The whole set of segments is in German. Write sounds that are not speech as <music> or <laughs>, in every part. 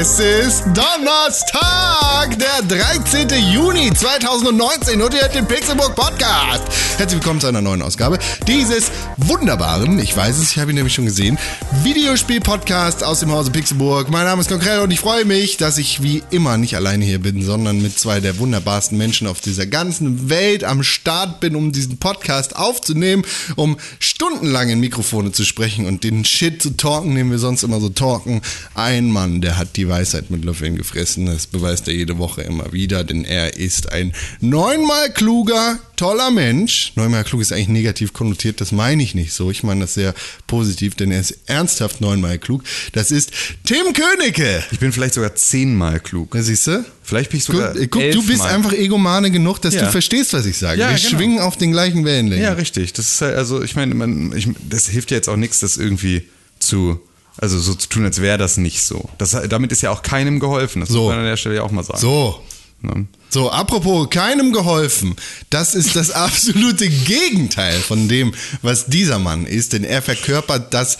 ist Donnerstag, der 13. Juni 2019 und ihr hört den Pixelburg Podcast. Herzlich willkommen zu einer neuen Ausgabe dieses wunderbaren, ich weiß es, ich habe ihn nämlich schon gesehen, Videospiel-Podcast aus dem Hause Pixelburg. Mein Name ist Konkrell und ich freue mich, dass ich wie immer nicht alleine hier bin, sondern mit zwei der wunderbarsten Menschen auf dieser ganzen Welt am Start bin, um diesen Podcast aufzunehmen, um stundenlang in Mikrofone zu sprechen und den Shit zu talken, den wir sonst immer so talken. Ein Mann, der hat die Weisheit mit Löffeln gefressen, das beweist er jede Woche immer wieder, denn er ist ein neunmal kluger, toller Mensch. Neunmal klug ist eigentlich negativ konnotiert, das meine ich nicht so. Ich meine das sehr positiv, denn er ist ernsthaft neunmal klug. Das ist Tim Königke. Ich bin vielleicht sogar zehnmal klug. Ja, Siehst du? Vielleicht bin ich sogar. Guck, äh, guck du bist elfmal. einfach egomane genug, dass Ja. du verstehst, was ich sage. Ja, Wir genau. schwingen auf den gleichen Wellenlängen. Ja, richtig. Das ist halt, also ich meine, man, ich, das hilft ja jetzt auch nichts, das irgendwie zu, also so zu tun, als wäre das nicht so. Das, damit ist ja auch keinem geholfen. Das So. muss man an der Stelle ja auch mal sagen. So. Ne? So, apropos keinem geholfen. Das ist das <laughs> absolute Gegenteil von dem, was dieser Mann ist, denn er verkörpert das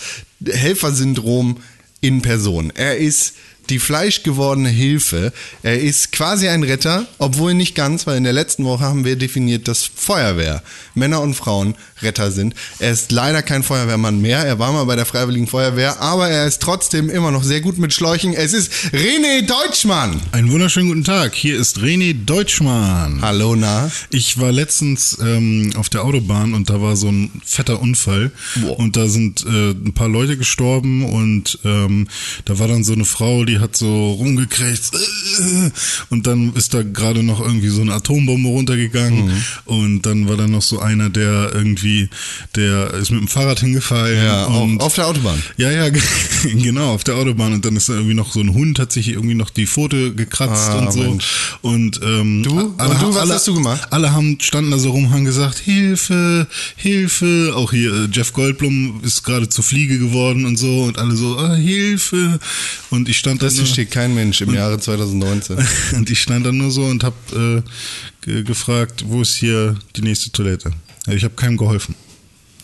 Helfersyndrom in Person. Er ist die fleischgewordene Hilfe. Er ist quasi ein Retter, obwohl nicht ganz, weil in der letzten Woche haben wir definiert, dass Feuerwehr, Männer und Frauen Retter sind. Er ist leider kein Feuerwehrmann mehr. Er war mal bei der Freiwilligen Feuerwehr, aber er ist trotzdem immer noch sehr gut mit Schläuchen. Es ist René Deutschmann. Einen wunderschönen guten Tag. Hier ist René Deutschmann. Hallo, na? Ich war letztens ähm, auf der Autobahn und da war so ein fetter Unfall Boah. und da sind äh, ein paar Leute gestorben und ähm, da war dann so eine Frau, die hat so rumgekrächzt äh, und dann ist da gerade noch irgendwie so eine Atombombe runtergegangen Mhm. und dann war da noch so einer, der irgendwie, der ist mit dem Fahrrad hingefallen Ja, auch und auf der Autobahn. ja, ja, <laughs> g- genau, auf der Autobahn. Und dann ist da irgendwie noch so ein Hund, hat sich irgendwie noch die Pfote gekratzt Ah, und so. Mensch. Und ähm, Du? Und alle, du, was alle, hast du gemacht? Alle haben, standen da so rum, haben gesagt, Hilfe, Hilfe. Auch hier äh, Jeff Goldblum ist gerade zur Fliege geworden und so. Und alle so, ah, Hilfe. Und ich stand Das da nur, versteht kein Mensch im Jahre 2019. <laughs> und ich stand da nur so und hab äh, ge gefragt, wo ist hier die nächste Toilette? Also ich habe keinem geholfen.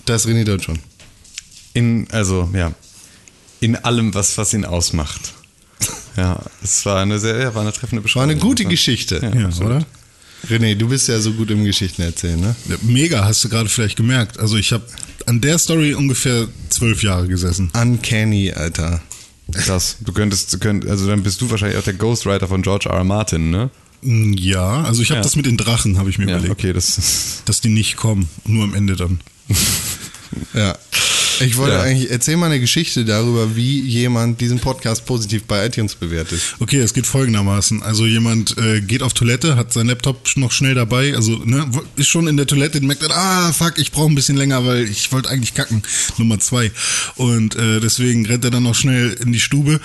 Das ist René Deutschmann. In, also, ja. In allem, was, was ihn <laughs> ausmacht. Ja, es war eine sehr, ja, war eine treffende War Beschreibung. eine gute Geschichte. Ja. Ja, absolut. oder? René, du bist ja so gut im Geschichten erzählen, ne? Mega, hast du gerade vielleicht gemerkt. Also ich habe an der Story ungefähr zwölf Jahre gesessen. Uncanny, Alter. Krass. Du könntest, du könnt, also dann bist du wahrscheinlich auch der Ghostwriter von George R. R. Martin, ne? Mm, Ja, also ich habe Ja. das mit den Drachen, habe ich mir Ja, überlegt. okay, das ist. Dass die nicht kommen, nur am Ende dann. Ja. Ich wollte Ja. eigentlich, erzähl mal eine Geschichte darüber, wie jemand diesen Podcast positiv bei iTunes bewertet. Okay, es geht folgendermaßen. Also jemand äh, geht auf Toilette, hat seinen Laptop sch- noch schnell dabei, also ne, wo- ist schon in der Toilette und merkt dann, ah, fuck, ich brauche ein bisschen länger, weil ich wollte eigentlich kacken, Nummer zwei. Und äh, deswegen rennt er dann noch schnell in die Stube,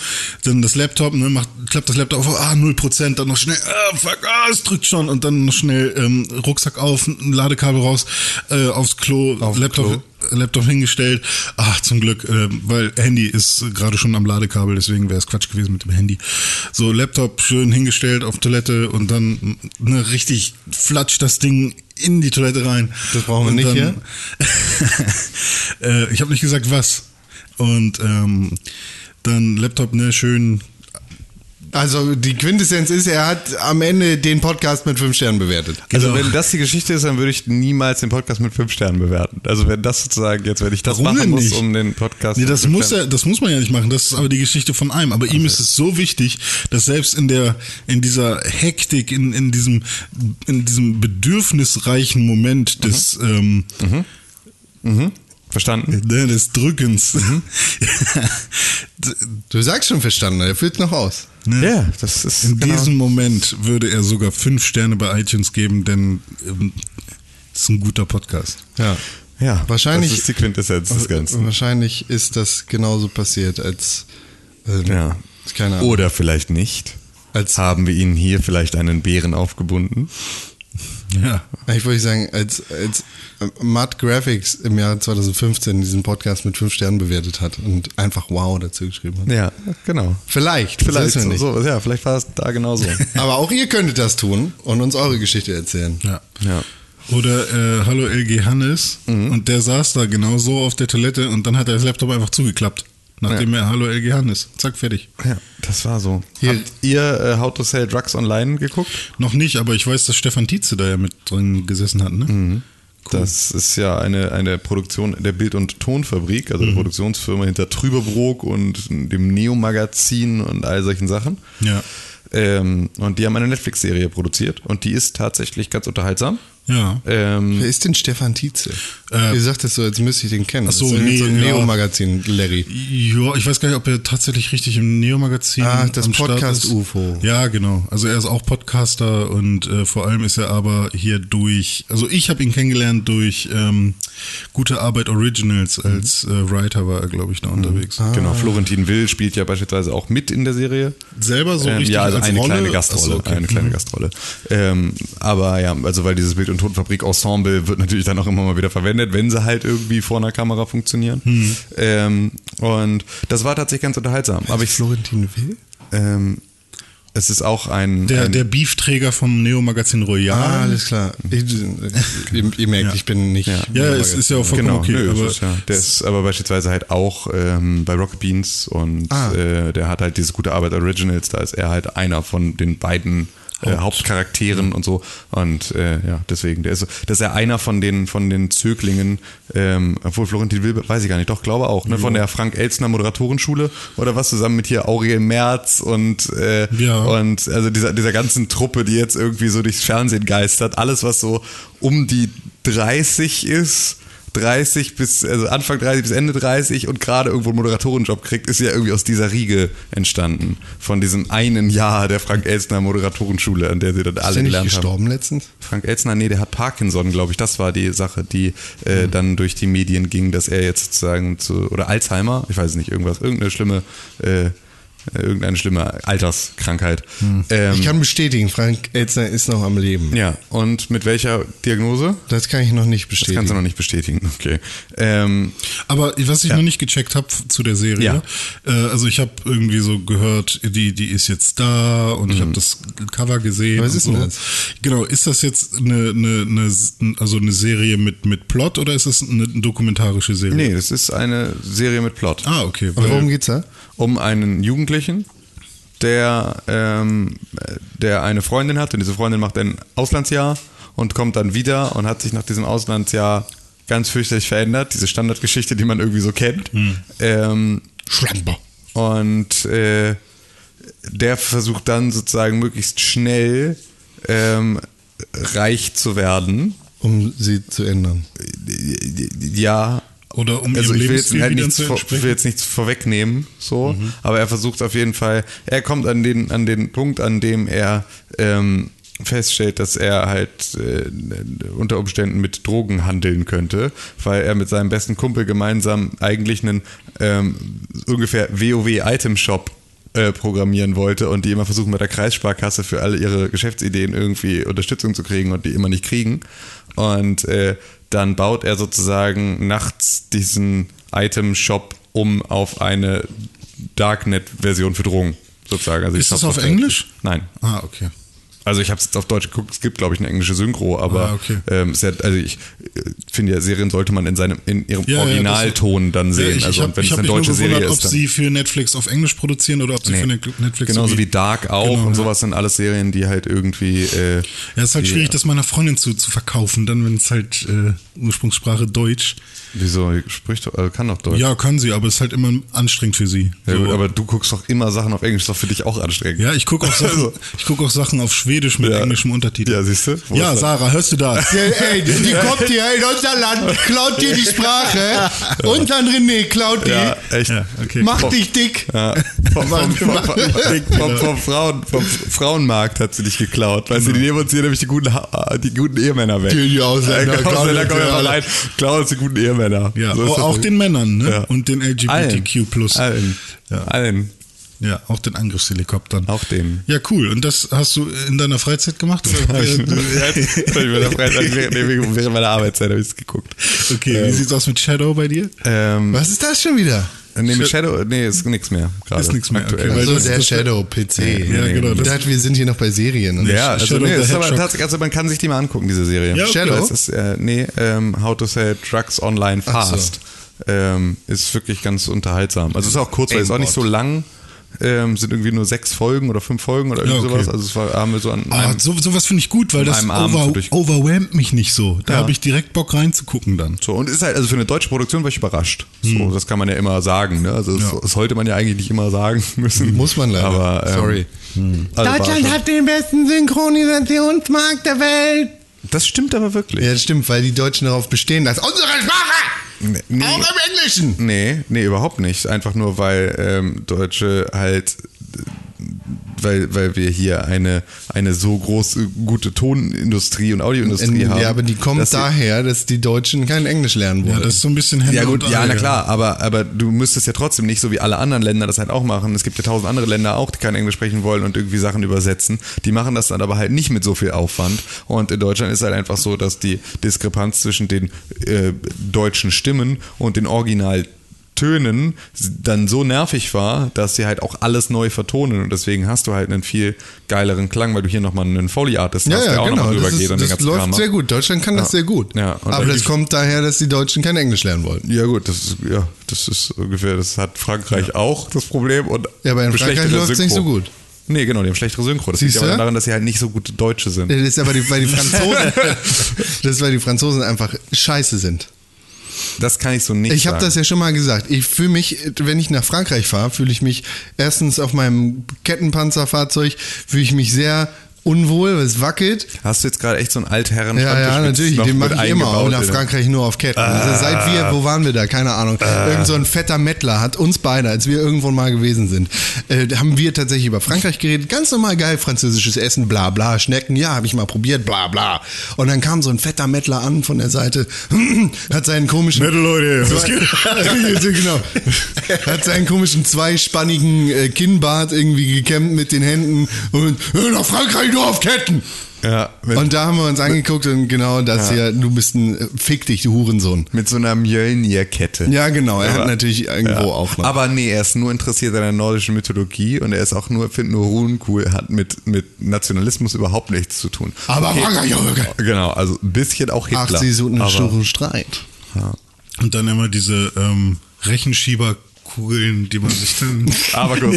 dann das Laptop, ne, macht, klappt das Laptop auf, ah, 0%, dann noch schnell, ah, fuck, ah, es drückt schon und dann noch schnell ähm, Rucksack auf, ein Ladekabel raus, äh, aufs Klo, Laptop, Laptop hingestellt. Ach, zum Glück, äh, weil Handy ist gerade schon am Ladekabel, deswegen wäre es Quatsch gewesen mit dem Handy. So, Laptop schön hingestellt auf Toilette und dann m, ne, richtig flatscht das Ding in die Toilette rein. Das brauchen wir nicht und hier. <laughs> äh, ich habe nicht gesagt, was. Und ähm, dann Laptop, ne, schön Also die Quintessenz ist, er hat am Ende den Podcast mit fünf Sternen bewertet. Also, Genau. wenn das die Geschichte ist, dann würde ich niemals den Podcast mit fünf Sternen bewerten. Also, wenn das sozusagen jetzt, wenn ich das Warum machen denn muss, nicht? um den Podcast. Nee, mit das fünf muss, Sternen- er, das muss man ja nicht machen. Das ist aber die Geschichte von einem. Aber ihm ist es so wichtig, dass selbst in der, in dieser Hektik, in, in diesem, in diesem bedürfnisreichen Moment des, ähm, Verstanden? ne, des Drückens, Du sagst schon verstanden, er führt noch aus. <laughs> ne, das ist. in genau. diesem Moment würde er sogar fünf Sterne bei iTunes geben, denn ähm, es ist ein guter Podcast. Ja. ja, Wahrscheinlich- Das ist die Quintessenz des Ganzen. Wahrscheinlich ist das genauso passiert als ähm, Ja. keine Ahnung. Oder vielleicht nicht. Als- haben wir ihnen hier vielleicht einen Bären aufgebunden. Ja. Ich würde sagen, als, als Matt Graphics im Jahr 2015 diesen Podcast mit fünf Sternen bewertet hat und einfach wow dazu geschrieben hat. Ja, genau. Vielleicht, Vielleicht, vielleicht wissen wir so, nicht. so, ja, vielleicht war es da genauso. Aber auch ihr könntet das tun und uns eure Geschichte erzählen. ja. ja. Oder äh, Hallo Mhm. LG Hannes. Und der saß da genau so auf der Toilette und dann hat er das Laptop einfach zugeklappt. nachdem er Hallo LGH ist. Zack, fertig. Ja, das war so. Hier- Habt ihr äh, How to Sell Drugs Online geguckt? Noch nicht, aber ich weiß, dass Stefan Tietze da ja mit drin gesessen hat, ne? Mhm. Das ist ja eine, eine Produktion der Bild- und Tonfabrik, also der Produktionsfirma hinter Trüberbrook und dem Neo-Magazin und all solchen Sachen. Ja. Ähm, und die haben eine Netflix-Serie produziert und die ist tatsächlich ganz unterhaltsam. Ja. Ähm, Wer ist denn Stefan Tietze? Äh, Ihr sagt das so, als müsste ich den kennen. Ach so, das ist nee, so ein ja. Neo-Magazin, Larry. Ja, ich weiß gar nicht, ob er tatsächlich richtig im Neo-Magazin Ah, das am Start Podcast ist. UFO. Ja, genau. Also er ist auch Podcaster und äh, vor allem ist er aber hier durch, also ich habe ihn kennengelernt durch ähm, Gute Arbeit Originals. Mhm. Als äh, Writer war er, glaube ich, da unterwegs. Ah, Genau, Florentin Will spielt ja beispielsweise auch mit in der Serie. Selber so Ähm, richtig ja, also als eine Rolle? kleine Gastrolle. Achso, okay. Mhm. Eine kleine Gastrolle. Ähm, aber ja, also weil dieses Bild- und Tonfabrik-Ensemble wird natürlich dann auch immer mal wieder verwendet, wenn sie halt irgendwie vor einer Kamera funktionieren. Mhm. Ähm, und das war tatsächlich ganz unterhaltsam. Aber ich, Florentin Will? ähm, es ist auch ein, Der, ein der Beefträger vom Neo-Magazin Ah, Royal. alles klar. Ich, ihr, ihr merkt, Ja. ich bin nicht. ja, es ist ja auch vollkommen genau, okay. nö, aber es ist, ja. Der ist aber beispielsweise halt auch ähm, bei Rocket Beans und Ah. äh, der hat halt diese gute Arbeit Originals, da ist er halt einer von den beiden äh, Hauptcharakteren Hm. und so. Und äh, ja, deswegen, der ist, so- das ist ja einer von den, von den Zöglingen, ähm, obwohl Florentin Will, weiß ich gar nicht, doch, glaube auch, ne, von der Frank Elzner Moderatorenschule oder was, zusammen mit hier Aurel Merz und, äh, Ja. und also dieser, dieser ganzen Truppe, die jetzt irgendwie so durchs Fernsehen geistert, alles, was so um die 30 ist, 30 bis, also Anfang 30 bis Ende 30 und gerade irgendwo einen Moderatorenjob kriegt, ist ja irgendwie aus dieser Riege entstanden. Von diesem einen Jahr der Frank Elstner Moderatorenschule, an der sie dann Ist alle der nicht gelernt haben. gestorben letztens? Frank Elstner, nee, der hat Parkinson, glaube ich. Das war die Sache, die äh, Mhm. dann durch die Medien ging, dass er jetzt sozusagen zu, oder Alzheimer, ich weiß nicht, irgendwas, irgendeine schlimme, äh, irgendeine schlimme Alterskrankheit. Ähm, Mhm. Ich kann bestätigen, Frank Elzner ist noch am Leben. ja, und mit welcher Diagnose? Das kann ich noch nicht Das kannst du bestätigen. noch nicht bestätigen. Okay. Ähm, Aber was ich noch nicht gecheckt habe zu der Serie, Ja. äh, also ich habe irgendwie so gehört, die, die ist jetzt da und Mhm. ich habe das Cover gesehen. Was und ist denn so. das? Genau, ist das jetzt eine, eine, eine, also eine Serie mit, mit Plot oder ist das eine dokumentarische Serie? nee, das ist eine Serie mit Plot. Ah, okay. Und weil- worum geht's da? um einen Jugendlichen, der, ähm, der eine Freundin hat und diese Freundin macht ein Auslandsjahr und kommt dann wieder und hat sich nach diesem Auslandsjahr ganz fürchterlich verändert. Diese Standardgeschichte, die man irgendwie so kennt. Ähm, Schlamper. und äh, der versucht dann sozusagen möglichst schnell ähm, reich zu werden. Um sie zu ändern. Ja, Oder um also ihrem ich will jetzt, Lebensstil halt wieder nichts zu vor, entsprechen. Mhm. ich will jetzt nichts vorwegnehmen, so, aber er versucht auf jeden Fall, er kommt an den, an den Punkt, an dem er ähm, feststellt, dass er halt äh, unter Umständen mit Drogen handeln könnte, weil er mit seinem besten Kumpel gemeinsam eigentlich einen ähm, ungefähr WoW-Item-Shop äh, programmieren wollte und die immer versuchen bei der Kreissparkasse für alle ihre Geschäftsideen irgendwie Unterstützung zu kriegen und die immer nicht kriegen. Und äh, dann baut er sozusagen nachts diesen Item-Shop um auf eine Darknet-Version für Drogen. Sozusagen. Also die Ist das Shop- auf Englisch? Nein. Ah, okay. Also ich habe es jetzt auf Deutsch geguckt, es gibt glaube ich eine englische Synchro, aber Ah, okay. ähm, ist ja, also ich äh, finde ja, Serien sollte man in seinem in ihrem Ja, ja, das- Originalton dann sehen. Ja, ich also ich habe wenn mich es eine nur deutsche gewundert, Serie ob ist. Dann sie für Netflix auf Englisch produzieren oder ob sie für Nee. Net- Netflix Genauso irgendwie- wie Dark auch Genau, und ja. sowas sind alles Serien, die halt irgendwie. Äh, Ja, ist halt die- schwierig, das meiner Freundin zu, zu verkaufen, dann wenn es halt äh, Ursprungssprache Deutsch. Wieso spricht doch- äh, kann doch Deutsch. Ja, kann sie, aber ist halt immer anstrengend für sie. Ja, gut, So. aber du guckst doch immer Sachen auf Englisch, ist doch für dich auch anstrengend. ja ich gucke <laughs> auch, Sachen- Also- ich guck auch Sachen auf Schwedisch mit Ja. englischem Untertitel. Ja, siehst du? Wo Ja, ist das? Sarah, hörst <laughs> du das? Äh, ey, die, die kommt hier in unser Land, klaut dir die Sprache. Und dann René klaut die. Ja, echt. Ja, okay. Mach Vom- dich dick. <laughs> Ja. Vom, vom, vom, Mach- vom, vom, Frauen, vom Frauenmarkt hat sie dich geklaut. Weißt du, die Genau. nehmen uns hier nämlich die guten, Ha- die guten Ehemänner weg. Die- die Ausländer, Äh, die Ausländer kommen ja alle. allein, klauen uns die guten Ehemänner. Ja, So ist auch, das auch nicht. den Männern ne? Ja. und den LGBTQ+. Allen. Ja. Allen. Ja, auch den Angriffshelikoptern. Auch denen. Ja, cool. Und das hast du in deiner Freizeit gemacht? <laughs> Oder? Ich bin der Freizeit, während während meiner Arbeitszeit habe ich es geguckt. okay, wie Ähm, sieht's aus mit Shadow bei dir? Ähm, Was ist das schon wieder? nee, mit Shadow, nee, ist nichts mehr. Gerade. Ist nix mehr, Aktuell. okay. Weil Also das- der das- Shadow-PC. Ja, nee, genau. Ich Das, dachte, wir sind hier noch bei Serien. Und Ja, also, Shadow nee, the das ist aber Hedgehog. tatsächlich, also man kann sich die mal angucken, diese Serie. Ja, okay. Shadow? Das ist, äh, nee, ähm, How to Sell Drugs Online Ach so. Fast. Ähm, ist wirklich ganz unterhaltsam. Also es ist auch kurz, weil es ist auch nicht so lang. Ähm, sind irgendwie nur sechs Folgen oder fünf Folgen oder irgendwie Ja, okay. sowas. Also es war, haben wir so an Ah, einem, so, sowas finde ich gut, weil das einem Abend over, so durch- overwhelmt mich nicht so. Da Ja. habe ich direkt Bock reinzugucken dann. so und ist halt also für eine deutsche Produktion war ich überrascht. Hm. So, das kann man ja immer sagen. Ne? Also das, Ja. das sollte man ja eigentlich nicht immer sagen <laughs> müssen. Muss man leider. Aber, ähm, Sorry. Hm. also war schon- hat den besten Synchronisationsmarkt der Welt. Das stimmt aber wirklich. Ja, das stimmt, weil die Deutschen darauf bestehen, dass unsere Sprache Nee, nee. auch im Englischen. Nee, nee, überhaupt nicht. Einfach nur, weil ähm, Deutsche halt, äh, weil, weil wir hier eine, eine so große, gute Tonindustrie und Audioindustrie haben. ja, Äh, aber die kommt dass sie- daher, dass die Deutschen kein Englisch lernen Ja, wollen. das ist so ein bisschen Henne Ja gut, und Ei, ja, na klar, aber, aber du müsstest ja trotzdem nicht, so wie alle anderen Länder das halt auch machen. Es gibt ja tausend andere Länder auch, die kein Englisch sprechen wollen und irgendwie Sachen übersetzen. Die machen das dann aber halt nicht mit so viel Aufwand. Und in Deutschland ist halt einfach so, dass die Diskrepanz zwischen den äh, deutschen Stimmen und den Originaltönen dann so nervig war, dass sie halt auch alles neu vertonen und deswegen hast du halt einen viel geileren Klang, weil du hier nochmal einen Foley-Artist hast, der auch nochmal genau. drüber das ist, geht und den das ganzen läuft Kram macht. sehr gut. Deutschland kann das sehr gut. Ja, und aber das eigentlich- kommt daher, dass die Deutschen kein Englisch lernen wollen. Ja gut, das ist, ja, das ist ungefähr, das hat Frankreich auch das Problem und Ja, aber in Frankreich schlechtere läuft's nicht so gut. Nee, genau, die haben schlechtere Synchro. Das Siehst liegt aber du? Äh, daran, dass sie halt nicht so gute Deutsche sind. Das ist aber die, weil die <laughs> Franzosen, das ist, weil die Franzosen einfach scheiße sind. Das kann ich so nicht Ich habe sagen. das ja schon mal gesagt. Ich fühle mich, wenn ich nach Frankreich fahre, fühle ich mich erstens auf meinem Kettenpanzerfahrzeug, fühle ich mich sehr unwohl, weil es wackelt. Hast du jetzt gerade echt so einen altherren Ja, ja, Schreibtisch mit- natürlich, noch den mit mache ich immer, eingebaut aber nach in- Frankreich nur auf Ketten. Ah. Also seit wir, wo waren wir da? Keine Ahnung. Irgend so ein fetter Mettler hat uns beide, als wir irgendwo mal gewesen sind, äh, da haben wir tatsächlich über Frankreich geredet. Ganz normal geil, französisches Essen, bla bla, Schnecken, ja, habe ich mal probiert, bla bla. Und dann kam so ein fetter Mettler an von der Seite, <clears throat> hat seinen komischen... Metal, Leute. Was geht? <laughs> genau. Hat seinen komischen zweispannigen äh, Kinnbart irgendwie gekämmt mit den Händen und "Äh, nach Frankreich nur auf Ketten. Ja, mit, Und da haben wir uns angeguckt und genau das hier, du bist ein äh, Fick dich, du Hurensohn. mit so einer Mjölnir-Kette. Ja, genau, er hat Aber- natürlich irgendwo auch noch. Aber nee, er ist nur interessiert an der nordischen Mythologie und er ist auch nur, findet nur Ruhen cool, hat mit, mit Nationalismus überhaupt nichts zu tun. Aber Frankreich auch okay. Genau, also ein bisschen auch Hitler. 80 so einen aber- sturen Streit. Und dann immer diese ähm, Rechenschieberkugeln, die man sich <laughs> dann. Abakus,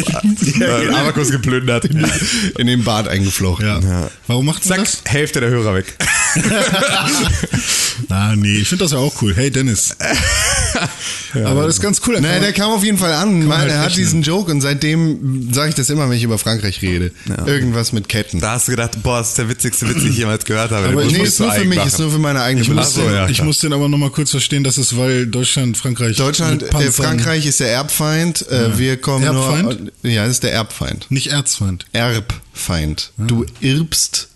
äh, Abakus geplündert. <laughs> In den Bart eingeflochten. <laughs> Ja. Warum macht man Zack, das? Hälfte der Hörer weg. Ah, nee, ich finde das ja auch cool. <laughs> Hey, Dennis. Aber das ist ganz cool. Naja, der kam auf jeden Fall an. Man, halt er hat rechnen. diesen Joke und seitdem sage ich das immer, wenn ich über Frankreich rede. Irgendwas mit Ketten. Da hast du gedacht, boah, das ist der witzigste Witz, den ich jemals gehört habe. Aber Den muss nee, man ist zu nur für eigen mich, machen. ist nur für meine eigene ich muss, Belastung. Ach so, den, ja, ich klar. muss den aber nochmal kurz verstehen, dass es, weil Deutschland, Frankreich. Deutschland, mit äh, Panzern- Frankreich ist der Erbfeind. Äh, Wir kommen Erbfeind? nur. Ja, das ist der Erbfeind. Nicht Erzfeind. Erbfeind. Ah. Du irbst.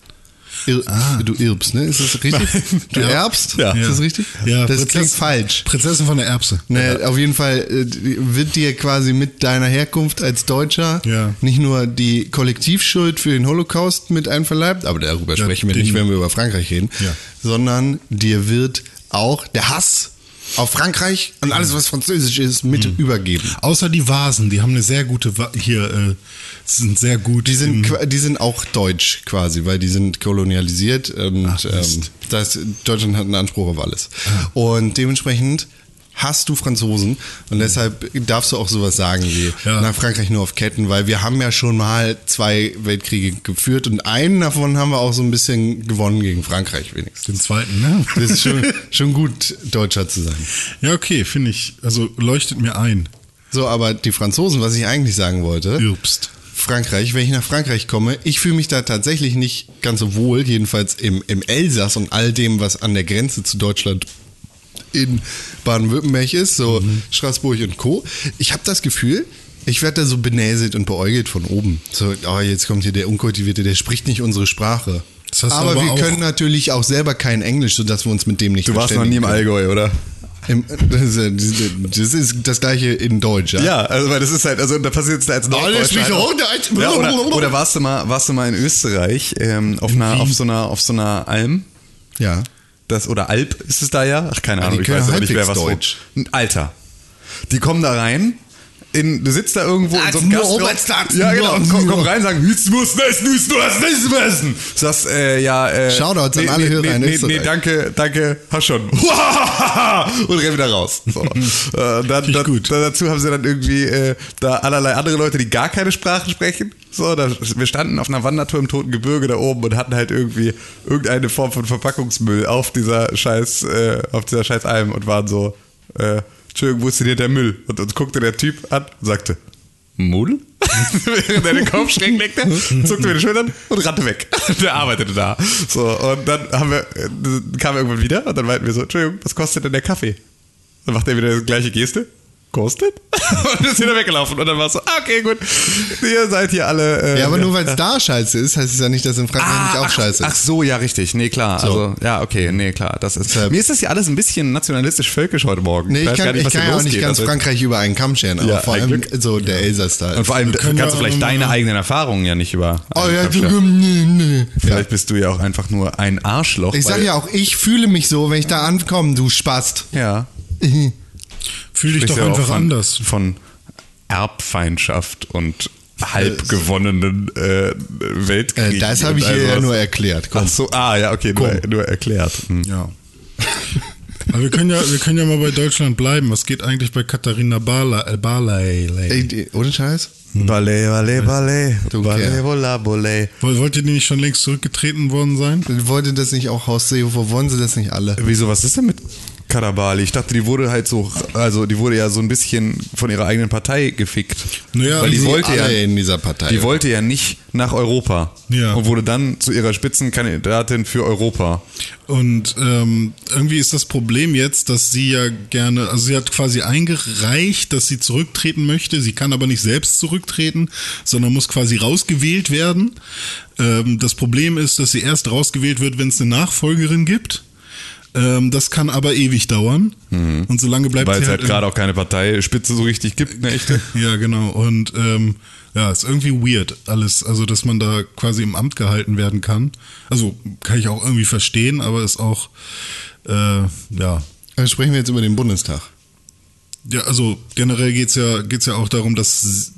Ir Du irbst, ne? Ist <laughs> das richtig? Du Ja. erbst? Ja. Ist das richtig? Ja, das Prinzessin- klingt falsch. Prinzessin von der Erbse. Ne, Auf jeden Fall äh, wird dir quasi mit deiner Herkunft als Deutscher Ja. nicht nur die Kollektivschuld für den Holocaust mit einverleibt, aber darüber Ja, sprechen wir den- nicht, wenn wir über Frankreich reden, Ja. sondern dir wird auch der Hass auf Frankreich und alles, was französisch ist, mit Mhm. übergeben. Außer die Vasen, die haben eine sehr gute Wa hier äh, sind sehr gut. Die sind, qua- die sind auch deutsch quasi, weil die sind kolonialisiert und Ach, ähm, Mist. Ah. das, Deutschland hat einen Anspruch auf alles. Und dementsprechend hast du Franzosen und deshalb darfst du auch sowas sagen wie Mhm. Ja. nach Frankreich nur auf Ketten, weil wir haben ja schon mal zwei Weltkriege geführt und einen davon haben wir auch so ein bisschen gewonnen gegen Frankreich wenigstens. den zweiten, ne? Das ist schon, schon gut, Deutscher zu sein. <laughs> ja, okay, finde ich. Also leuchtet mir ein. So, aber die Franzosen, was ich eigentlich sagen wollte, Ürbst. Frankreich, wenn ich nach Frankreich komme, ich fühle mich da tatsächlich nicht ganz so wohl, jedenfalls im, im Elsass und all dem, was an der Grenze zu Deutschland in Baden-Württemberg ist, so Straßburg und Co. Ich habe das Gefühl, ich werde da so benäselt und beäugelt von oben. So, oh, jetzt kommt hier der Unkultivierte, der spricht nicht unsere Sprache. Das hast du aber, aber wir auch. können natürlich auch selber kein Englisch, sodass wir uns mit dem nicht Du warst noch nie im verständigen Allgäu, oder? können. Im- <laughs> das, ist, das ist das gleiche in Deutsch. ja. Ja, also weil das ist halt, also da passiert es als Alles Norddeutscher. mich halt auch. Deutsch. ja, oder, oder warst du mal, warst du mal in Österreich ähm, auf, einer, auf so einer, auf so einer Alm? Ja. Das, oder Alp ist es da ja? Ach, keine Ah, Ahnung, die ich können weiß aber nicht, wer halbwegs was wo- Deutsch. Alter. Die kommen da rein, in, du sitzt da irgendwo in so einem Nur Gastraum. Oberstadt, Ja, nur- genau. Und komm, komm nur. rein und sagen, jetzt musst du essen, jetzt musst du essen, jetzt musst du essen. Sagst, äh, ja, äh. Shoutouts an alle Hörer nee, in nee, Österreich. nee, danke, danke, hast schon. <laughs> und renn wieder raus. So. äh, dann, ich dann, gut. dann dazu haben sie dann irgendwie äh, da allerlei andere Leute, die gar keine Sprache sprechen. So, da, wir standen auf einer Wandertour im Toten Gebirge da oben und hatten halt irgendwie irgendeine Form von Verpackungsmüll auf dieser scheiß, äh, auf dieser scheiß Alm und waren so, äh, Entschuldigung, wo ist denn hier der Müll? Und uns guckte der Typ an und sagte, Mull? <laughs> Während er den Kopf schräg legte, zuckte mit den Schultern und rannte weg. <laughs> Der arbeitete da. So, und dann haben wir, äh, kam er irgendwann wieder und dann meinten wir so, Entschuldigung, was kostet denn der Kaffee? Dann macht er wieder die gleiche Geste. Kostet? <laughs> und ist wieder weggelaufen. Und dann war es so, ah, okay, gut. Ihr seid hier alle. Äh, Ja, aber <laughs> nur weil es da scheiße ist, heißt es ja nicht, dass in Frankreich Ah, nicht auch ach, scheiße Ach ist. so, ja, richtig. Nee, klar. Also, ja, okay, nee, klar. Das ist, Deshalb- mir ist das ja alles ein bisschen nationalistisch-völkisch heute Morgen. Nee, ich weiß kann, gar ich was kann hier ja auch nicht losgeht. ganz Also- Frankreich über einen Kamm scheren, aber Ja, vor ein allem Glück. so der Elsass-Teil. Und vor allem können kannst du wir vielleicht aber mal- deine eigenen Erfahrungen ja nicht über. Oh ja, Klar. du, nee, nee. ja. Vielleicht bist du ja auch einfach nur ein Arschloch. Ich sag weil- ja auch, ich fühle mich so, wenn ich da ankomme, du Spast. Ja. Fühl dich Bist doch ja auch einfach von, anders. Von Erbfeindschaft und halb gewonnenen äh, Weltkrieg. Äh, das habe und ich all dir ja sowas. nur erklärt. Komm. Ach so, ah, ja, okay, nur, nur erklärt. Hm. Ja. Aber wir können ja, wir können ja mal bei Deutschland bleiben. Was geht eigentlich bei Katharina Barley? Äh, Barley. Ey, die- ohne Scheiß? Mhm. Ballet, Ballet, Ballet. Du Ballet, Kerl. Vola, Ballet. Woll- Wollt ihr die nicht schon längst zurückgetreten worden sein? Wollte das nicht auch Horst Seehofer? Wollen sie das nicht alle? Wieso, was ist denn mit Kadabali? Ich dachte, die wurde halt so, also die wurde ja so ein bisschen von ihrer eigenen Partei gefickt. Naja, Weil die also wollte ja, alle in dieser Partei. die wollte ja nicht nach Europa. Ja. Und wurde dann zu ihrer Spitzenkandidatin für Europa. Und ähm, irgendwie ist das Problem jetzt, dass sie ja gerne, also sie hat quasi eingereicht, dass sie zurücktreten möchte. Sie kann aber nicht selbst zurücktreten, sondern muss quasi rausgewählt werden. Ähm, das Problem ist, dass sie erst rausgewählt wird, wenn es eine Nachfolgerin gibt. Ähm, das kann aber ewig dauern. Und solange bleibt Mhm. Weil sie es halt halt gerade auch keine Parteispitze so richtig gibt, ne echte. Ja, genau. Und ähm, ja, ist irgendwie weird alles. Also, dass man da quasi im Amt gehalten werden kann. Also, kann ich auch irgendwie verstehen, aber ist auch, äh, ja. Dann sprechen wir jetzt über den Bundestag. Ja, also generell geht's ja, geht's ja auch darum, dass s-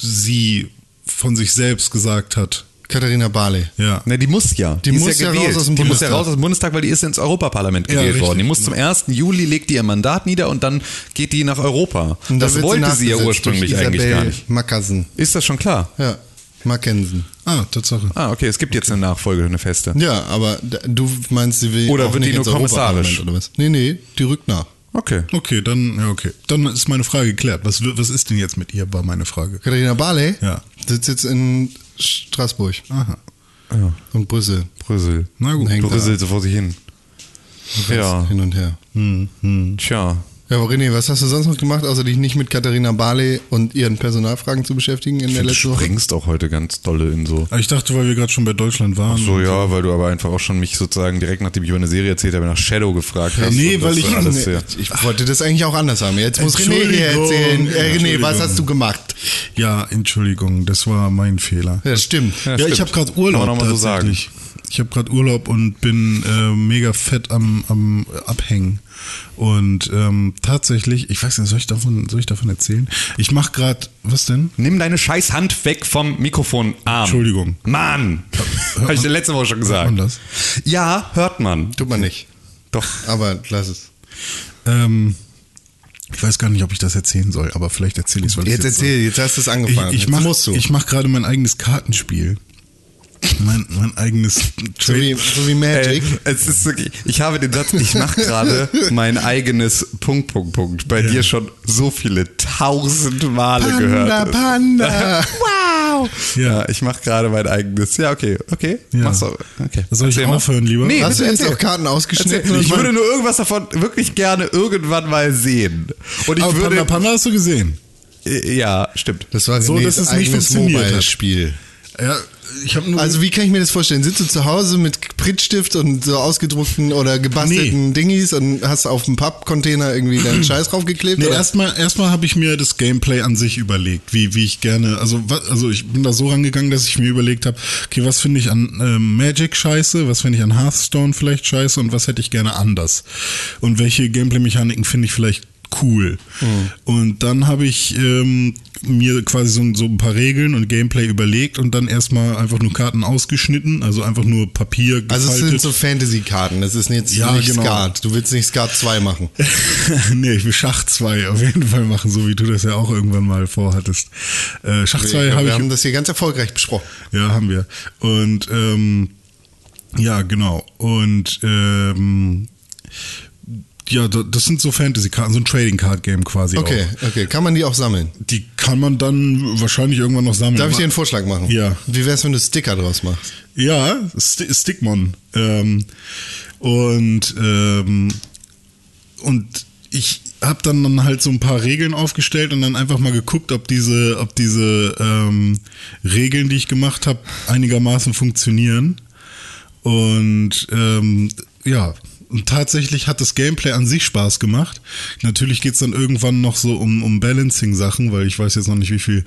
sie von sich selbst gesagt hat. Katharina Barley. <laughs> Ja. Ne, die muss ja. Die ist muss ja raus gewählt. aus dem Die muss ja Bundestag. raus aus dem Bundestag, weil die ist ins Europaparlament Ja, gewählt richtig, worden. Die muss genau. zum 1. Juli, legt die ihr Mandat nieder und dann geht die nach Europa. Und da das wird wollte sie ja nachgesetzt ursprünglich durch eigentlich gar Isabel nicht. Mackersen. Ist das schon klar? Ja, Mackensen. Ah, Tatsache. Ah, okay, es gibt jetzt eine Nachfolge, eine feste. Ja, aber d- du meinst, sie will Oder auch wird die nicht nur ins Europaparlament, kommissarisch? Oder was? Nee, nee, die rückt nach. Okay. Okay, dann, ja, okay. Dann ist meine Frage geklärt. Was, wird- was ist denn jetzt mit ihr, war meine Frage. Katharina Barley Ja. sitzt jetzt in Straßburg Aha. und Brüssel. Brüssel. Na gut. Hängt da Brüssel so vor sich hin. Ja, hin und her. Hm. tja. Ja, aber René, was hast du sonst noch gemacht, außer dich nicht mit Katharina Barley und ihren Personalfragen zu beschäftigen in der Du letzten Woche? springst auch heute ganz dolle in so. Aber Ah, ich dachte, weil wir gerade schon bei Deutschland waren. So, ja, weil du aber einfach auch schon mich sozusagen direkt, nachdem ich über eine Serie erzählt habe, nach Shadow gefragt hast. nee, und weil das ich- Alles, nee. ja. Ich wollte das eigentlich auch anders haben. Jetzt muss René Entschuldigung. hier erzählen. Äh, René, was Entschuldigung. hast du gemacht? Ja, Entschuldigung, das war mein Fehler. Ja, stimmt. Ja, Ja, ich habe stimmt. gerade Urlaub Kann man auch mal so sagen. tatsächlich. Ich habe gerade Urlaub und bin äh, mega fett am, am Abhängen. Und ähm, tatsächlich, ich weiß nicht, soll ich davon, soll ich davon erzählen? Ich mache gerade, was denn? Nimm deine scheiß Hand weg vom Mikrofonarm. Entschuldigung. Mann! hört Habe ich man- dir letzte Woche schon gesagt. man das? Ja, hört man. Tut man nicht. Doch. Aber lass es. Ähm, ich weiß gar nicht, ob ich das erzählen soll, aber vielleicht erzähle ich es. Jetzt erzähl, jetzt hast du es Ich, angefangen. ich Jetzt musst mache du. ich mach gerade mein eigenes Kartenspiel. Mein, mein eigenes so, wie, so wie Ey, Äh, Magic. Äh, es ist wirklich, ich habe den Satz, ich mache <laughs> gerade mein eigenes Punkt, Punkt, Punkt. Bei dir schon so viele tausend Male Panda, gehört. Panda. wow! Ja, ich mache gerade mein eigenes. Ja, okay, okay. Ja. Mach's auch. Okay. Soll ich Erzähl mal. aufhören lieber? Nee, Hast du bitte jetzt erzähl. auch Karten ausgeschnitten? Erzähl. Ich Oder- würde nur irgendwas davon wirklich gerne irgendwann mal sehen. Und ich aber würde. Äh, Panda Panda hast du gesehen. Ja, stimmt. <laughs> Das war So, Renés dass es nicht eigenes funktioniert hat. Mobile-Spiel. Ja, ich habe nur. Also wie kann ich mir das vorstellen? Sitzt du zu Hause mit Prittstift und so ausgedruckten oder gebastelten Dingis und hast auf dem Pappcontainer irgendwie <clears throat> deinen Scheiß draufgeklebt? Nee, oder? erstmal erstmal habe ich mir das Gameplay an sich überlegt, wie, wie ich gerne, also wa- also ich bin da so rangegangen, dass ich mir überlegt habe, okay, was finde ich an ähm, Magic scheiße, was finde ich an Hearthstone vielleicht scheiße und was hätte ich gerne anders und welche Gameplay Mechaniken finde ich vielleicht cool. Mhm. Und dann habe ich ähm, mir quasi so, ein- so ein paar Regeln und Gameplay überlegt und dann erstmal einfach nur Karten ausgeschnitten, also einfach nur Papier gefaltet. Also es sind so Fantasy-Karten, es ist jetzt Ja, nicht genau. Skat. Du willst nicht Skat 2 machen. <laughs> nee, ich will Schach 2 auf jeden Fall machen, so wie du das ja auch irgendwann mal vorhattest. Äh, Schach 2 glaub, habe wir ich haben das hier ganz erfolgreich besprochen. Ja, haben wir. Und ähm, ja, genau. Und ähm, ja, da- das sind so Fantasy-Karten, so ein Trading-Card-Game quasi. Okay, Auch. okay. Kann man die auch sammeln? Die kann man dann wahrscheinlich irgendwann noch sammeln. Darf ich Aber- dir einen Vorschlag machen? Ja. Wie wär's, wenn du Sticker draus machst? Ja, St Stigmon. Ähm, und ähm, und ich habe dann, dann halt so ein paar Regeln aufgestellt und dann einfach mal geguckt, ob diese, ob diese ähm, Regeln, die ich gemacht habe, einigermaßen funktionieren. Und ähm, ja, und tatsächlich hat das Gameplay an sich Spaß gemacht. Natürlich geht's dann irgendwann noch so um, um Balancing-Sachen, weil ich weiß jetzt noch nicht, wie viel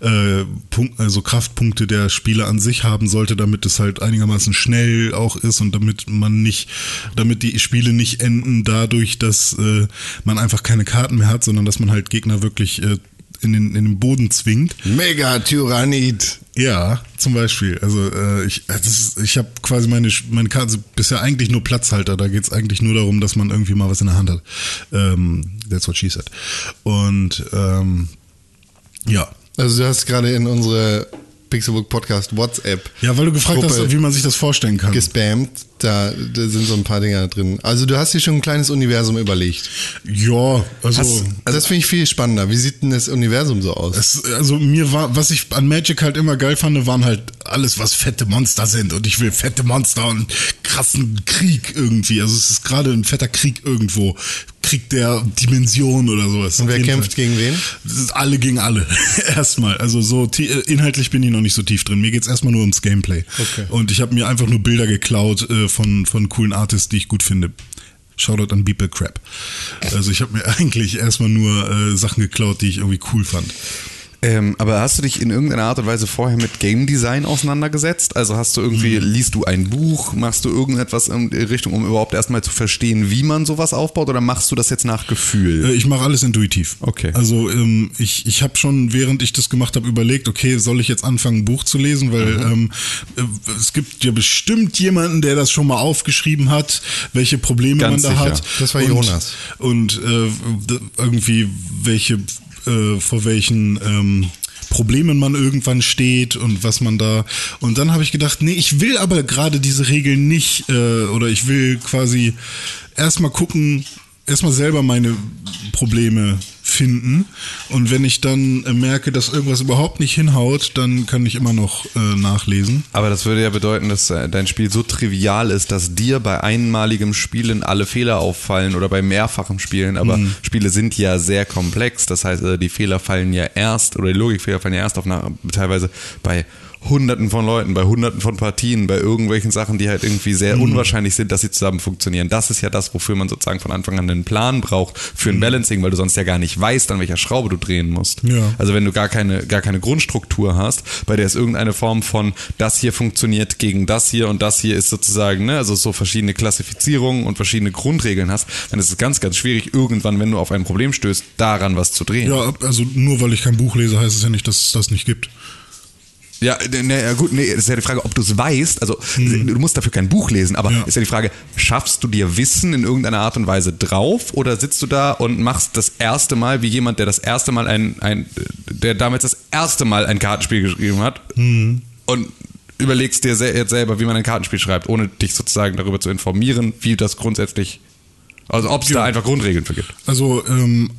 äh, Punkt, also Kraftpunkte der Spieler an sich haben sollte, damit es halt einigermaßen schnell auch ist und damit man nicht, damit die Spiele nicht enden dadurch, dass äh, man einfach keine Karten mehr hat, sondern dass man halt Gegner wirklich äh, in, den, in den Boden zwingt. Mega Tyrannid. Ja, zum Beispiel. Also äh, ich, das ist, ich habe quasi meine, Sch- meine Karte sind bisher eigentlich nur Platzhalter. Da geht's eigentlich nur darum, dass man irgendwie mal was in der Hand hat. Ähm, that's what she said. Und ähm, ja. Also du hast gerade in unsere Pixelbook Podcast WhatsApp Ja, weil du gefragt Gruppe hast, wie man sich das vorstellen kann. gespammt. Da, da sind so ein paar Dinger drin. Also du hast dir schon ein kleines Universum überlegt. Ja, also. Also das finde ich viel spannender. Wie sieht denn das Universum so aus? Es, also mir war, was ich an Magic halt immer geil fand, waren halt alles, was fette Monster sind. Und ich will fette Monster und krassen Krieg irgendwie. Also es ist gerade ein fetter Krieg irgendwo. Krieg der Dimension oder sowas. Und wer Auf jeden kämpft gegen wen? Das ist alle gegen alle. <laughs> erstmal. Also so ti- äh, inhaltlich bin ich noch nicht so tief drin. Mir geht's erstmal nur ums Gameplay. Okay. Und ich habe mir einfach nur Bilder geklaut äh, von, von coolen Artists, die ich gut finde. Shoutout an Beeple Crap. Also ich habe mir <laughs> eigentlich erstmal nur äh, Sachen geklaut, die ich irgendwie cool fand. Ähm, aber hast du dich in irgendeiner Art und Weise vorher mit Game Design auseinandergesetzt? Also hast du irgendwie, Hm. liest du ein Buch, machst du irgendetwas in die Richtung, um überhaupt erstmal zu verstehen, wie man sowas aufbaut oder machst du das jetzt nach Gefühl? Äh, Ich mache alles intuitiv. Okay. Also ähm, ich, ich habe schon, während ich das gemacht habe, überlegt, okay, soll ich jetzt anfangen, ein Buch zu lesen? Weil ähm, äh, es gibt ja bestimmt jemanden, der das schon mal aufgeschrieben hat, welche Probleme Ganz man da sicher. hat. Das war und, Jonas. Und äh, d- irgendwie, welche, äh, vor welchen ähm, Problemen man irgendwann steht und was man da. Und dann habe ich gedacht, nee, ich will aber gerade diese Regeln nicht äh, oder ich will quasi erstmal gucken, erstmal selber meine Probleme finden. Und wenn ich dann äh, merke, dass irgendwas überhaupt nicht hinhaut, dann kann ich immer noch äh, nachlesen. Aber das würde ja bedeuten, dass äh, dein Spiel so trivial ist, dass dir bei einmaligem Spielen alle Fehler auffallen oder bei mehrfachem Spielen. Aber Spiele sind ja sehr komplex. Das heißt, äh, die Fehler fallen ja erst oder die Logikfehler fallen ja erst auf nach, teilweise bei Hunderten von Leuten, bei Hunderten von Partien, bei irgendwelchen Sachen, die halt irgendwie sehr unwahrscheinlich sind, dass sie zusammen funktionieren. Das ist ja das, wofür man sozusagen von Anfang an einen Plan braucht für ein Balancing, weil du sonst ja gar nicht weißt, an welcher Schraube du drehen musst. Ja. Also wenn du gar keine, gar keine Grundstruktur hast, bei der es irgendeine Form von das hier funktioniert gegen das hier und das hier ist sozusagen, ne, also so verschiedene Klassifizierungen und verschiedene Grundregeln hast, dann ist es ganz, ganz schwierig, irgendwann, wenn du auf ein Problem stößt, daran was zu drehen. Ja, also nur weil ich kein Buch lese, heißt es ja nicht, dass es das nicht gibt. Ja, ne, ja, gut, nee, das ist ja die Frage, ob du es weißt. Also, du musst dafür kein Buch lesen, aber Ja. ist ja die Frage, schaffst du dir Wissen in irgendeiner Art und Weise drauf oder sitzt du da und machst das erste Mal, wie jemand, der das erste Mal ein, ein der damals das erste Mal ein Kartenspiel geschrieben hat und überlegst dir sel- jetzt selber, wie man ein Kartenspiel schreibt, ohne dich sozusagen darüber zu informieren, wie das grundsätzlich, also ob es da einfach Grundregeln für gibt. Also ähm,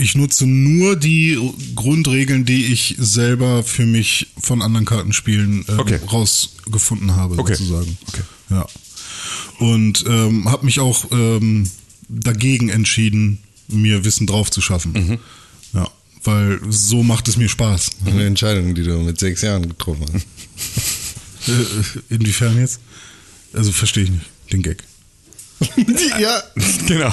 ich nutze nur die Grundregeln, die ich selber für mich von anderen Kartenspielen ähm, Okay. rausgefunden habe, Okay. sozusagen. Okay. Ja. Und ähm, habe mich auch ähm, dagegen entschieden, mir Wissen drauf zu schaffen. Mhm. Ja, weil so macht es <laughs> mir Spaß. Eine Entscheidung, die du mit sechs Jahren getroffen hast. Äh, Inwiefern jetzt? Also verstehe ich nicht den Gag. ja, Genau.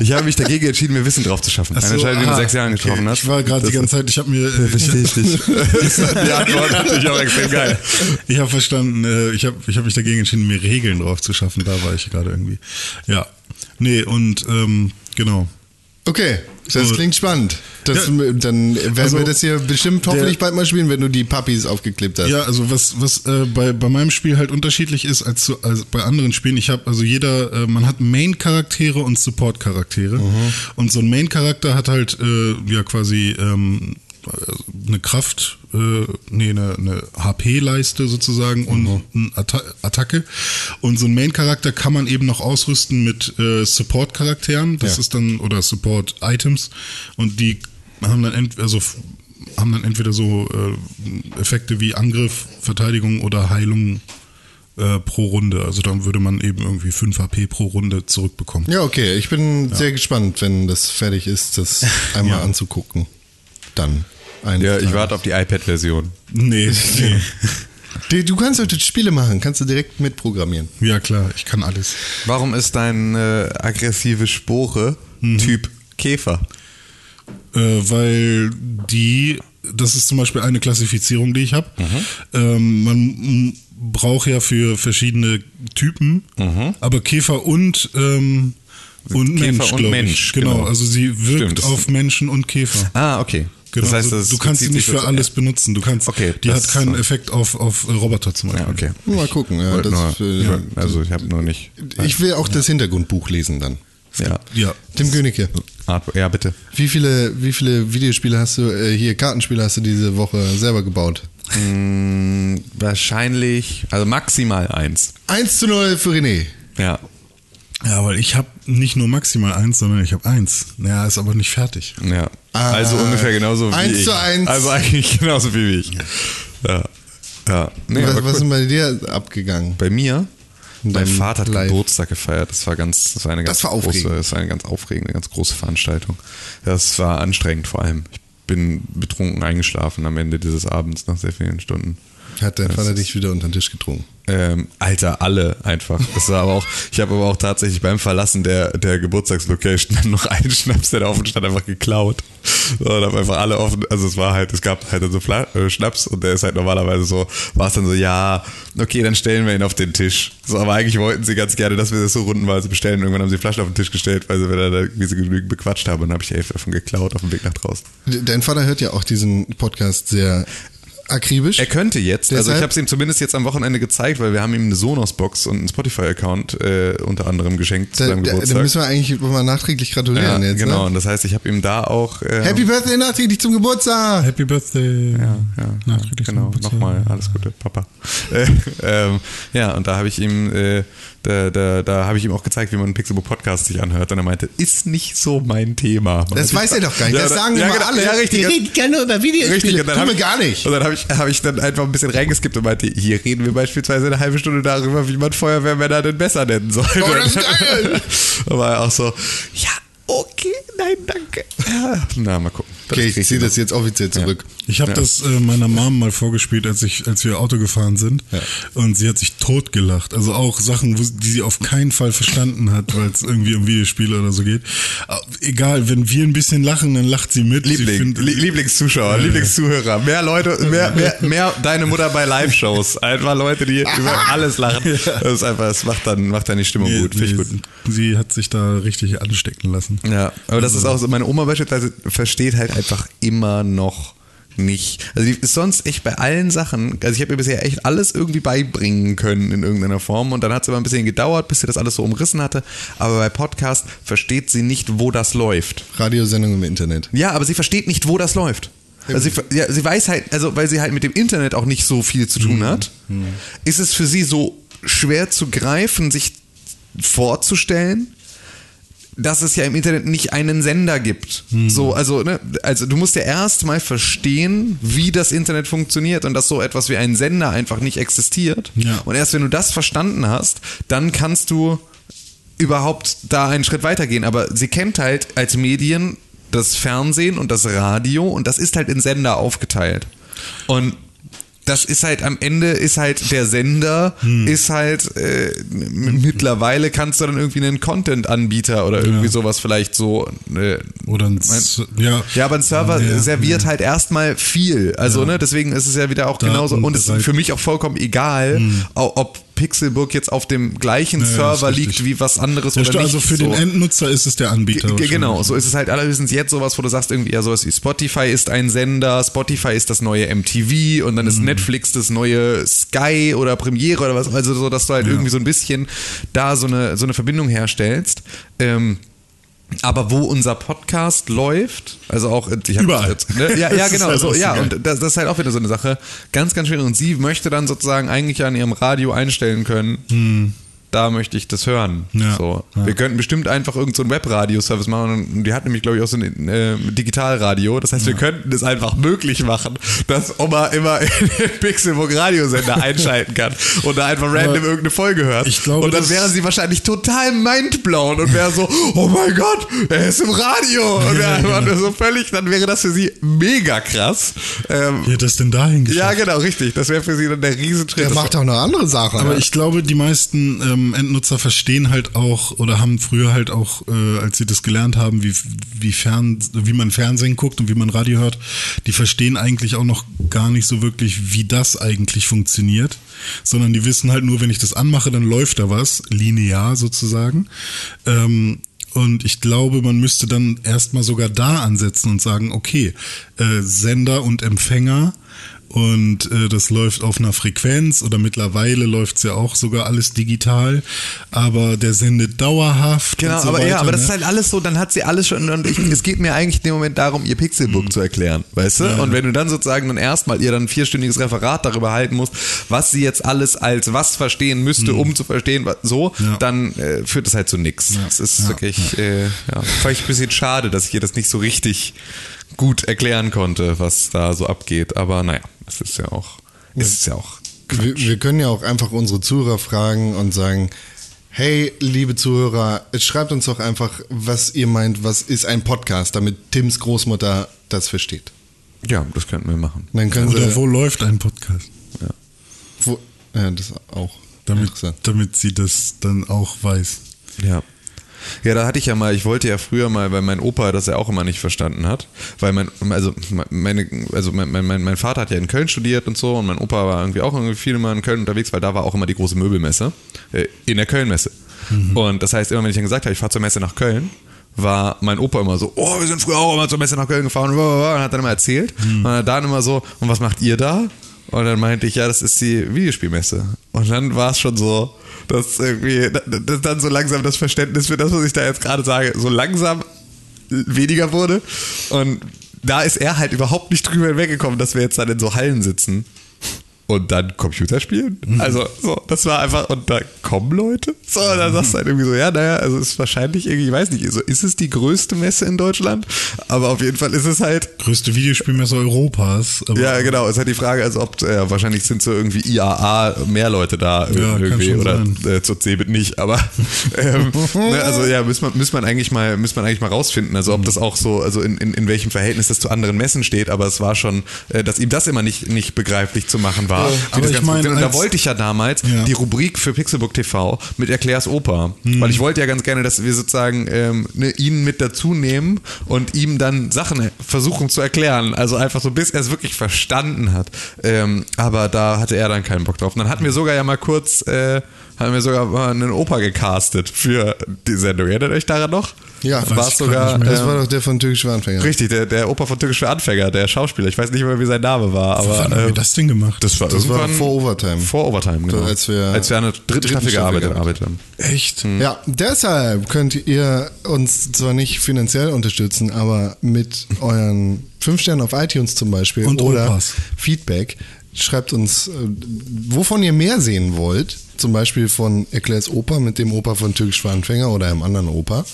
Ich habe mich dagegen entschieden, mir Wissen drauf zu schaffen. Eine Entscheidung, die du ah, mit sechs Jahren getroffen okay. hast. Ich war gerade die ganze Zeit, ich habe mir... äh, <laughs> ich- Verstehe ich nicht. <laughs> Die Antwort finde ich auch extrem geil. Ich habe verstanden, äh, ich habe ich hab mich dagegen entschieden, mir Regeln drauf zu schaffen, da war ich gerade irgendwie. Ja. Nee, und ähm, genau. Okay, das So. klingt spannend. Das, Ja. Dann werden Also, wir das hier bestimmt hoffentlich der- bald mal spielen, wenn du die Puppies aufgeklebt hast. Ja, also was, was äh, bei, bei meinem Spiel halt unterschiedlich ist als, zu, als bei anderen Spielen. Ich habe also jeder, äh, man hat Main-Charaktere und Support-Charaktere. Und so ein Main-Charakter hat halt äh, ja quasi ähm, eine Kraft, äh, nee, eine, eine HP-Leiste sozusagen und eine Atta Attacke. Und so ein Main-Charakter kann man eben noch ausrüsten mit äh, Support-Charakteren. Das Ja. ist dann, oder Support-Items. Und die haben dann entweder, also f- haben dann entweder so äh, Effekte wie Angriff, Verteidigung oder Heilung äh, pro Runde. Also dann würde man eben irgendwie 5 HP pro Runde zurückbekommen. Ja, okay. Ich bin sehr gespannt, wenn das fertig ist, das einmal anzugucken. Dann. eines Ja, ich Tages. warte auf die iPad-Version. <laughs> Nee, nee. Du- Du kannst heute Spiele machen, kannst du direkt mitprogrammieren. ja klar, ich kann alles. Warum ist dein äh, aggressive Spore Typ Käfer? Äh, weil die, das ist zum Beispiel eine Klassifizierung, die ich habe. Mhm. Ähm, man m- braucht ja für verschiedene Typen, aber Käfer und, ähm, und Mhm. Käfer Mensch, und glaube ich. Mensch, genau. genau. also sie wirkt Stimmt. auf Menschen und Käfer. Ah, okay. Genau, das heißt, also das du kannst sie bezieht nicht sich für auf- alles benutzen. Du kannst, Okay, die das hat keinen ist- Effekt auf, auf äh, Roboter zum Beispiel. Ja, okay. Mal gucken, ja, Wollte das- nur, äh, ich wollte- also ich habe noch nicht. Ich will auch das Hintergrundbuch lesen dann. ja. Ja. Tim Königke, Ah, ja, bitte. wie viele, wie viele Videospiele hast du, äh, hier Kartenspiele hast du diese Woche selber gebaut? Hm, wahrscheinlich, also maximal eins. 1 zu 0 für René. Ja. ja, weil ich habe nicht nur maximal eins, sondern ich habe eins. Ja, ist aber nicht fertig. ja. Ah, also ungefähr genauso wie eins ich. zu eins. Also eigentlich genauso wie ich. Ja. Ja. Nee, was aber was ist denn cool. bei dir abgegangen? bei mir. Mein deinem Vater hat Live. Geburtstag gefeiert. Das war ganz, das war eine ganz Das war aufregend. große, das war eine ganz aufregende, ganz große Veranstaltung. Das war anstrengend vor allem. Ich bin betrunken eingeschlafen am Ende dieses Abends nach sehr vielen Stunden. Hat dein Das Vater ist- dich wieder unter den Tisch getrunken? Ähm, Alter, alle einfach. Das war aber auch, <laughs> ich habe aber auch tatsächlich beim Verlassen der, der Geburtstagslocation dann noch einen Schnaps, der da offen stand, einfach geklaut. So, und habe einfach alle offen, also es war halt, es gab halt so Fla äh, Schnaps und der ist halt normalerweise so, war es dann so, ja, okay, dann stellen wir ihn auf den Tisch. So, aber eigentlich wollten sie ganz gerne, dass wir das so rundenweise bestellen. Irgendwann haben sie Flaschen auf den Tisch gestellt, weil sie, weil da irgendwie so genügend bequatscht haben und dann habe ich die Hälfte davon geklaut auf dem Weg nach draußen. De- Dein Vater hört ja auch diesen Podcast sehr akribisch. Er könnte jetzt, also Deshalb- ich habe es ihm zumindest jetzt am Wochenende gezeigt, weil wir haben ihm eine Sonos-Box und einen Spotify-Account äh, unter anderem geschenkt zu Da, seinem da, Geburtstag. da müssen wir eigentlich mal nachträglich gratulieren ja, jetzt. genau, Ne? und das heißt, ich habe ihm da auch... Äh, Happy Birthday nachträglich zum Geburtstag! Happy Birthday. ja, ja, ja, Nachträglich zum genau, Geburtstag. nochmal, alles Gute, Papa. <laughs> Äh, ähm, ja, und da habe ich ihm, äh, da, da, da habe ich ihm auch gezeigt, wie man einen Pixelbook Podcast sich anhört. Und er meinte, ist nicht so mein Thema. Das weiß er doch gar nicht. Ja, das da- sagen ja, immer genau, alle. Ja, richtig. Die reden gerne nur über Videospiele. Richtig, und dann Tun habe wir ich, gar nicht. Und dann habe ich, hab ich dann einfach ein bisschen reingeskippt und meinte, hier reden wir beispielsweise eine halbe Stunde darüber, wie man Feuerwehrmänner denn besser nennen sollte. Oh, <laughs> das ist geil. Aber auch so, ja, okay, nein, danke. Ja, na, mal gucken. Das Okay, ich krieg ziehe noch. das jetzt offiziell zurück. Ich habe genau. Ja. das äh, meiner Mom mal vorgespielt, als ich, als wir Auto gefahren sind. Und sie hat sich totgelacht. Also auch Sachen, wo, die sie auf keinen Fall verstanden hat, weil es irgendwie um Videospiele oder so geht. Aber egal, wenn wir ein bisschen lachen, dann lacht sie mit. Liebling, sie findet- Lie- Lieblingszuschauer, Lieblingszuhörer, mehr Leute, mehr, mehr, mehr deine Mutter bei Live-Shows. Einfach Leute, die <laughs> über alles lachen. Das ist einfach, es macht dann, macht dann die Stimmung Nee, gut. Finde ich nee, gut. Sie hat sich da richtig anstecken lassen. Ja, aber das ist auch so, meine Oma beispielsweise versteht halt einfach immer noch nicht. Also die ist sonst echt bei allen Sachen, also ich habe ihr bisher echt alles irgendwie beibringen können in irgendeiner Form und dann hat es immer ein bisschen gedauert, bis sie das alles so umrissen hatte, aber bei Podcast versteht sie nicht, wo das läuft. Radiosendung im Internet. Ja, aber sie versteht nicht, wo das läuft. Also sie, ver- ja, sie weiß halt, also weil sie halt mit dem Internet auch nicht so viel zu tun hat, ist es für sie so schwer zu greifen, sich vorzustellen, dass es ja im Internet nicht einen Sender gibt. So, also, ne, also du musst ja erst mal verstehen, wie das Internet funktioniert und dass so etwas wie ein Sender einfach nicht existiert. Ja. Und erst wenn du das verstanden hast, dann kannst du überhaupt da einen Schritt weitergehen. Aber sie kennt halt als Medien das Fernsehen und das Radio und das ist halt in Sender aufgeteilt. Und das ist halt am Ende ist halt der Sender Hm. ist halt äh, m- mittlerweile kannst du dann irgendwie einen Content-Anbieter oder irgendwie Ja. sowas vielleicht so äh, Oder ein mein- S- ja. ja, aber ein Server Ja, serviert halt erstmal viel. Also, Ja. ne, deswegen ist es ja wieder auch genauso. Und es ist Datenbereit- für mich auch vollkommen egal, au- ob Pixelbook jetzt auf dem gleichen Hm. ja, Server ist liegt richtig. wie was anderes Ja, oder stimmt, nicht. also für so. den Endnutzer ist es der Anbieter. Ge- ge- Genau, wahrscheinlich. so ist es halt allerhöchstens jetzt sowas, wo du sagst irgendwie, ja, sowas wie Spotify ist ein Sender, Spotify ist das neue MTV und dann Mhm. ist Netflix das neue Sky oder Premiere oder was, also so, dass du halt irgendwie so ein bisschen da so eine, so eine Verbindung herstellst. Ähm, aber wo unser Podcast läuft, also auch ich hab Überall. Jetzt, ne? <laughs> ja, ja, Das ist genau, halt so, auch so ja, geil. und das, das ist halt auch wieder so eine Sache, ganz, ganz schwierig. Und sie möchte dann sozusagen eigentlich an ihrem Radio einstellen können, da möchte ich das hören. Hm. Ja. So. Ja. Wir könnten bestimmt einfach irgendeinen so einen Webradio-Service machen. Und die hat nämlich, glaube ich, auch so ein äh, Digitalradio. Das heißt, wir könnten es einfach möglich machen, dass Oma immer in den Pixelburg <laughs> Radiosender einschalten kann und da einfach random irgendeine Folge hört. ich glaube, und dann das- wäre sie wahrscheinlich total mindblown und wäre <laughs> so, oh mein Gott, er ist im Radio. Und wäre einfach genau. nur so völlig, dann wäre das für sie mega krass. Ähm, Wie hat das denn dahin geschafft? ja, genau, richtig. Das wäre für sie dann der Riesentritt. Der Das- macht auch noch andere Sachen. Aber ich glaube, die meisten ähm, Endnutzer verstehen halt auch oder haben früher halt auch, äh, als sie das gelernt haben, wie, wie, Fern, wie man Fernsehen guckt und wie man Radio hört, die verstehen eigentlich auch noch gar nicht so wirklich, wie das eigentlich funktioniert, sondern die wissen halt nur, wenn ich das anmache, dann läuft da was, linear sozusagen. Ähm, und ich glaube, man müsste dann erstmal sogar da ansetzen und sagen, okay, äh, Sender und Empfänger und äh, das läuft auf einer Frequenz oder mittlerweile läuft's ja auch sogar alles digital, aber der sendet dauerhaft. Genau, und so aber weiter, ja, aber das ne? ist halt alles so, dann hat sie alles schon und ich, es geht mir eigentlich in dem Moment darum, ihr Pixelbook Mhm. zu erklären, weißt du? Und wenn du dann sozusagen dann erstmal ihr dann ein vierstündiges Referat darüber halten musst, was sie jetzt alles als was verstehen müsste, um zu verstehen, was- so, Mhm. Ja. dann äh, führt das halt zu nichts. Es ist wirklich Äh, ja, vielleicht ein bisschen schade, dass ich ihr das nicht so richtig gut erklären konnte, was da so abgeht, aber naja, es ist ja auch es ist ja auch Wir, wir können ja auch einfach unsere Zuhörer fragen und sagen, hey, liebe Zuhörer, schreibt uns doch einfach, was ihr meint, was ist ein Podcast, damit Tims Großmutter das versteht. ja, das könnten wir machen. Dann können oder sie... wo läuft ein Podcast? wo- ja, das auch. Damit, Interessant. damit sie das dann auch weiß. Ja. Ja, da hatte ich ja mal, ich wollte ja früher mal, weil mein Opa das ja auch immer nicht verstanden hat, weil mein, also meine, also mein, mein- mein, mein Vater hat ja in Köln studiert und so und mein Opa war irgendwie auch irgendwie viel immer in Köln unterwegs, weil da war auch immer die große Möbelmesse, äh, in der Kölnmesse. Und das heißt, immer wenn ich dann gesagt habe, ich fahre zur Messe nach Köln, war mein Opa immer so, oh, wir sind früher auch immer zur Messe nach Köln gefahren, bla, bla, bla, und hat dann immer erzählt. Und hat dann immer so, und was macht ihr da? Und dann meinte ich, ja, das ist die Videospielmesse. Und dann war es schon so, dass irgendwie, dass dann so langsam das Verständnis für das, was ich da jetzt gerade sage, so langsam weniger wurde. Und da ist er halt überhaupt nicht drüber hinweggekommen, dass wir jetzt dann in so Hallen sitzen und dann Computer spielen. Mhm. Also, so, das war einfach, und da kommen Leute. So, und dann sagst du halt irgendwie so, ja, naja, also ist wahrscheinlich irgendwie, ich weiß nicht, so ist es die größte Messe in Deutschland, aber auf jeden Fall ist es halt Größte Videospielmesse Europas. aber- ja, genau. Es ist halt die Frage, als ob äh, wahrscheinlich sind so irgendwie IAA mehr Leute da Ja, kann irgendwie schon oder sein. äh, zur Cebit nicht, <laughs> aber ähm, ne, also ja, muss man, muss man eigentlich mal muss man eigentlich mal rausfinden, also Mhm. ob das auch so also in, in, in welchem Verhältnis das zu anderen Messen steht, aber es war schon, äh, dass ihm das immer nicht nicht begreiflich zu machen war. wie Äh, aber das ich Ganze meine, funktioniert. und da als- wollte ich ja damals Ja. die Rubrik für Pixelbook TV mit Erklärs Opa, weil ich wollte ja ganz gerne, dass wir sozusagen ähm, ne, ihn mit dazu nehmen und ihm dann Sachen versuchen zu erklären. Also einfach so, bis er es wirklich verstanden hat. Ähm, aber da hatte er dann keinen Bock drauf. Und dann hatten wir sogar ja mal kurz, äh, haben wir sogar mal einen Opa gecastet für die Sendung. Erinnert euch daran noch? Ja, weiß war ich es sogar. grad nicht mehr. Das war ähm, doch der von türkischer Anfänger. Richtig, der, der Opa von Türkisch für Anfänger, der Schauspieler. Ich weiß nicht mehr, wie sein Name war, aber. Wann haben wir ähm, das denn gemacht? das war, Das war irgendwann- vor Overtime. Vor Overtime, genau. als wir- an der dritten, Staffel gearbeitet gearbeitet haben. echt. Ja, deshalb könnt ihr uns zwar nicht finanziell unterstützen, aber mit euren 5 Sternen auf iTunes zum Beispiel Und oder Opas. Feedback schreibt uns, äh, wovon ihr mehr sehen wollt. Zum Beispiel von Eclairs Opa mit dem Opa von Türkisch für Anfänger oder einem anderen Opa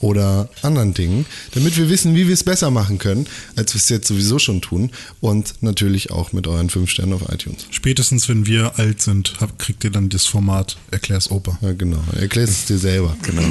oder anderen Dingen, damit wir wissen, wie wir es besser machen können, als wir es jetzt sowieso schon tun und natürlich auch mit euren 5 Sternen auf iTunes. Spätestens wenn wir alt sind, hab, kriegt ihr dann das Format Erklär's Opa. Ja, genau. Erklärst es dir selber. Genau.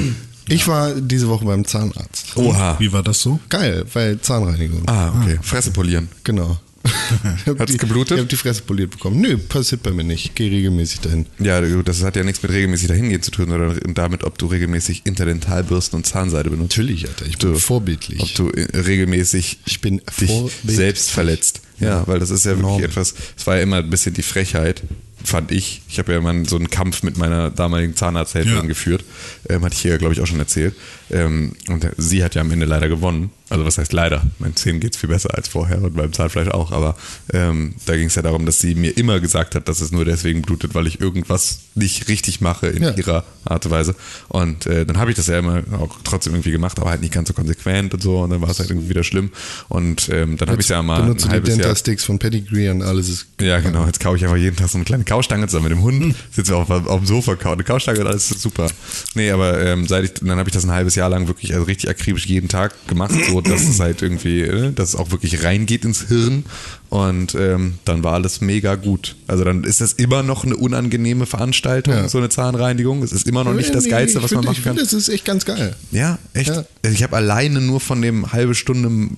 Ich war diese Woche beim Zahnarzt. Oha. Wie war das so? Geil, weil Zahnreinigung. Oh. Ah, okay. Fresse polieren. Genau. Ich hab Hat's die- geblutet? Ich habe die Fresse poliert bekommen. Nö, passiert bei mir nicht. Ich gehe regelmäßig dahin. Ja, gut, das hat ja nichts mit regelmäßig dahingehen zu tun, sondern damit, ob du regelmäßig Interdentalbürsten und Zahnseide benutzt. Natürlich, Alter. Ich bin vorbildlich. Ob du äh, regelmäßig Ich bin dich vorbildlich. selbst verletzt. Ja, weil das ist ja wirklich Enorm. etwas, es war ja immer ein bisschen die Frechheit, fand ich. Ich habe ja mal so einen Kampf mit meiner damaligen Zahnarzthelferin Ja. geführt. Ähm, hatte ich hier, glaube ich, auch schon erzählt. Ähm, und sie hat ja am Ende leider gewonnen. Also was heißt leider? Meinen Zähnen geht es viel besser als vorher und beim Zahnfleisch auch. Aber ähm, da ging es ja darum, dass sie mir immer gesagt hat, dass es nur deswegen blutet, weil ich irgendwas nicht richtig mache in Ja. ihrer Art und Weise. Und äh, dann habe ich das ja immer auch trotzdem irgendwie gemacht, aber halt nicht ganz so konsequent und so. Und dann war es halt irgendwie wieder schlimm. Und ähm, dann habe ich ja mal ein Benutze die halbes Jahr... Dentasticks von Pedigree und alles ist. Ja, genau. Jetzt kaue ich einfach jeden Tag so eine kleine Kaustange zusammen mit Hm. dem Hund. Sitze auf, auf dem Sofa, kaue eine Kaustange und alles ist super. Nee, aber ähm, seit ich, dann habe ich das ein halbes Jahr lang wirklich also richtig akribisch jeden Tag gemacht, so dass es halt irgendwie, äh, dass es auch wirklich reingeht ins Hirn. Und ähm, dann war alles mega gut. Also dann ist das immer noch eine unangenehme Veranstaltung, Ja. so eine Zahnreinigung. Es ist immer noch nicht das Geilste, was ich man find, machen ich kann. Find, das ist echt ganz geil. Ja, echt. Also Ja. Ich habe alleine nur von dem halbe Stunde ähm,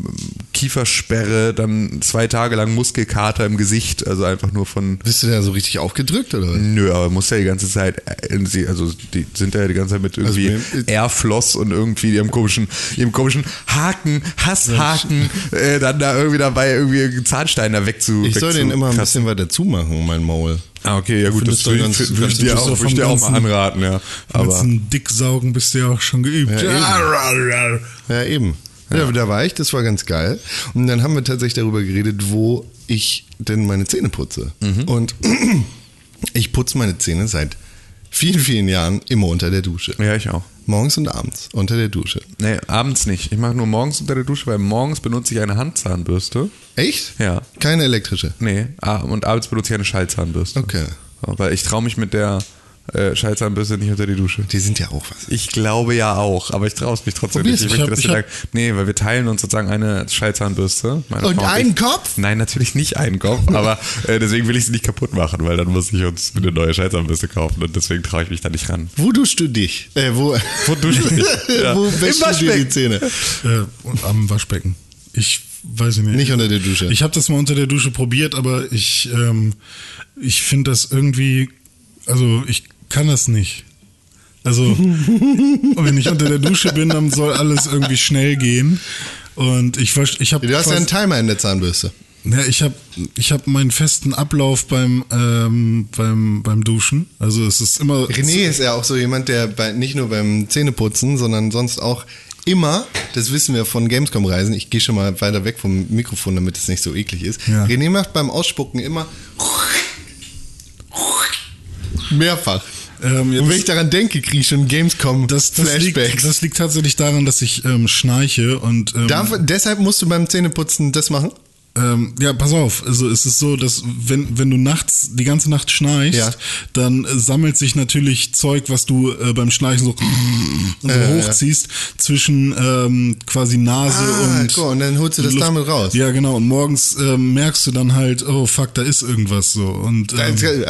Kiefersperre, dann zwei Tage lang Muskelkater im Gesicht, also einfach nur von. Bist du da so richtig aufgedrückt oder was? Nö, aber muss ja die ganze Zeit, äh, sie- also die sind ja die ganze Zeit mit irgendwie Also wir- Airfloss und irgendwie ihrem komischen, ihrem komischen Haken, Hasshaken, äh, dann da irgendwie dabei irgendwie einen Zahnstein da wegzu. Ich soll wegzu- den immer ein bisschen weiter zumachen, mein Maul. Ah, okay, ja gut, das Findest du würde ganz- ich würd ich findest dir du so auch, würd vom ich dir auch mal ganzen- anraten, ja. Aber Aber Mit einem Dicksaugen bist du ja auch schon geübt. Ja, eben. rar, rar. Ja, eben. Ja. da war ich, das war ganz geil. Und dann haben wir tatsächlich darüber geredet, wo ich denn meine Zähne putze. Mhm. Und <clears throat> ich putze meine Zähne seit vielen, vielen Jahren immer unter der Dusche. ja, ich auch. Morgens und abends unter der Dusche. Nee, abends nicht. Ich mache nur morgens unter der Dusche, weil morgens benutze ich eine Handzahnbürste. Echt? Ja. Keine elektrische. Nee, ah, und abends benutze ich eine Schallzahnbürste. Okay. Weil ich traue mich mit der äh, Schallzahnbürste nicht unter die Dusche. Die sind ja auch was. Ich glaube ja auch, aber ich traue es mich trotzdem Probier's. nicht. Ich hab- das ich hier hab- lang- nee, weil wir teilen uns sozusagen eine Schallzahnbürste. meine Und Frau einen ich. Kopf? Nein, natürlich nicht einen <laughs> Kopf, aber äh, deswegen will ich sie nicht kaputt machen, weil dann muss ich uns eine neue Schallzahnbürste kaufen und deswegen traue ich mich da nicht ran. Wo duschst du dich? Äh, wo, <laughs> Wo dusche ich mich? Ja. wo Im wäschst du dir die Waschbecken. Zähne? Äh, und am Waschbecken. Ich weiß nicht. Nicht unter der Dusche. Ich habe das mal unter der Dusche probiert, aber ich, ähm, ich finde das irgendwie, also ich kann das nicht. <laughs> Also, wenn ich unter der Dusche bin, dann soll alles irgendwie schnell gehen. Und ich, verst- ich habe du hast ja einen Timer in der Zahnbürste. ja, ich habe ich hab meinen festen Ablauf beim, ähm, beim, beim Duschen. Also es ist immer. René ist ja auch so jemand, der bei, nicht nur beim Zähneputzen, sondern sonst auch immer, das wissen wir von Gamescom-Reisen, ich gehe schon mal weiter weg vom Mikrofon, damit es nicht so eklig ist. Ja. René macht beim Ausspucken immer mehrfach. Ähm, jetzt- Und wenn ich daran denke, kriege ich schon das, das, liegt, Gamescom-Flashbacks. das liegt tatsächlich daran, dass ich ähm, schnarche und ähm, Darf- Deshalb musst du beim Zähneputzen das machen? Ähm, ja, pass auf. Also es ist so, dass wenn wenn du nachts die ganze Nacht schnarchst, Ja. dann äh, sammelt sich natürlich Zeug, was du äh, beim <laughs> Schnarchen so, und so Äh, hochziehst zwischen ähm, quasi Nase Ah, und guck, und dann holst du das damit raus. Ja, genau. Und morgens ähm, merkst du dann halt, oh fuck, da ist irgendwas so. Und ähm,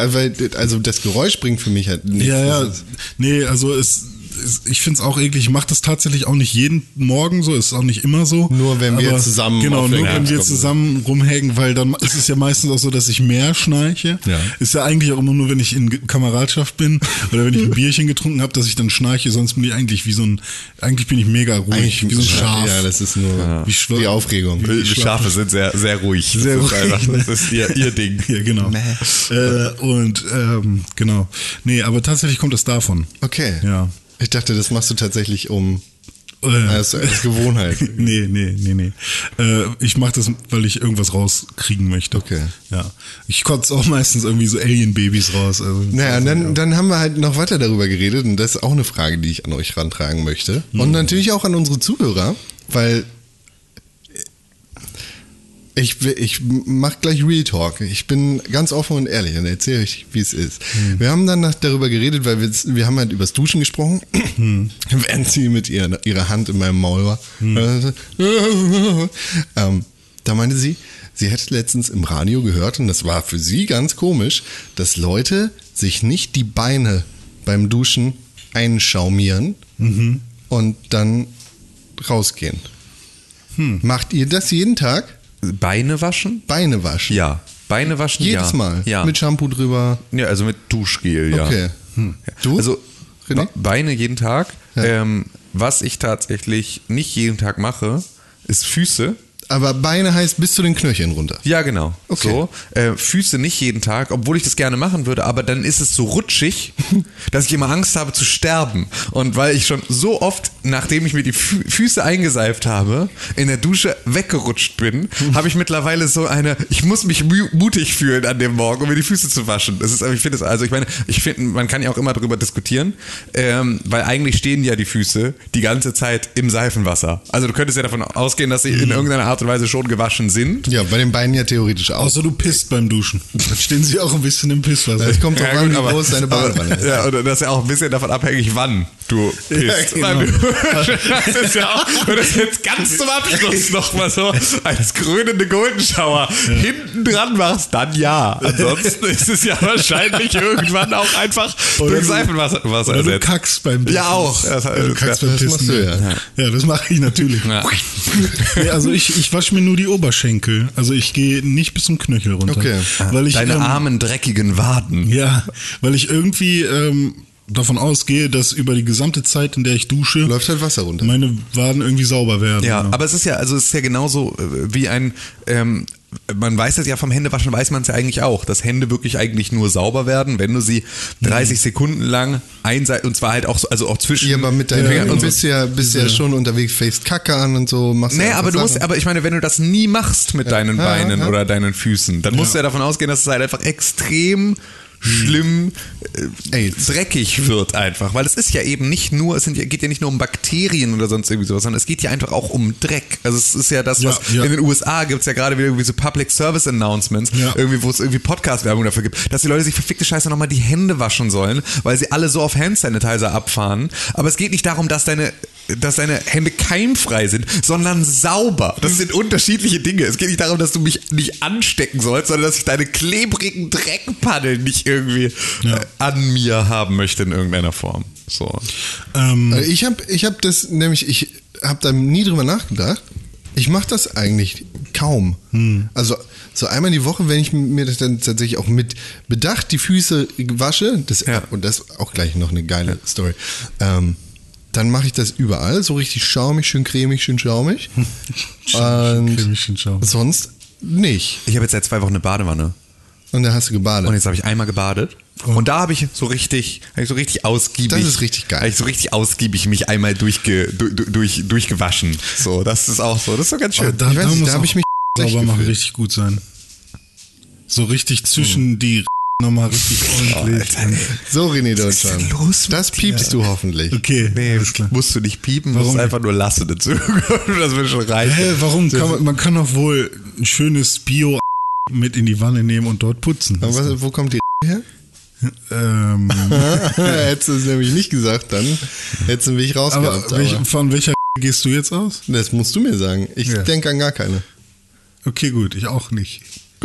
Also das Geräusch bringt für mich halt nichts. ja, ja. Das ist- Nee, also es, es ich find's auch eklig. Ich mache das tatsächlich auch nicht jeden Morgen so, ist auch nicht immer so. Nur wenn wir zusammen Genau, auf der nur wenn Couch wir kommen. zusammen rumhängen, weil dann ist es ja meistens auch so, dass ich mehr schnarche. Ja. Ist ja eigentlich auch immer nur, wenn ich in Ge- <laughs> Kameradschaft bin oder wenn ich ein Bierchen getrunken habe, dass ich dann schnarche, sonst bin ich eigentlich wie so ein eigentlich bin ich mega ruhig, wie so ein Schaf. Ja, das ist nur Wie schwör- die Aufregung. Wie- Die Schafe sind sehr, sehr ruhig. Sehr das ist ruhig, Einfach, ne? das ist ihr, ihr Ding. <laughs> ja, genau. Äh, und ähm, genau. Nee, aber tatsächlich kommt es davon. Okay. Ja. Ich dachte, das machst du tatsächlich um Äh, als, als Gewohnheit. <laughs> Nee, nee, nee, nee. Äh, ich mache das, weil ich irgendwas rauskriegen möchte. Okay. Ja. Ich kotze auch meistens irgendwie so Alien-Babys raus. Also, Naja, und ja. dann, dann haben wir halt noch weiter darüber geredet und das ist auch eine Frage, die ich an euch rantragen möchte. Mhm. Und natürlich auch an unsere Zuhörer, weil ich, will- ich mach gleich Real Talk. Ich bin ganz offen und ehrlich und erzähle euch, wie es ist. Wir haben dann noch darüber geredet, weil wir, wir haben halt übers Duschen gesprochen, <clears throat> während sie mit ihrer, ihrer Hand in meinem Maul war. <laughs> ähm, da meinte sie, sie hätte letztens im Radio gehört, und das war für sie ganz komisch, dass Leute sich nicht die Beine beim Duschen einschaumieren und dann rausgehen. Macht ihr das jeden Tag? Beine waschen? Beine waschen. Ja. Beine waschen? Jedes ja. Mal. Ja. Mit Shampoo drüber. Ja, also mit Duschgel, ja. Okay. Hm. Du? Also René? Be- Beine jeden Tag. Ja. Ähm, was ich tatsächlich nicht jeden Tag mache, ist Füße. Aber Beine heißt bis zu den Knöcheln runter. Ja, genau. Okay. So. Äh, Füße nicht jeden Tag, obwohl ich das gerne machen würde, aber dann ist es so rutschig, dass ich immer Angst habe zu sterben. Und weil ich schon so oft, nachdem ich mir die Fü Füße eingeseift habe, in der Dusche weggerutscht bin, habe ich mittlerweile so eine, ich muss mich mu- mutig fühlen an dem Morgen, um mir die Füße zu waschen. Das ist, aber ich finde es, also ich meine, ich finde, man kann ja auch immer darüber diskutieren, ähm, weil eigentlich stehen ja die Füße die ganze Zeit im Seifenwasser. Also du könntest ja davon ausgehen, dass sie in irgendeiner Art und Weise schon gewaschen sind. Ja, bei den Beinen ja theoretisch auch. Außer du pisst beim Duschen. Dann stehen sie auch ein bisschen im Pisswasser. Es kommt drauf Ja, an, gut, wie aber- groß deine Badewanne aber- ist. Ja, und das ist ja auch ein bisschen davon abhängig, wann du pisst. genau. Weil du- <laughs> das ist ja auch, und das ist jetzt ganz zum Abschluss nochmal so, als krönende Golden Shower hinten dran machst, dann ja. Ansonsten ist es ja wahrscheinlich irgendwann auch einfach Oder durch du- Seifenwasser Wasser Oder du ersetzt. kackst beim Pissen. Ja, auch. Das- Ja, du das- kackst beim das machst Pissen. du, ja. ja. ja, das mache ich natürlich. Ja. Nee, also ich, ich wasche mir nur die Oberschenkel. Also ich gehe nicht bis zum Knöchel runter. Okay. Weil ich, Ah, Deine ähm, armen, dreckigen Waden. Ja, weil ich irgendwie ähm, davon ausgehe, dass über die gesamte Zeit, in der ich dusche, Läuft halt Wasser runter. meine Waden irgendwie sauber werden. Ja, Genau. aber es ist ja, also es ist ja genauso äh, wie ein, ähm, man weiß das ja vom Händewaschen, weiß man es ja eigentlich auch, dass Hände wirklich eigentlich nur sauber werden, wenn du sie Mhm. 30 Sekunden lang einseitig, und zwar halt auch, so- also auch zwischen. Ja, aber mit deinen Ja, Fingern und so. bist du ja, bist ja schon unterwegs, fängst Kacke an und so. Machst Nee, ja aber du musst, Sachen. aber ich meine, wenn du das nie machst mit deinen Ja, Beinen ja. oder deinen Füßen, dann musst du ja davon ausgehen, dass es halt einfach extrem schlimm äh, Mhm. Aids. dreckig wird einfach, weil es ist ja eben nicht nur, es sind, ja- geht ja nicht nur um Bakterien oder sonst irgendwie sowas, sondern es geht ja einfach auch um Dreck. Also es ist ja das, Ja, was ja. in den USA gibt es ja gerade wieder irgendwie so Public Service Announcements, Ja. irgendwie, wo es irgendwie Podcast-Werbung dafür gibt, dass die Leute sich verfickte Scheiße nochmal die Hände waschen sollen, weil sie alle so auf Hand-Sanitizer abfahren. Aber es geht nicht darum, dass deine dass deine Hände keimfrei sind, sondern sauber. Das sind unterschiedliche Dinge. Es geht nicht darum, dass du mich nicht anstecken sollst, sondern dass ich deine klebrigen Dreckpaddeln nicht irgendwie Ja. äh, an mir haben möchte in irgendeiner Form. So. ähm, Also ich habe ich hab das nämlich, ich habe da nie drüber nachgedacht. Ich mache das eigentlich kaum. Also so einmal die Woche, wenn ich mir das dann tatsächlich auch mit Bedacht die Füße wasche, das, Ja. und das ist auch gleich noch eine geile Story, ähm, dann mache ich das überall, so richtig schaumig, schön cremig, schön schaumig. Cremig, und cremig, schön schaumig. sonst nicht. Ich habe jetzt seit zwei Wochen eine Badewanne. Und da hast du gebadet. Und jetzt habe ich einmal gebadet. Und da habe ich so richtig, habe ich so richtig ausgiebig. Oh. Das ist richtig geil. Habe ich so richtig ausgiebig mich einmal durchge, du, du- durch, durchgewaschen. So, das ist auch so. Das ist so ganz schön. da ich weiß da nicht, muss Oh, da habe ich mich schlecht auch sauber machen gefühlt. richtig gut sein. So richtig zwischen die nochmal richtig ordentlich. So, René Was ist denn Deutschland. los mit Das piepst du hoffentlich. okay, Nee, alles klar. musst du nicht piepen, Warum musst nicht? einfach nur lassen dazu. <laughs> das wird schon reichen. Hä, warum? Kann man, man kann doch wohl ein schönes Bio mit in die Wanne nehmen und dort putzen. Aber was, wo kommt die <laughs> her? <laughs> ähm, Hättest du es nämlich nicht gesagt, dann hättest du mich aber, rausgehabt. Aber welch, von welcher gehst du jetzt aus? das musst du mir sagen. Ich Ja. denke an gar keine. Okay, gut, ich auch nicht. <laughs>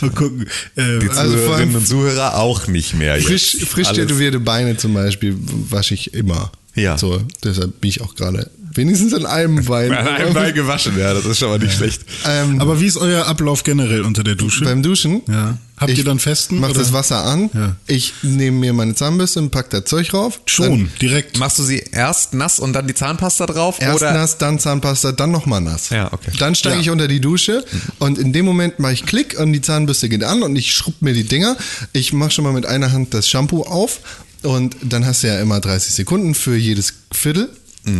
Mal gucken. Ähm, Die also vor allem- Zuhörerinnen und Zuhörer auch nicht mehr. Jetzt. Frisch, frisch Alles- <laughs> tätowierte Beine zum Beispiel wasche ich immer. Ja. So, deshalb bin ich auch gerade wenigstens an <laughs> einem Bein. An einem Bein gewaschen, ja, das ist schon mal nicht schlecht. Ähm, aber wie ist euer Ablauf generell unter der Dusche? beim Duschen. ja. Habt ich ihr dann festen? Mach oder? das Wasser an. Ja. Ich nehme mir meine Zahnbürste und pack da Zeug rauf. Schon, direkt. Machst du sie erst nass und dann die Zahnpasta drauf? Erst oder? nass, dann Zahnpasta, dann nochmal nass. Ja, okay. Dann steige ich unter die Dusche und in dem Moment mache ich Klick und die Zahnbürste geht an und ich schrubb mir die Dinger. Ich mache schon mal mit einer Hand das Shampoo auf und dann hast du ja immer 30 Sekunden für jedes Viertel.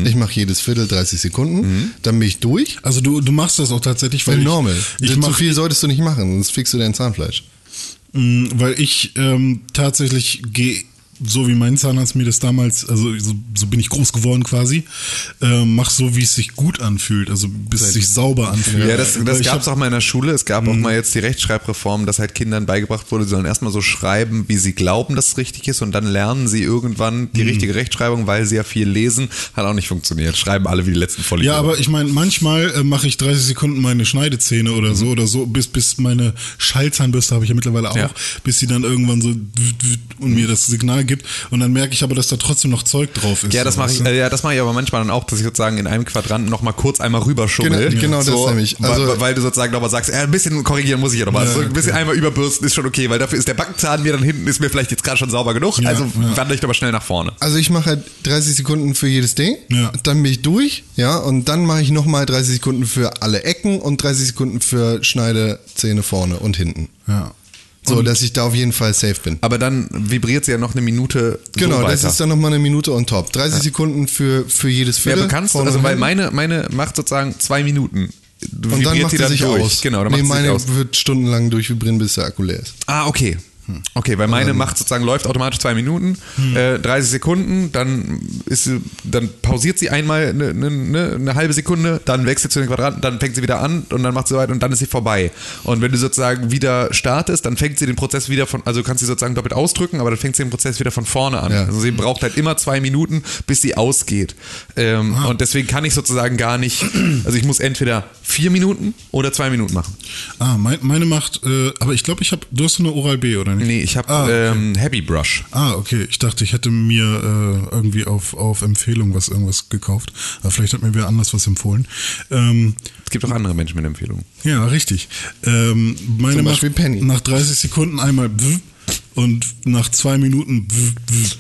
Ich mache jedes Viertel 30 Sekunden, dann bin ich durch. Also du, du machst das auch tatsächlich, weil Normal. ich, ich Zu mach, viel solltest du nicht machen, sonst fickst du dein Zahnfleisch. Mm, weil ich ähm, tatsächlich gehe, so wie mein Zahnarzt mir das damals, also so, so bin ich groß geworden quasi, ähm, mach so, wie es sich gut anfühlt, also bis es sich sauber anfühlt. Ja, das, Weil das ich gab es hab- Mhm. auch mal in der Schule. Es gab auch mal jetzt die Rechtschreibreform, dass halt Kindern beigebracht wurde, sie sollen erstmal so schreiben, wie sie glauben, dass es richtig ist und dann lernen sie irgendwann Mhm. die richtige Rechtschreibung, weil sie ja viel lesen. Hat auch nicht funktioniert. Schreiben alle wie die letzten Vollidioten. Ja, aber ich meine, manchmal äh, mache ich 30 Sekunden meine Schneidezähne oder so oder so, bis, bis meine Schallzahnbürste habe ich ja mittlerweile auch, Mhm. Ja. bis sie dann irgendwann so wüt, wüt und mir das Signal gibt. Und dann merke ich aber, dass da trotzdem noch Zeug drauf ist. Ja, das mache ich, Weißt du? äh, ja, das mache ich aber manchmal dann auch, dass ich sozusagen in einem Quadranten nochmal kurz einmal rüberschummel. Genau- genau so, das nämlich. Also- weil, weil du sozusagen nochmal sagst, äh, ein bisschen korrigieren muss ich ja nochmal. Ja, also ein bisschen okay. einmal überbürsten ist schon okay, weil dafür ist der Backenzahn mir dann hinten, ist mir vielleicht jetzt gerade schon sauber genug. Ja, also ja. wandere ich doch mal schnell nach vorne. Also ich mache halt 30 Sekunden für jedes Ding, Ja. dann bin ich durch, ja, und dann mache ich nochmal 30 Sekunden für alle Ecken und 30 Sekunden für Schneide, Zähne vorne und hinten. Ja. So, dass ich da auf jeden Fall safe bin. Aber dann vibriert sie ja noch eine Minute. Genau, so das weiter. ist dann nochmal eine Minute on top. 30 Sekunden für, für jedes Ja, Viertel. du kannst, vorne also und weil hinten. meine, meine macht sozusagen zwei Minuten. Du Und dann macht die sie sich durch. aus. Genau, dann nee, macht sie sich meine aus. wird stundenlang durchvibrieren, bis der Akku leer ist. Ah, okay. Okay, weil Also, meine macht sozusagen, läuft automatisch zwei Minuten, Hm. äh, 30 Sekunden, dann ist sie, dann pausiert sie einmal eine, eine, eine, eine halbe Sekunde, dann wechselt sie zu den Quadranten, dann fängt sie wieder an und dann macht sie weiter und dann ist sie vorbei. Und wenn du sozusagen wieder startest, dann fängt sie den Prozess wieder von, also kannst sie sozusagen doppelt ausdrücken, aber dann fängt sie den Prozess wieder von vorne an. Ja. Also sie braucht halt immer zwei Minuten, bis sie ausgeht. Ähm, Ah. Und deswegen kann ich sozusagen gar nicht, also ich muss entweder vier Minuten oder zwei Minuten machen. Ah, mein, meine macht, äh, aber ich glaube, ich habe, du hast so eine Oral B, oder nicht? Nee, ich habe Ah, okay. ähm, Happy Brush. Ah, okay. Ich dachte, ich hätte mir äh, irgendwie auf, auf Empfehlung was irgendwas gekauft. Aber vielleicht hat mir wer anders was empfohlen. Ähm, Es gibt auch andere Menschen mit Empfehlungen. ja, richtig. Ähm, meine Zum Beispiel macht Penny. nach 30 Sekunden einmal bzz und nach zwei Minuten bzz, bzz.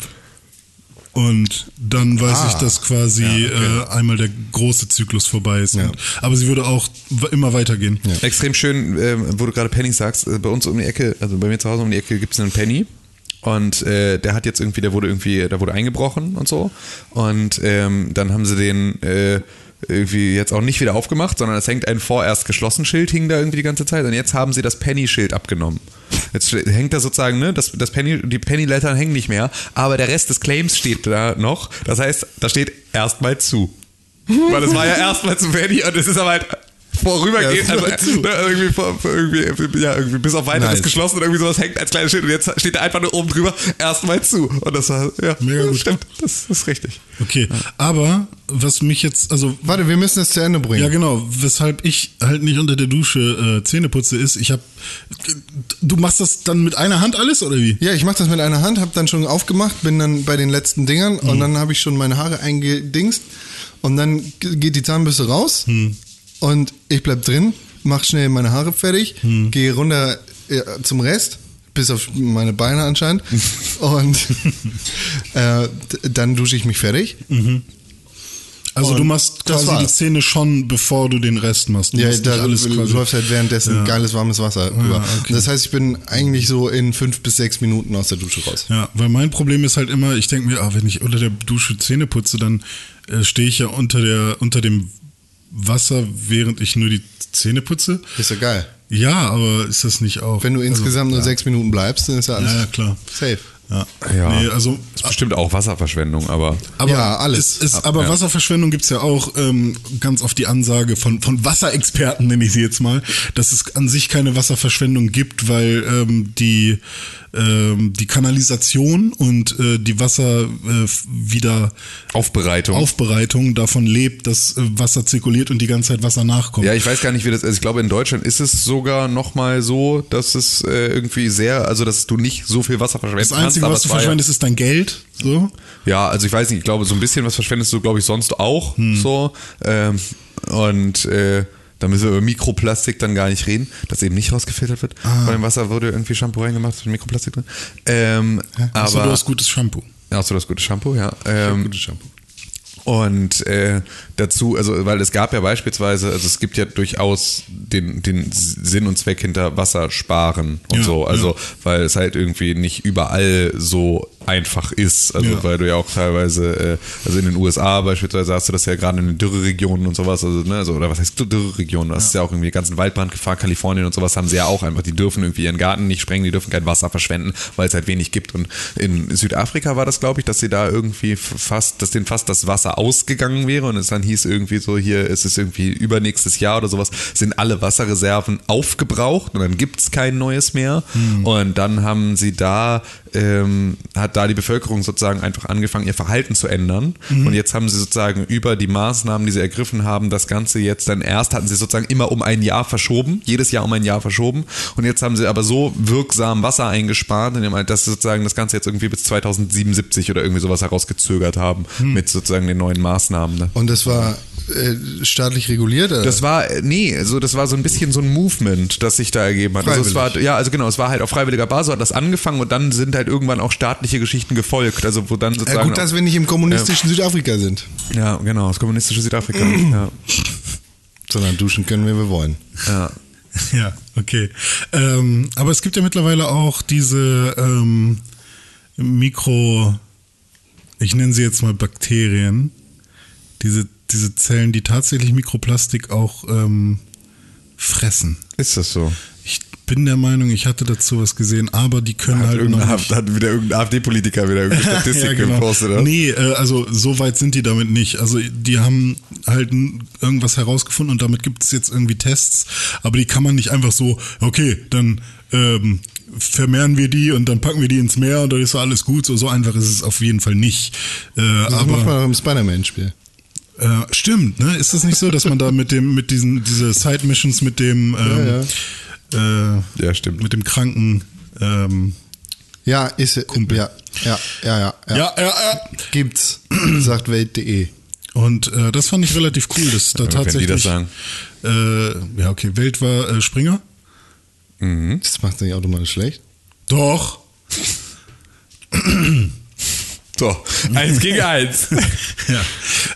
und dann weiß Ah. ich, dass quasi äh, einmal der große Zyklus vorbei ist. Und, aber sie würde auch w- immer weitergehen. Extrem schön, ähm, wo du gerade Penny sagst. Äh, bei uns um die Ecke, also bei mir zu Hause um die Ecke gibt es einen Penny. Und äh, der hat jetzt irgendwie, der wurde irgendwie, da wurde eingebrochen und so. Und ähm, dann haben sie den äh, irgendwie jetzt auch nicht wieder aufgemacht, sondern es hängt ein vorerst geschlossen Schild, hing da irgendwie die ganze Zeit. Und jetzt haben sie das Penny-Schild abgenommen. Jetzt hängt da sozusagen, ne, das, das Penny, die Penny-Lettern hängen nicht mehr, aber der Rest des Claims steht da noch. Das heißt, da steht erstmal zu. Weil es war ja erstmal zu Penny und es ist aber halt vorübergehend, Ja, es also, war zu. ne, irgendwie, vor, vor irgendwie, ja, irgendwie bis auf weiteres Nice. geschlossen und irgendwie sowas hängt als kleines Schild und jetzt steht da einfach nur oben drüber erstmal zu. Und das war, ja, Mega das gut. stimmt, das ist richtig. Okay. Aber was mich jetzt, also Warte, wir müssen das zu Ende bringen. Ja, genau. Weshalb ich halt nicht unter der Dusche äh, Zähne putze, ist, ich hab. Du machst das dann mit einer Hand alles oder wie? Ja, ich mache das mit einer Hand, habe dann schon aufgemacht, bin dann bei den letzten Dingern Hm. und dann habe ich schon meine Haare eingedingst und dann g- geht die Zahnbürste raus Hm. und ich bleib drin, mach schnell meine Haare fertig, Hm. gehe runter äh, zum Rest, bis auf meine Beine <laughs> anscheinend und äh, d- dann dusche ich mich fertig. Also Und du machst das quasi die war's. Zähne schon, bevor du den Rest machst. Du Ja, machst da alles nicht läuft halt währenddessen Ja. geiles warmes Wasser über. okay. Das heißt, ich bin eigentlich so in fünf bis sechs Minuten aus der Dusche raus. Ja, weil mein Problem ist halt immer, ich denke mir, ah, wenn ich unter der Dusche Zähne putze, dann äh, stehe ich ja unter, der, unter dem Wasser, während ich nur die Zähne putze. Ist ja geil. Ja, aber ist das nicht auch. Wenn du also, insgesamt nur sechs Minuten bleibst, dann ist ja alles Ja, ja, klar. safe. Ja. Ja. Nee, also Ist bestimmt auch Wasserverschwendung, aber Aber Ja, alles. Es ist, aber Ja. Wasserverschwendung gibt's ja auch ähm, ganz oft die Ansage von, von Wasserexperten, nenne ich sie jetzt mal, dass es an sich keine Wasserverschwendung gibt, weil ähm, die, ähm, die Kanalisation und äh, die äh, Wasserwiederaufbereitung Aufbereitung. davon lebt, dass äh, Wasser zirkuliert und die ganze Zeit Wasser nachkommt. Ja, ich weiß gar nicht, wie das ist. Ich glaube, in Deutschland ist es sogar nochmal so, dass es äh, irgendwie sehr, also dass du nicht so viel Wasser verschwendest. das Einzige, was du verschwendest, ist dein Geld. So. Ja, also ich weiß nicht, ich glaube, so ein bisschen was verschwendest du, glaube ich, sonst auch Hm. so. Ähm, und äh, da müssen wir über Mikroplastik dann gar nicht reden, das eben nicht rausgefiltert wird. Ah. Von dem Wasser wurde irgendwie Shampoo reingemacht mit Mikroplastik drin. Ähm, aber, Also du hast gutes <laughs> Shampoo. Achso, das gute Shampoo, ja. Ähm, gutes Shampoo. Und äh, dazu, also weil es gab ja beispielsweise, also es gibt ja durchaus den, den Sinn und Zweck hinter Wassersparen und Ja, so, also ja. weil es halt irgendwie nicht überall so einfach ist, also Ja. weil du ja auch teilweise, äh, also in den USA beispielsweise hast du das ja gerade in den Dürreregionen und sowas, also ne, also, oder was heißt Dürreregionen, das ist ja auch irgendwie die ganzen Waldbrandgefahr, Kalifornien und sowas haben sie ja auch einfach, die dürfen irgendwie ihren Garten nicht sprengen, die dürfen kein Wasser verschwenden, weil es halt wenig gibt und in Südafrika war das glaube ich, dass sie da irgendwie f- fast, dass denen fast das Wasser ausgegangen wäre und es dann hieß irgendwie so hier, es ist irgendwie übernächstes Jahr oder sowas, sind alle Wasserreserven aufgebraucht und dann gibt es kein neues mehr und dann haben sie da ähm, hat hat da die Bevölkerung sozusagen einfach angefangen, ihr Verhalten zu ändern. Und jetzt haben sie sozusagen über die Maßnahmen, die sie ergriffen haben, das Ganze jetzt dann erst, hatten sie sozusagen immer um ein Jahr verschoben, jedes Jahr um ein Jahr verschoben. Und jetzt haben sie aber so wirksam Wasser eingespart, indem halt, dass sie sozusagen das Ganze jetzt irgendwie bis 2077 oder irgendwie sowas herausgezögert haben mit sozusagen den neuen Maßnahmen. Ne? Und das war äh, staatlich reguliert? Oder? Das war, äh, nee, also das war so ein bisschen so ein Movement, das sich da ergeben hat. Also es war, ja, also genau, es war halt auf freiwilliger Basis, hat das angefangen und dann sind halt irgendwann auch staatliche Geschichten gefolgt. Also wo dann ja, sozusagen. gut, dass wir nicht im kommunistischen Südafrika sind. ja, genau, das kommunistische <clears throat> Südafrika. ja. Sondern duschen können, wenn wir wollen. Ja. Ja, okay. Ähm, aber es gibt ja mittlerweile auch diese ähm, Mikro, ich nenne sie jetzt mal Bakterien, diese, diese Zellen, die tatsächlich Mikroplastik auch ähm, fressen. Ist das so? Ich bin der Meinung, ich hatte dazu was gesehen, aber die können Hat, halt irgendein noch Haft- nicht. hat wieder irgendein AfD-Politiker wieder irgendeine <laughs> Statistik Ja, genau. gepostet. Oder? Nee, äh, also so weit sind die damit nicht. Also die haben halt n- irgendwas herausgefunden und damit gibt es jetzt irgendwie Tests, aber die kann man nicht einfach so, okay, dann ähm, vermehren wir die und dann packen wir die ins Meer und dann ist ja alles gut. So, so einfach ist es auf jeden Fall nicht. Äh, Das macht aber man auch im Spider-Man-Spiel. äh, stimmt, ne? Ist das nicht so, dass man da mit dem, mit diesen, diese Side-Missions mit dem ähm, Äh, Ja, stimmt. mit dem kranken ähm, Ja, ist Kumpel. Ja, ja, ja, ja. ja. ja, ja, ja. Gibt's, sagt Welt.de. Und äh, das fand ich relativ cool, dass Ja, da wenn tatsächlich. die das sagen. Äh, ja, okay, Welt war äh, Springer. Das macht nicht automatisch schlecht. Doch. <laughs> So, eins gegen <laughs> eins. ja.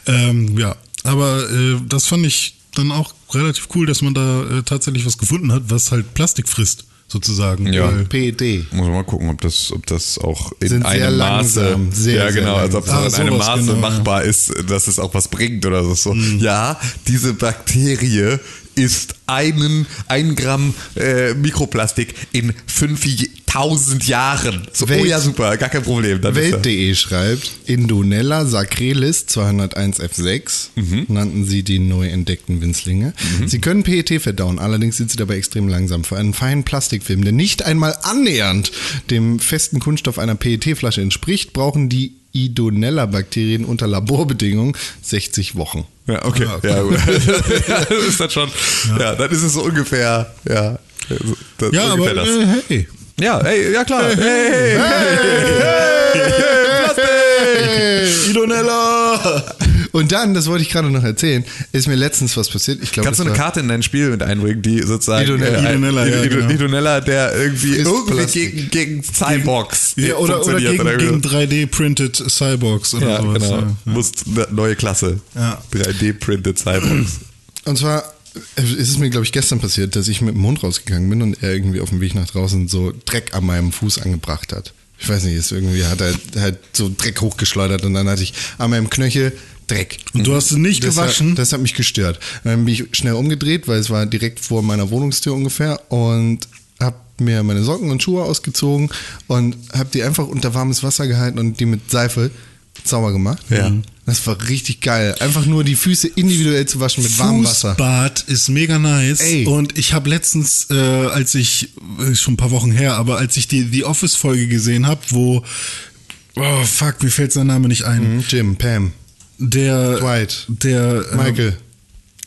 Ähm, ja. Aber äh, das fand ich dann auch relativ cool, dass man da äh, tatsächlich was gefunden hat, was halt Plastik frisst, sozusagen. Ja. Weil, PED. Muss man mal gucken, ob das, ob das auch in Sind sehr einem Maße, langsam, sehr, ja sehr genau, also ob es langsam. auch in Ah, einem sowas, Maße genau, ja. machbar ist, dass es auch was bringt oder so. so. Ja, diese Bakterie ist einen, ein Gramm äh, Mikroplastik in 5000 Jahren. So, oh Welt- ja, super, gar kein Problem. Dann ist er- Welt.de schreibt, Indonella sacrelis 201F6 Mhm. nannten sie die neu entdeckten Winzlinge. Sie können PET verdauen, allerdings sind sie dabei extrem langsam. Für einen feinen Plastikfilm, der nicht einmal annähernd dem festen Kunststoff einer PET-Flasche entspricht, brauchen die Idonella-Bakterien unter Laborbedingungen 60 Wochen. ja, okay. Ah, Ja, gut. <laughs> ja, das ist dann schon, ja. dann ist es so ungefähr, ja. so, das- ja, aber ungefähr das. äh, hey. Ja, ey, ja klar. Hey, hey, hey, Plastik! Idonella! Und dann, das wollte ich gerade noch erzählen, ist mir letztens was passiert. Ich glaube, Kannst du eine das war- Karte in dein Spiel mit einbringen, die sozusagen. Idonella, ein- Idonella, ja, Ido- genau. Idonella, der irgendwie Frisst irgendwie Plastik. gegen, gegen Cyborgs. Ja, oder, oder funktioniert gegen, irgendwie gegen so. 3D-printed Cyborgs oder ja, sowas. genau. ja. Ja. Muss eine neue Klasse. Ja. 3D-printed Cyborgs. <clears throat> Und zwar ist es mir, glaube ich, gestern passiert, dass ich mit dem Hund rausgegangen bin und er irgendwie auf dem Weg nach draußen so Dreck an meinem Fuß angebracht hat. Ich weiß nicht, ist irgendwie hat er halt so Dreck hochgeschleudert und dann hatte ich an meinem Knöchel Dreck. Und du hast es nicht Das gewaschen. Hat, das hat mich gestört. Dann bin ich schnell umgedreht, weil es war direkt vor meiner Wohnungstür ungefähr und habe mir meine Socken und Schuhe ausgezogen und habe die einfach unter warmes Wasser gehalten und die mit Seife sauber gemacht. Ja. Das war richtig geil. Einfach nur die Füße individuell zu waschen mit warmem Wasser. Fußbad ist mega nice. Ey. Und ich habe letztens, äh, als ich, äh, ist schon ein paar Wochen her, aber als ich die, die Office-Folge gesehen habe, wo, oh fuck, mir fällt sein Name nicht ein. Jim, Pam, Der, Mhm. Dwight, der, äh, Michael,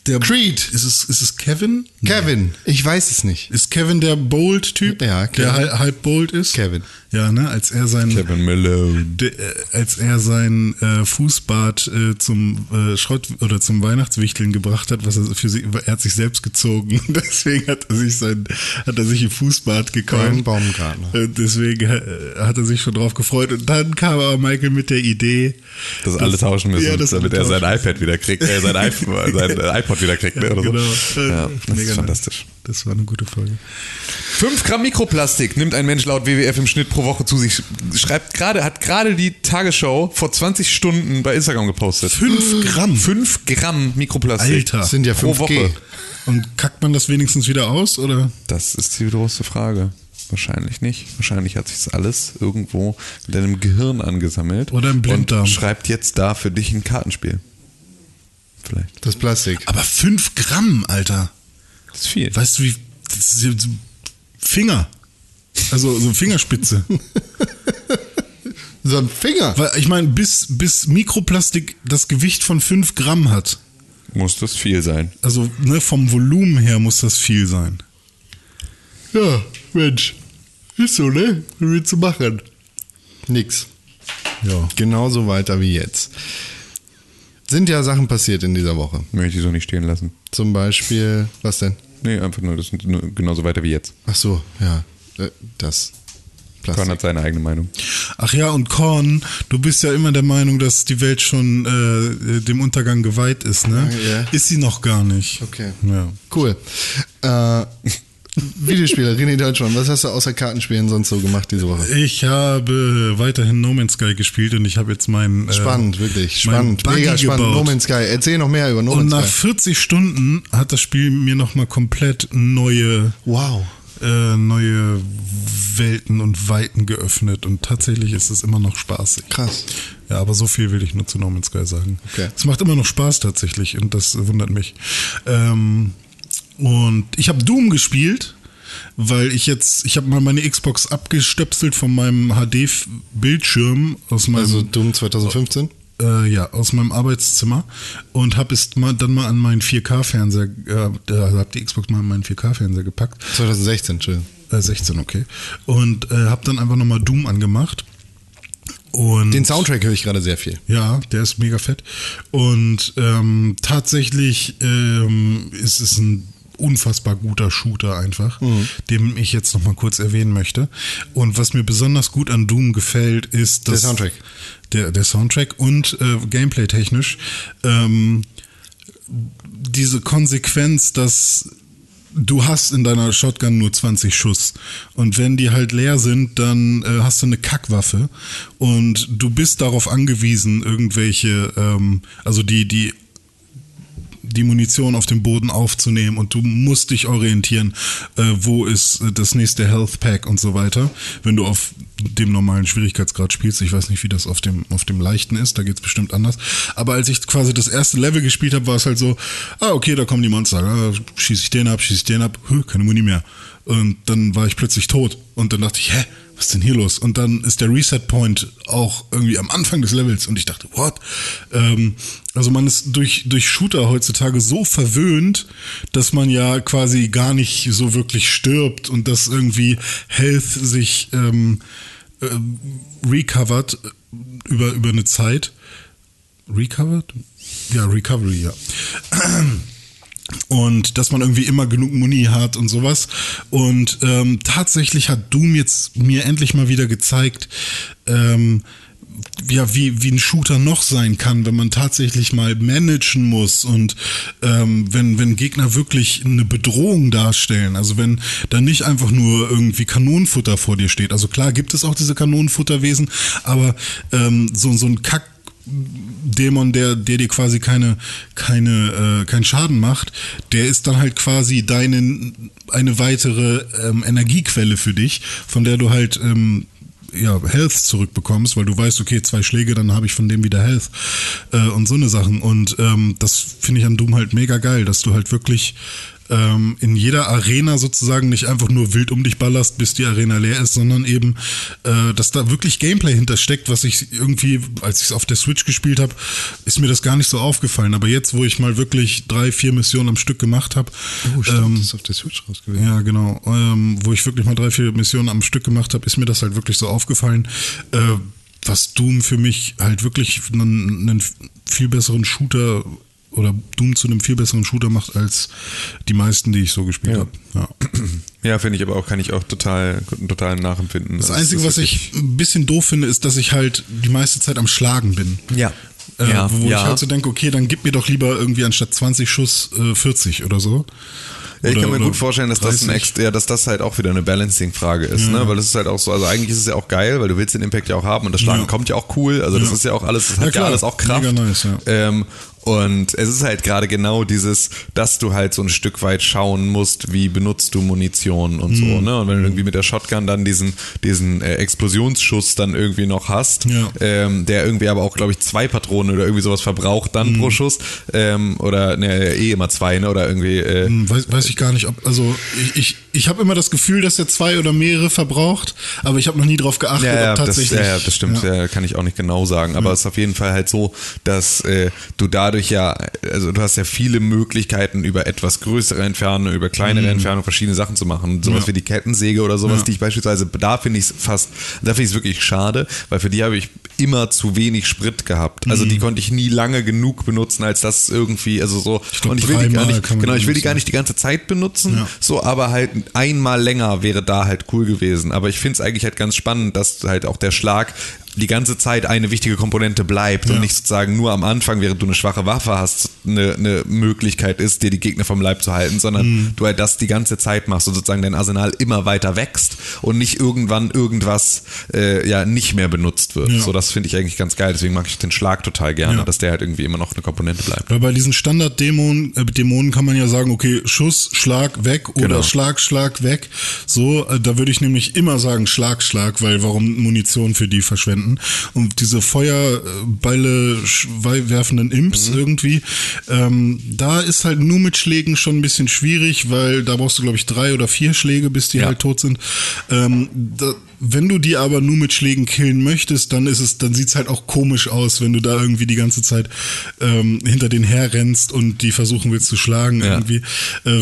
der, Creed. Ist es, ist es Kevin? Kevin. Ich weiß es nicht. Ist Kevin der Bold-Typ? Ja, Kevin. Der halb, halb Bold ist? Kevin. Ja, ne, als er sein, Kevin Malone. de, äh, als er sein äh, Fußbad äh, zum äh, Schrott oder zum Weihnachtswichteln gebracht hat, was er für sie, er hat sich selbst gezogen. <laughs> Deswegen hat er sich sein, hat er sich ein Brian Fußbad gekauft. Baumgartner. Äh, Deswegen äh, hat er sich schon drauf gefreut. Und dann kam aber Michael mit der Idee, Dass alle tauschen müssen, Ja, dass damit alle er sein tauschen. iPad wieder kriegt, äh, sein, <laughs> iPhone, sein äh, iPod wieder kriegt. ne, Ja, oder genau. so. Äh, ja, das mega ist nice. fantastisch. Das war eine gute Folge. 5 Gramm Mikroplastik nimmt ein Mensch laut WWF im Schnitt pro Woche zu sich. Schreibt gerade, hat gerade die Tagesschau vor 20 Stunden bei Instagram gepostet. Fünf Gramm. 5 Gramm Mikroplastik. Alter. Das sind ja Pro 5G. Woche. Und kackt man das wenigstens wieder aus oder? Das ist die große Frage. Wahrscheinlich nicht. Wahrscheinlich hat sich das alles irgendwo in deinem Gehirn angesammelt. Oder im Blinddarm. Und schreibt jetzt da für dich ein Kartenspiel. Vielleicht. Das Plastik. <laughs> Aber fünf Gramm, Alter. Das ist viel. Weißt du, wie. Das ist ja so <laughs> Finger. Also so Fingerspitze. So ein Finger. Weil ich meine, bis, bis Mikroplastik das Gewicht von 5 Gramm hat, Muss das viel sein. also ne, vom Volumen her muss das viel sein. Ja, Mensch. Ist so, ne? Was willst du machen? Nix. Ja. Genauso weiter wie jetzt. Sind ja Sachen passiert in dieser Woche. Möchte ich so nicht stehen lassen. Zum Beispiel, was denn? Nee, einfach nur, das ist nur genauso weiter wie jetzt. Ach so, ja, äh, das Korn Plastik. hat seine eigene Meinung. Ach ja, und Korn, du bist ja immer der Meinung, dass die Welt schon äh, dem Untergang geweiht ist, ne? Ja. Ist sie noch gar nicht. Okay. Ja. Cool. Äh, <laughs> Videospieler, René Deutschmann, was hast du außer Kartenspielen sonst so gemacht diese Woche? Ich habe weiterhin No Man's Sky gespielt und ich habe jetzt meinen. Äh, Spannend, wirklich. meinen Spannend. Buggy Mega spannend. Gebaut. No Man's Sky. Erzähl noch mehr über No und Man's nach Sky. 40 Stunden hat das Spiel mir nochmal komplett neue, Wow. äh, neue Welten und Weiten geöffnet. Und tatsächlich ist es immer noch spaßig. Krass. Ja, aber so viel will ich nur zu No Man's Sky sagen. Okay. Es macht immer noch Spaß tatsächlich und das wundert mich. Ähm, und ich habe Doom gespielt, weil ich jetzt, ich habe mal meine Xbox abgestöpselt von meinem HD-Bildschirm aus meinem Also Doom 2015? äh, ja, aus meinem Arbeitszimmer und habe es mal, dann mal an meinen 4K-Fernseher, äh, da habe die Xbox mal an meinen 4K-Fernseher gepackt. 2016, Entschuldigung. Äh, 16, okay. Und äh, habe dann einfach nochmal Doom angemacht. Und Den Soundtrack höre ich gerade sehr viel. ja, der ist mega fett. Und ähm, tatsächlich ähm, ist es ein unfassbar guter Shooter einfach, Mhm. den ich jetzt nochmal kurz erwähnen möchte. Und was mir besonders gut an Doom gefällt, ist Der dass Soundtrack. Der, der Soundtrack und äh, Gameplay-technisch ähm, diese Konsequenz, dass du hast in deiner Shotgun nur 20 Schuss. Und wenn die halt leer sind, dann äh, hast du eine Kackwaffe. Und du bist darauf angewiesen, irgendwelche, ähm, also die, die die Munition auf dem Boden aufzunehmen und du musst dich orientieren, äh, wo ist äh, das nächste Health Pack und so weiter. Wenn du auf dem normalen Schwierigkeitsgrad spielst, ich weiß nicht, wie das auf dem, auf dem leichten ist, da geht's bestimmt anders. Aber als ich quasi das erste Level gespielt habe, war es halt so, ah, okay, da kommen die Monster, ah, schieß ich den ab, schieß ich den ab, Hö, keine Muni mehr. Und dann war ich plötzlich tot und dann dachte ich, hä? Was ist denn hier los? Und dann ist der Reset Point auch irgendwie am Anfang des Levels und ich dachte, what? Ähm, also man ist durch, durch Shooter heutzutage so verwöhnt, dass man ja quasi gar nicht so wirklich stirbt und dass irgendwie Health sich ähm, ähm, recovered über, über eine Zeit. Recovered? Ja, Recovery, ja. Und dass man irgendwie immer genug Muni hat und sowas. Und ähm, tatsächlich hat Doom jetzt mir endlich mal wieder gezeigt, ähm, ja, wie, wie ein Shooter noch sein kann, wenn man tatsächlich mal managen muss und ähm, wenn, wenn Gegner wirklich eine Bedrohung darstellen. Also wenn da nicht einfach nur irgendwie Kanonenfutter vor dir steht. Also klar gibt es auch diese Kanonenfutterwesen, aber ähm, so, so ein Kack Dämon, der, der dir quasi keine, keine, äh, keinen Schaden macht, der ist dann halt quasi deine, eine weitere ähm, Energiequelle für dich, von der du halt ähm, ja, Health zurückbekommst, weil du weißt, okay, zwei Schläge, dann habe ich von dem wieder Health äh, und so eine Sachen. Und ähm, das finde ich an Doom halt mega geil, dass du halt wirklich ähm, in jeder Arena sozusagen nicht einfach nur wild um dich ballerst, bis die Arena leer ist, sondern eben, äh, dass da wirklich Gameplay hintersteckt, was ich irgendwie, als ich es auf der Switch gespielt habe, ist mir das gar nicht so aufgefallen. Aber jetzt, wo ich mal wirklich drei, vier Missionen am Stück gemacht habe, ähm, Oh, ist auf der Switch raus gewesen. ja, genau. Ähm, wo ich wirklich mal drei, vier Missionen am Stück gemacht habe, ist mir das halt wirklich so aufgefallen, äh, was Doom für mich halt wirklich einen, einen viel besseren Shooter oder Doom zu einem viel besseren Shooter macht als die meisten, die ich so gespielt Ja. habe. Ja. Ja, finde ich aber auch, kann ich auch total, total nachempfinden. Also Das Einzige, was ich ein bisschen doof finde, ist, dass ich halt die meiste Zeit am Schlagen bin. Ja. Äh, Ja, wo ja. ich halt so denke, okay, dann gib mir doch lieber irgendwie anstatt 20 Schuss äh, 40 oder so. Ja, ich Oder- kann mir oder gut vorstellen, dass das, ein 30. Ex ja, dass das halt auch wieder eine Balancing-Frage ist, ne? Weil das ist halt auch so, also eigentlich ist es ja auch geil, weil du willst den Impact ja auch haben und das Schlagen Ja. kommt ja auch cool. Also das Ja. ist ja auch alles, das Ja, hat ja, klar. alles auch Kraft. Mega nice, ja. ähm, und es ist halt gerade genau dieses, dass du halt so ein Stück weit schauen musst, wie benutzt du Munition und Mhm. so, ne? Und wenn du irgendwie mit der Shotgun dann diesen, diesen äh, Explosionsschuss dann irgendwie noch hast, Ja. ähm, der irgendwie aber auch, glaube ich, zwei Patronen oder irgendwie sowas verbraucht dann Mhm. pro Schuss. Ähm, oder ne, eh immer zwei, ne? Oder irgendwie äh, Mhm. Hm, Weiß, weiß ich gar nicht, ob, also ich, ich ich habe immer das Gefühl, dass er zwei oder mehrere verbraucht, aber ich habe noch nie drauf geachtet, Ja, ja, ob das, tatsächlich. ja, ja, das stimmt, ja. kann ich auch nicht genau sagen. Aber es ist auf jeden Fall halt so, dass äh, du dadurch ja, also du hast ja viele Möglichkeiten, über etwas größere Entfernungen, über kleinere Entfernungen verschiedene Sachen zu machen. Und sowas Mhm. Ja. wie die Kettensäge oder sowas, die ich beispielsweise, da finde ich es fast, da finde ich es wirklich schade, weil für die habe ich immer zu wenig Sprit gehabt. Also Mhm. die konnte ich nie lange genug benutzen, als das irgendwie, also so. glaub, und ich will die gar dreimal nicht, kann man genau, ich will die benutzen. gar nicht die ganze Zeit benutzen, Ja. so, aber halt einmal länger wäre da halt cool gewesen. Aber ich finde es eigentlich halt ganz spannend, dass halt auch der Schlag die ganze Zeit eine wichtige Komponente bleibt und Ja. nicht sozusagen nur am Anfang, während du eine schwache Waffe hast, eine, eine Möglichkeit ist, dir die Gegner vom Leib zu halten, sondern Mhm. du halt das die ganze Zeit machst und sozusagen dein Arsenal immer weiter wächst und nicht irgendwann irgendwas äh, ja nicht mehr benutzt wird. Ja. So, das finde ich eigentlich ganz geil. Deswegen mag ich den Schlag total gerne, Ja. dass der halt irgendwie immer noch eine Komponente bleibt. Weil bei diesen Standard-Dämonen äh, Dämonen kann man ja sagen, okay, Schuss, Schlag, weg oder Genau. Schlag, Schlag, weg. So, äh, da würde ich nämlich immer sagen Schlag, Schlag, weil warum Munition für die verschwenden? Und diese Feuerbeile sch- wei- werfenden Imps Mhm. irgendwie, ähm, da ist halt nur mit Schlägen schon ein bisschen schwierig, weil da brauchst du, glaube ich, drei oder vier Schläge, bis die Ja. halt tot sind. Ähm, da, wenn du die aber nur mit Schlägen killen möchtest, dann ist es, dann sieht's halt auch komisch aus, wenn du da irgendwie die ganze Zeit ähm, hinter den herrennst und die versuchen willst zu schlagen Ja. irgendwie. Äh,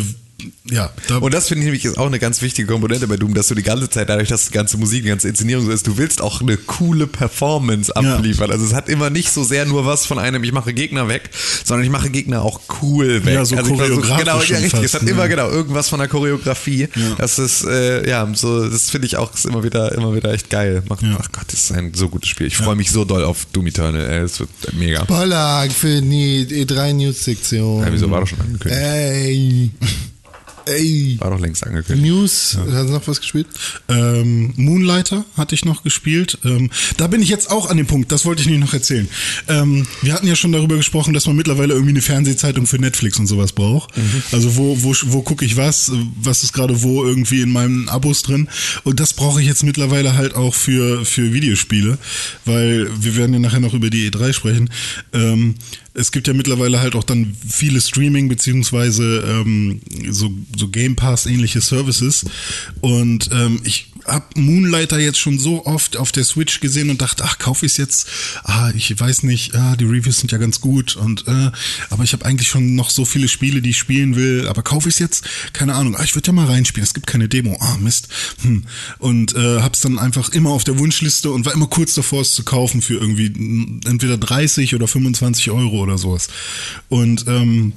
ja, da, Und das finde ich nämlich ist auch eine ganz wichtige Komponente bei Doom, dass du die ganze Zeit, dadurch, dass die ganze Musik, die ganze Inszenierung so ist, du willst auch eine coole Performance abliefern. Also es hat immer nicht so sehr nur was von einem, ich mache Gegner weg, sondern ich mache Gegner auch cool weg. Ja, so also ich versuch- choreografisch Genau, ja, schon richtig. es fast, hat immer ne? genau irgendwas von der Choreografie. Das ist, äh, ja, so, das finde ich auch ist immer wieder, immer wieder echt geil. Macht, Ja. Ach Gott, das ist ein so gutes Spiel. Ich freue mich so doll auf Doom Eternal. ey. Es wird mega. Vorlag für die E E3-News-Sektion. Ja, wieso war doch schon angekündigt? Ey. Äh. Ey. War doch längst angekündigt. News. Hast du noch was gespielt? Ähm, Moonlighter hatte ich noch gespielt. Ähm, da bin ich jetzt auch an dem Punkt, das wollte ich nicht noch erzählen. Ähm, wir hatten ja schon darüber gesprochen, dass man mittlerweile irgendwie eine Fernsehzeitung für Netflix und sowas braucht. Mhm. Also wo, wo, wo gucke ich was, was ist gerade wo irgendwie in meinen Abos drin. Und das brauche ich jetzt mittlerweile halt auch für, für Videospiele, weil wir werden ja nachher noch über die E3 sprechen. Ähm, es gibt ja mittlerweile halt auch dann viele Streaming beziehungsweise ähm, so, so Game Pass ähnliche Services und ähm, ich habe Moonlighter jetzt schon so oft auf der Switch gesehen und dachte, ach, kaufe ich es jetzt? Ah, ich weiß nicht, ah, die Reviews sind ja ganz gut und äh, aber ich habe eigentlich schon noch so viele Spiele, die ich spielen will, aber kaufe ich es jetzt? Keine Ahnung. Ah, ich würde ja mal reinspielen. Es gibt keine Demo. Ah, Mist. Hm. Und äh, hab's dann einfach immer auf der Wunschliste und war immer kurz davor, es zu kaufen für irgendwie mm, entweder 30 oder 25 Euro oder sowas. Und ähm,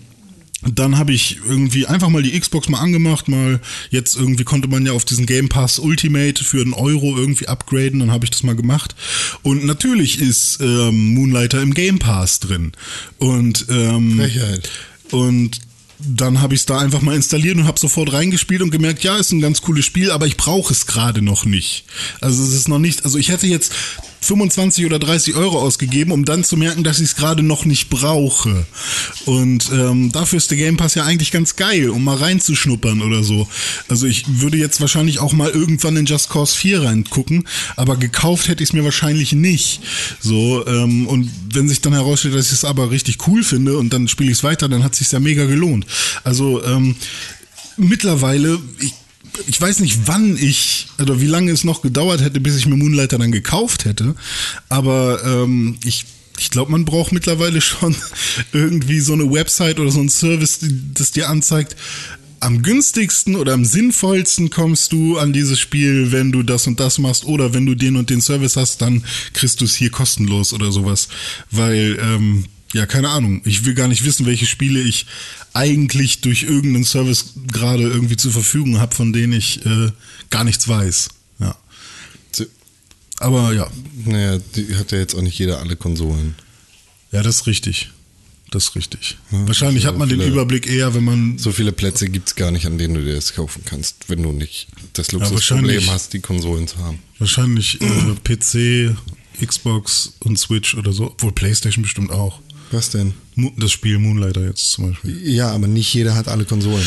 dann habe ich irgendwie einfach mal die Xbox mal angemacht, mal jetzt irgendwie konnte man ja auf diesen Game Pass Ultimate für einen Euro irgendwie upgraden, dann habe ich das mal gemacht. Und natürlich ist ähm, Moonlighter im Game Pass drin. Und ähm, Frechheit. und dann habe ich es da einfach mal installiert und habe sofort reingespielt und gemerkt, ja, ist ein ganz cooles Spiel, aber ich brauche es gerade noch nicht. Also es ist noch nicht, also ich hätte jetzt 25 oder 30 Euro ausgegeben, um dann zu merken, dass ich es gerade noch nicht brauche. Und ähm, dafür ist der Game Pass ja eigentlich ganz geil, um mal reinzuschnuppern oder so. Also ich würde jetzt wahrscheinlich auch mal irgendwann in Just Cause 4 reingucken, aber gekauft hätte ich es mir wahrscheinlich nicht. So, ähm, und wenn sich dann herausstellt, dass ich es aber richtig cool finde und dann spiele ich es weiter, dann hat es sich ja mega gelohnt. Also ähm, mittlerweile, ich, ich weiß nicht, wann ich oder wie lange es noch gedauert hätte, bis ich mir Moonlighter dann gekauft hätte, aber ähm, ich. Ich glaube, man braucht mittlerweile <laughs> schon irgendwie so eine Website oder so einen Service, die- das dir anzeigt, am günstigsten oder am sinnvollsten kommst du an dieses Spiel, wenn du das und das machst oder wenn du den und den Service hast, dann kriegst du es hier kostenlos oder sowas. Weil, ähm, ja, keine Ahnung. Ich will gar nicht wissen, welche Spiele ich eigentlich durch irgendeinen Service gerade irgendwie zur Verfügung habe, von denen ich äh, gar nichts weiß. Ja. Aber ja, Naja, die hat ja jetzt auch nicht jeder alle Konsolen. ja, das ist richtig. Das ist richtig. Ja, Wahrscheinlich so hat man den viele- Überblick eher, wenn man So viele Plätze gibt's gar nicht, an denen du dir das kaufen kannst, wenn du nicht das Luxusproblem wahrscheinlich. hast, die Konsolen zu haben. Wahrscheinlich äh, PC, Xbox und Switch oder so. Obwohl PlayStation bestimmt auch. Was denn? Mo- Das Spiel Moonlighter jetzt zum Beispiel. Ja, aber nicht jeder hat alle Konsolen.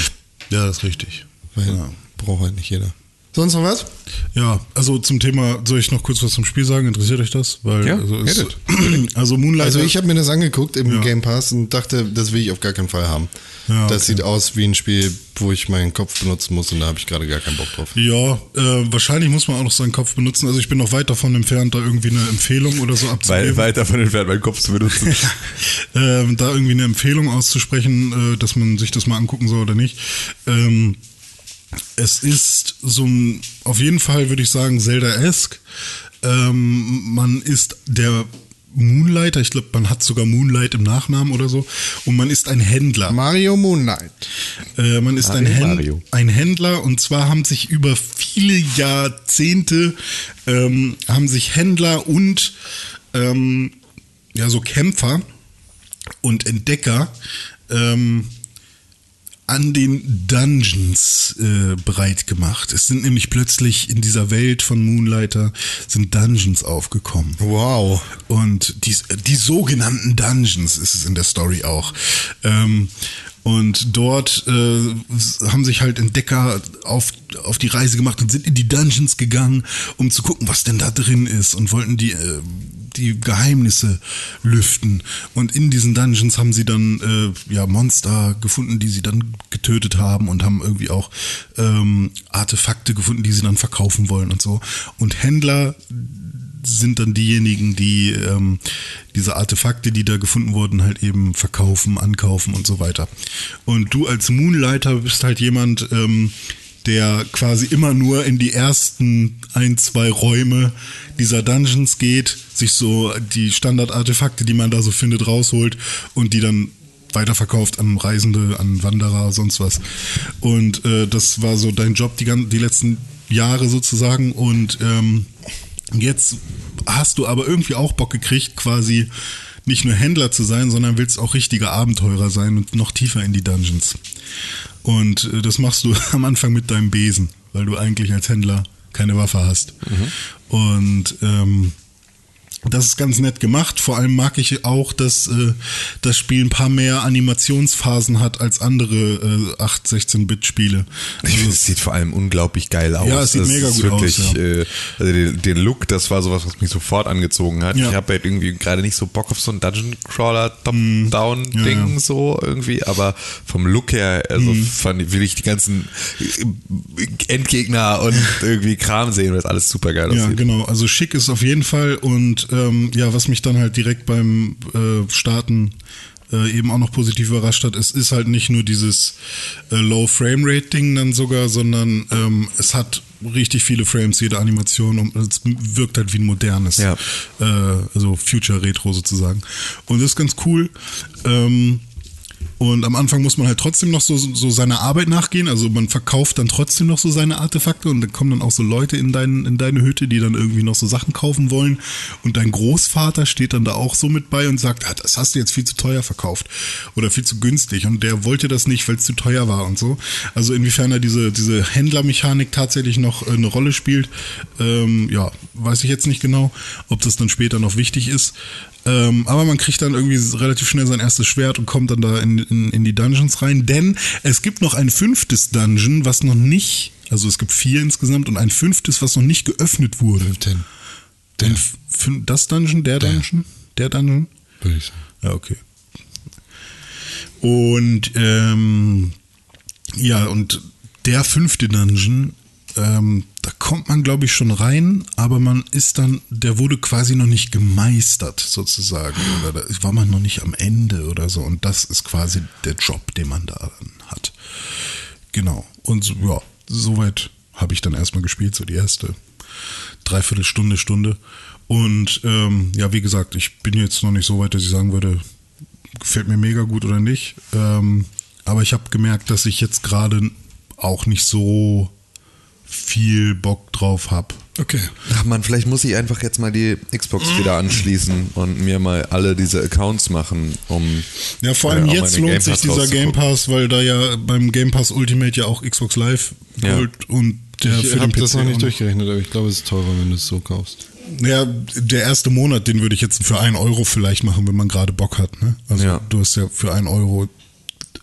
Ja, das ist richtig. Weil Ja. braucht halt nicht jeder. Sonst noch was? Ja, also zum Thema, soll ich noch kurz was zum Spiel sagen? Interessiert euch das? Weil, Ja, also, es, redet. <clears throat> also Moonlighter. Also ich habe mir das angeguckt im Ja. Game Pass und dachte, das will ich auf gar keinen Fall haben. Ja, das okay. sieht aus wie ein Spiel, wo ich meinen Kopf benutzen muss und da habe ich gerade gar keinen Bock drauf. ja, äh, wahrscheinlich muss man auch noch seinen Kopf benutzen. Also ich bin noch weit davon entfernt, da irgendwie eine Empfehlung oder so abzugeben. Weil, weit davon entfernt, meinen Kopf zu <laughs> benutzen. ähm, da irgendwie eine Empfehlung auszusprechen, äh, dass man sich das mal angucken soll oder nicht. Ähm, es ist so ein, auf jeden Fall würde ich sagen, Zelda-esque. Ähm, man ist der Moonlighter, ich glaube, man hat sogar Moonlight im Nachnamen oder so. Und man ist ein Händler. Mario Moonlight. Äh, man ist ein, Hän- Mario. ein Händler und zwar haben sich über viele Jahrzehnte ähm, haben sich Händler und ähm, ja so Kämpfer und Entdecker ähm, an den Dungeons äh, breit gemacht. Es sind nämlich plötzlich in dieser Welt von Moonlighter sind Dungeons aufgekommen. Wow. Und die, die sogenannten Dungeons ist es in der Story auch. Ähm, und dort äh, haben sich halt Entdecker auf, auf die Reise gemacht und sind in die Dungeons gegangen, um zu gucken, was denn da drin ist und wollten die, äh, die Geheimnisse lüften. Und in diesen Dungeons haben sie dann äh, ja, Monster gefunden, die sie dann getötet haben und haben irgendwie auch ähm, Artefakte gefunden, die sie dann verkaufen wollen und so. Und Händler sind dann diejenigen, die ähm, diese Artefakte, die da gefunden wurden, halt eben verkaufen, ankaufen und so weiter. Und du als Moonlighter bist halt jemand, ähm, der quasi immer nur in die ersten ein, zwei Räume dieser Dungeons geht, sich so die Standardartefakte, die man da so findet, rausholt und die dann weiterverkauft an Reisende, an Wanderer, sonst was. Und äh, das war so dein Job die, gan- die letzten Jahre sozusagen. Und ähm, jetzt hast du aber irgendwie auch Bock gekriegt, quasi nicht nur Händler zu sein, sondern willst auch richtiger Abenteurer sein und noch tiefer in die Dungeons. Und äh, das machst du <laughs> am Anfang mit deinem Besen, weil du eigentlich als Händler keine Waffe hast. Und ähm, das ist ganz nett gemacht. Vor allem mag ich auch, dass äh, das Spiel ein paar mehr Animationsphasen hat als andere äh, 8-16-Bit-Spiele. Ich Also finde, es- es sieht vor allem unglaublich geil aus. Ja, es sieht Das mega ist gut wirklich, aus, ja. äh, also den, den Look, das war sowas, was mich sofort angezogen hat. Ja. Ich habe halt irgendwie gerade nicht so Bock auf so ein Dungeon Crawler Top-Down-Ding Mhm. Ja, Mhm. ja. so irgendwie, aber vom Look her, also fand ich, will ich die ganzen äh, Endgegner <laughs> und irgendwie Kram sehen, weil das alles super geil Ja, aussieht. genau. Also schick ist auf jeden Fall. Und ähm, ja, was mich dann halt direkt beim äh, Starten äh, eben auch noch positiv überrascht hat, es ist halt nicht nur dieses äh, Low-Frame-Rate-Ding dann sogar, sondern ähm, es hat richtig viele Frames, jede Animation und es wirkt halt wie ein modernes, Ja. äh, also Future-Retro sozusagen. Und das ist ganz cool. Ähm, und am Anfang muss man halt trotzdem noch so, so seiner Arbeit nachgehen. Also man verkauft dann trotzdem noch so seine Artefakte und dann kommen dann auch so Leute in, dein, in deine Hütte, die dann irgendwie noch so Sachen kaufen wollen. Und dein Großvater steht dann da auch so mit bei und sagt, ah, das hast du jetzt viel zu teuer verkauft oder viel zu günstig. Und der wollte das nicht, weil es zu teuer war und so. Also inwiefern da diese, diese Händlermechanik tatsächlich noch äh, eine Rolle spielt, ähm, ja, weiß ich jetzt nicht genau, ob das dann später noch wichtig ist. Ähm, aber man kriegt dann irgendwie relativ schnell sein erstes Schwert und kommt dann da in, in, in die Dungeons rein. Denn es gibt noch ein fünftes Dungeon, was noch nicht, also es gibt vier insgesamt und ein fünftes, was noch nicht geöffnet wurde. Denn, Ein fün- das Dungeon, der Dungeon, der Dungeon. würde ich sagen. Ja, okay. Und ähm, ja, und der fünfte Dungeon, ähm, da kommt man, glaube ich, schon rein, aber man ist dann, der wurde quasi noch nicht gemeistert, sozusagen. Oder da war man noch nicht am Ende oder so. Und das ist quasi der Job, den man da hat. Genau. Und so, ja, soweit habe ich dann erstmal gespielt, so die erste Dreiviertelstunde, Stunde. Und ähm, ja, wie gesagt, ich bin jetzt noch nicht so weit, dass ich sagen würde, gefällt mir mega gut oder nicht. Ähm, aber ich habe gemerkt, dass ich jetzt gerade auch nicht so viel Bock drauf habe. Okay. Ach man, vielleicht muss ich einfach jetzt mal die Xbox wieder anschließen und mir mal alle diese Accounts machen, um Ja, vor äh, allem auch jetzt meine lohnt Game sich Pass dieser rauszugucken. Game Pass, weil da ja beim Game Pass Ultimate ja auch Xbox Live Ja. holt und der ich für den habe PC das noch auch- nicht durchgerechnet, aber ich glaube, es ist teurer, wenn du es so kaufst. Ja, der erste Monat, den würde ich jetzt für einen Euro vielleicht machen, wenn man gerade Bock hat. Ne? Also Ja. du hast ja für einen Euro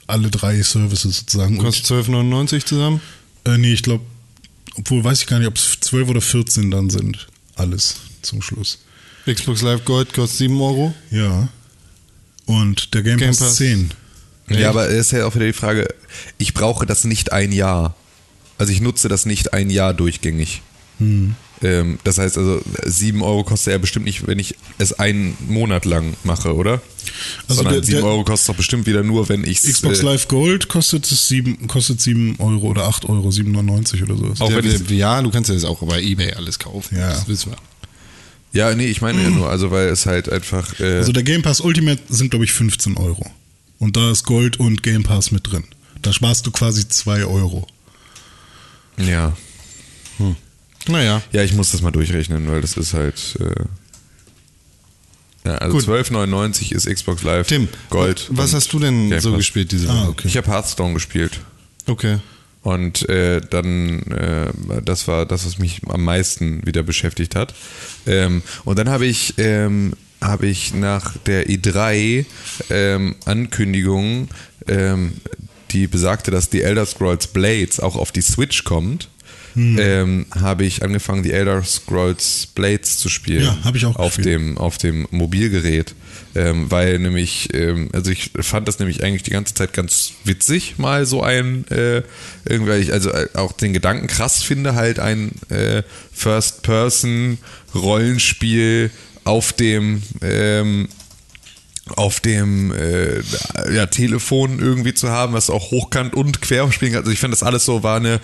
alle drei Services sozusagen. Und, Kostet 12,99 zusammen? äh, nee, ich glaube, Obwohl weiß ich gar nicht, ob es 12 oder 14 dann sind. Alles zum Schluss. Xbox Live Gold kostet 7 Euro. Ja. Und der Game, Game Pass Pass. 10. Ja, aber es ist ja auch wieder die Frage, ich brauche das nicht ein Jahr. Also ich nutze das nicht ein Jahr durchgängig. Hm. Ähm, das heißt also, 7 Euro kostet ja bestimmt nicht, wenn ich es einen Monat lang mache, oder? Also Sondern der- 7 der- Euro kostet doch bestimmt wieder nur, wenn äh, ich es... Xbox Live Gold kostet es 7, kostet 7 Euro oder 8 Euro, 7,99 oder sowas. Auch Ja, wenn ich's- ja, du kannst ja das auch bei Ebay alles kaufen. Ja. Das wissen wir. Ja, nee, ich meine ja nur, also weil es halt einfach... Äh, Also der Game Pass Ultimate sind, glaube ich, 15 Euro. Und da ist Gold und Game Pass mit drin. Da sparst du quasi 2 Euro. ja. Naja. ja, ich muss das mal durchrechnen, weil das ist halt... Äh, ja, also 12,99 ist Xbox Live Tim, Gold. Was und hast du denn Game so Pass. gespielt diese Woche? Ah, okay. Ich habe Hearthstone gespielt. Okay. Und äh, dann, äh, das war das, was mich am meisten wieder beschäftigt hat. Ähm, und dann habe ich, ähm, habe ich nach der E E3-Ankündigung, ähm, die besagte, dass die Elder Scrolls Blades auch auf die Switch kommt, Hm. ähm, habe ich angefangen, die Elder Scrolls Blades zu spielen. Ja, habe ich auch auf gespielt. dem dem, auf dem Mobilgerät, ähm, weil nämlich, ähm, also ich fand das nämlich eigentlich die ganze Zeit ganz witzig, mal so ein, äh, irgendwie, weil ich also äh, auch den Gedanken krass finde, halt ein äh, First-Person-Rollenspiel auf dem, ähm, auf dem äh, ja, Telefon irgendwie zu haben, was auch hochkant und quer umspielen kann. Also ich finde das alles so war eine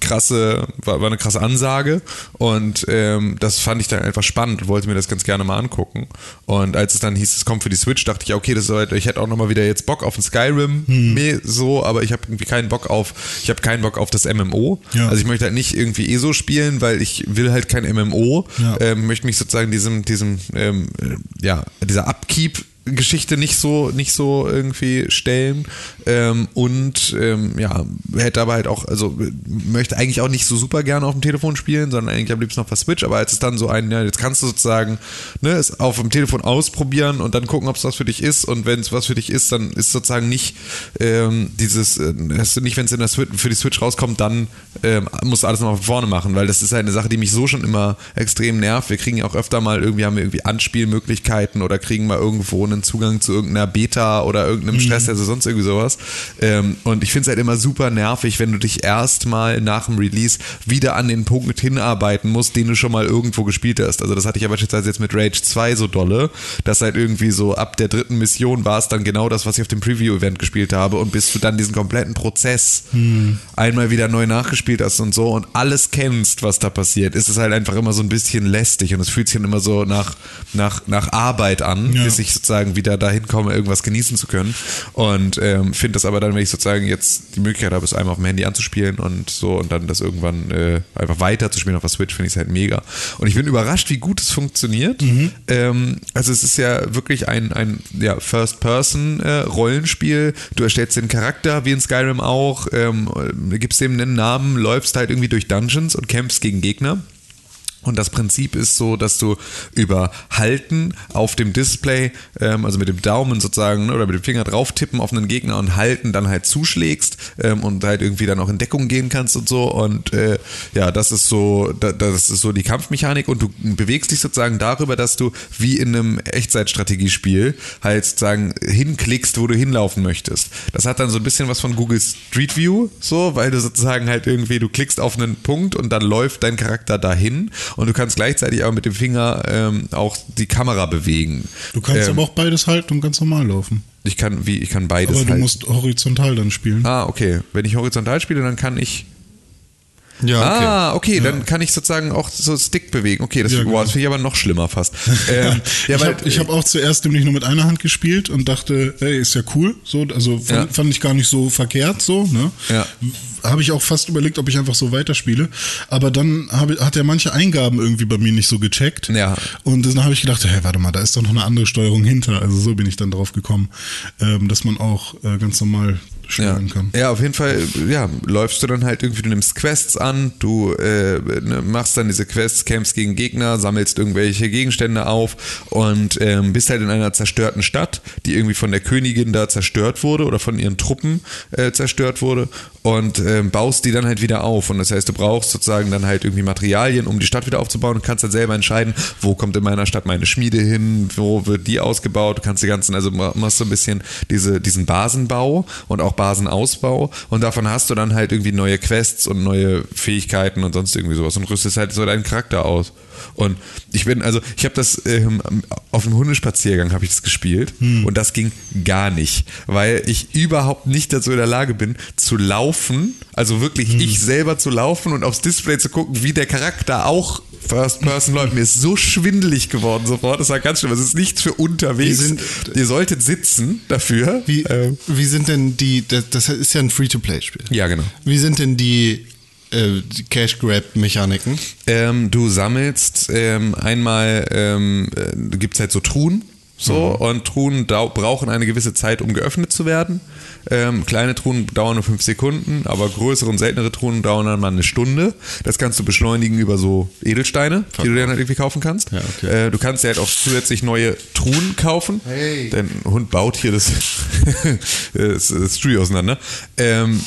krasse, war, war eine krasse Ansage und ähm, das fand ich dann einfach spannend und wollte mir das ganz gerne mal angucken. Und als es dann hieß, es kommt für die Switch, dachte ich, ja, okay, das ist halt, ich hätte auch nochmal wieder jetzt Bock auf ein Skyrim, Hm. meh, so, aber ich habe irgendwie keinen Bock auf, ich habe keinen Bock auf das MMO. Ja. Also ich möchte halt nicht irgendwie ESO spielen, weil ich will halt kein MMO, Ja. ähm, ähm, möchte mich sozusagen diesem, diesem, ähm, äh, ja, dieser Upkeep. Geschichte nicht so, nicht so irgendwie stellen ähm, und ähm, ja, hätte aber halt auch, also äh, möchte eigentlich auch nicht so super gerne auf dem Telefon spielen, sondern eigentlich am liebsten auf der Switch, aber als es dann so ein, ja, jetzt kannst du sozusagen ne, es auf dem Telefon ausprobieren und dann gucken, ob es was für dich ist und wenn es was für dich ist, dann ist sozusagen nicht ähm, dieses, äh, hast du nicht, wenn es in der Switch, für die Switch rauskommt, dann ähm, musst du alles nochmal von vorne machen, weil das ist halt eine Sache, die mich so schon immer extrem nervt. Wir kriegen ja auch öfter mal irgendwie, haben wir irgendwie Anspielmöglichkeiten oder kriegen mal irgendwo einen Zugang zu irgendeiner Beta oder irgendeinem Stress, also sonst irgendwie sowas. Ähm, und ich finde es halt immer super nervig, wenn du dich erstmal nach dem Release wieder an den Punkt hinarbeiten musst, den du schon mal irgendwo gespielt hast. Also das hatte ich ja beispielsweise jetzt mit Rage 2 so dolle, dass halt irgendwie so ab der dritten Mission war es dann genau das, was ich auf dem Preview-Event gespielt habe und bis du dann diesen kompletten Prozess einmal wieder neu nachgespielt hast und so und alles kennst, was da passiert, ist es halt einfach immer so ein bisschen lästig und es fühlt sich dann immer so nach, nach, nach Arbeit an, Ja. bis ich sozusagen wieder dahin komme, irgendwas genießen zu können und ähm, finde das aber dann, wenn ich sozusagen jetzt die Möglichkeit habe, es einmal auf dem Handy anzuspielen und so und dann das irgendwann äh, einfach weiter zu spielen auf der Switch, finde ich es halt mega und ich bin überrascht, wie gut es funktioniert. Ähm, also es ist ja wirklich ein, ein ja, First-Person-Rollenspiel. du erstellst den Charakter, wie in Skyrim auch, ähm, gibst dem einen Namen, läufst halt irgendwie durch Dungeons und kämpfst gegen Gegner. Und das Prinzip ist so, dass du über Halten auf dem Display, ähm, also mit dem Daumen sozusagen ne, oder mit dem Finger drauf tippen auf einen Gegner und halten dann halt zuschlägst ähm, und halt irgendwie dann auch in Deckung gehen kannst und so. Und äh, ja, das ist so, da, das ist so die Kampfmechanik und du bewegst dich sozusagen darüber, dass du wie in einem Echtzeitstrategiespiel halt sozusagen hinklickst, wo du hinlaufen möchtest. Das hat dann so ein bisschen was von Google Street View, so, weil du sozusagen halt irgendwie, du klickst auf einen Punkt und dann läuft dein Charakter dahin und du kannst gleichzeitig aber mit dem Finger ähm, auch die Kamera bewegen. Du kannst Ähm, aber auch beides halten und ganz normal laufen. Ich kann, wie, ich kann beides Aber du halten. musst horizontal dann spielen. ah, okay. Wenn ich horizontal spiele, dann kann ich Ah, okay, dann kann ich sozusagen auch so Stick bewegen. Okay, das, Ja, wow, genau. das finde ich aber noch schlimmer <laughs> fast. Ähm, ja, ich weil- habe hab auch zuerst nämlich nur mit einer Hand gespielt und dachte, ey, ist ja cool. So, also fand, Ja. fand ich gar nicht so verkehrt. So, ne? Ja. Habe ich auch fast überlegt, ob ich einfach so weiterspiele. Aber dann hab, hat er manche Eingaben irgendwie bei mir nicht so gecheckt. Ja. Und dann habe ich gedacht, hey, warte mal, da ist doch noch eine andere Steuerung hinter. Also so bin ich dann drauf gekommen, ähm, dass man auch äh, ganz normal Ja. steuern kann. ja, auf jeden Fall, ja, läufst du dann halt irgendwie, du nimmst Quests an, du äh, ne, machst dann diese Quests, kämpfst gegen Gegner, sammelst irgendwelche Gegenstände auf und ähm, bist halt in einer zerstörten Stadt, die irgendwie von der Königin da zerstört wurde oder von ihren Truppen äh, zerstört wurde und äh, äh, baust die dann halt wieder auf. Und das heißt, du brauchst sozusagen dann halt irgendwie Materialien, um die Stadt wieder aufzubauen und kannst dann selber entscheiden, wo kommt in meiner Stadt meine Schmiede hin, wo wird die ausgebaut, du kannst die ganzen, also ma- machst so ein bisschen diese, diesen Basenbau und auch Basenausbau und davon hast du dann halt irgendwie neue Quests und neue Fähigkeiten und sonst irgendwie sowas und rüstest halt so deinen Charakter aus. Und ich bin, also ich habe das ähm, auf dem Hundespaziergang habe ich das gespielt Hm. und das ging gar nicht, weil ich überhaupt nicht dazu in der Lage bin zu laufen, also wirklich Hm. ich selber zu laufen und aufs Display zu gucken, wie der Charakter auch First Person läuft. Mir ist so schwindelig geworden sofort. Das war ganz schlimm. Es ist nichts für unterwegs. Wir sind- Ihr solltet sitzen dafür. Wie, Ähm, wie sind denn die, das, das ist ja ein Free-to-Play-Spiel. Ja, genau. Wie sind denn die, äh, die Cash-Grab-Mechaniken? Ähm, du sammelst ähm, einmal, ähm, äh, gibt es halt so Truhen. So, Mhm. und Truhen dau- brauchen eine gewisse Zeit, um geöffnet zu werden. Ähm, kleine Truhen dauern nur fünf Sekunden, aber größere und seltenere Truhen dauern dann mal eine Stunde. Das kannst du beschleunigen über so Edelsteine, die du dann halt irgendwie kaufen kannst. Ja, okay. äh, du kannst dir halt auch zusätzlich neue Truhen kaufen. Hey. Dein Hund baut hier das, <laughs> das, das Tree auseinander. Ähm,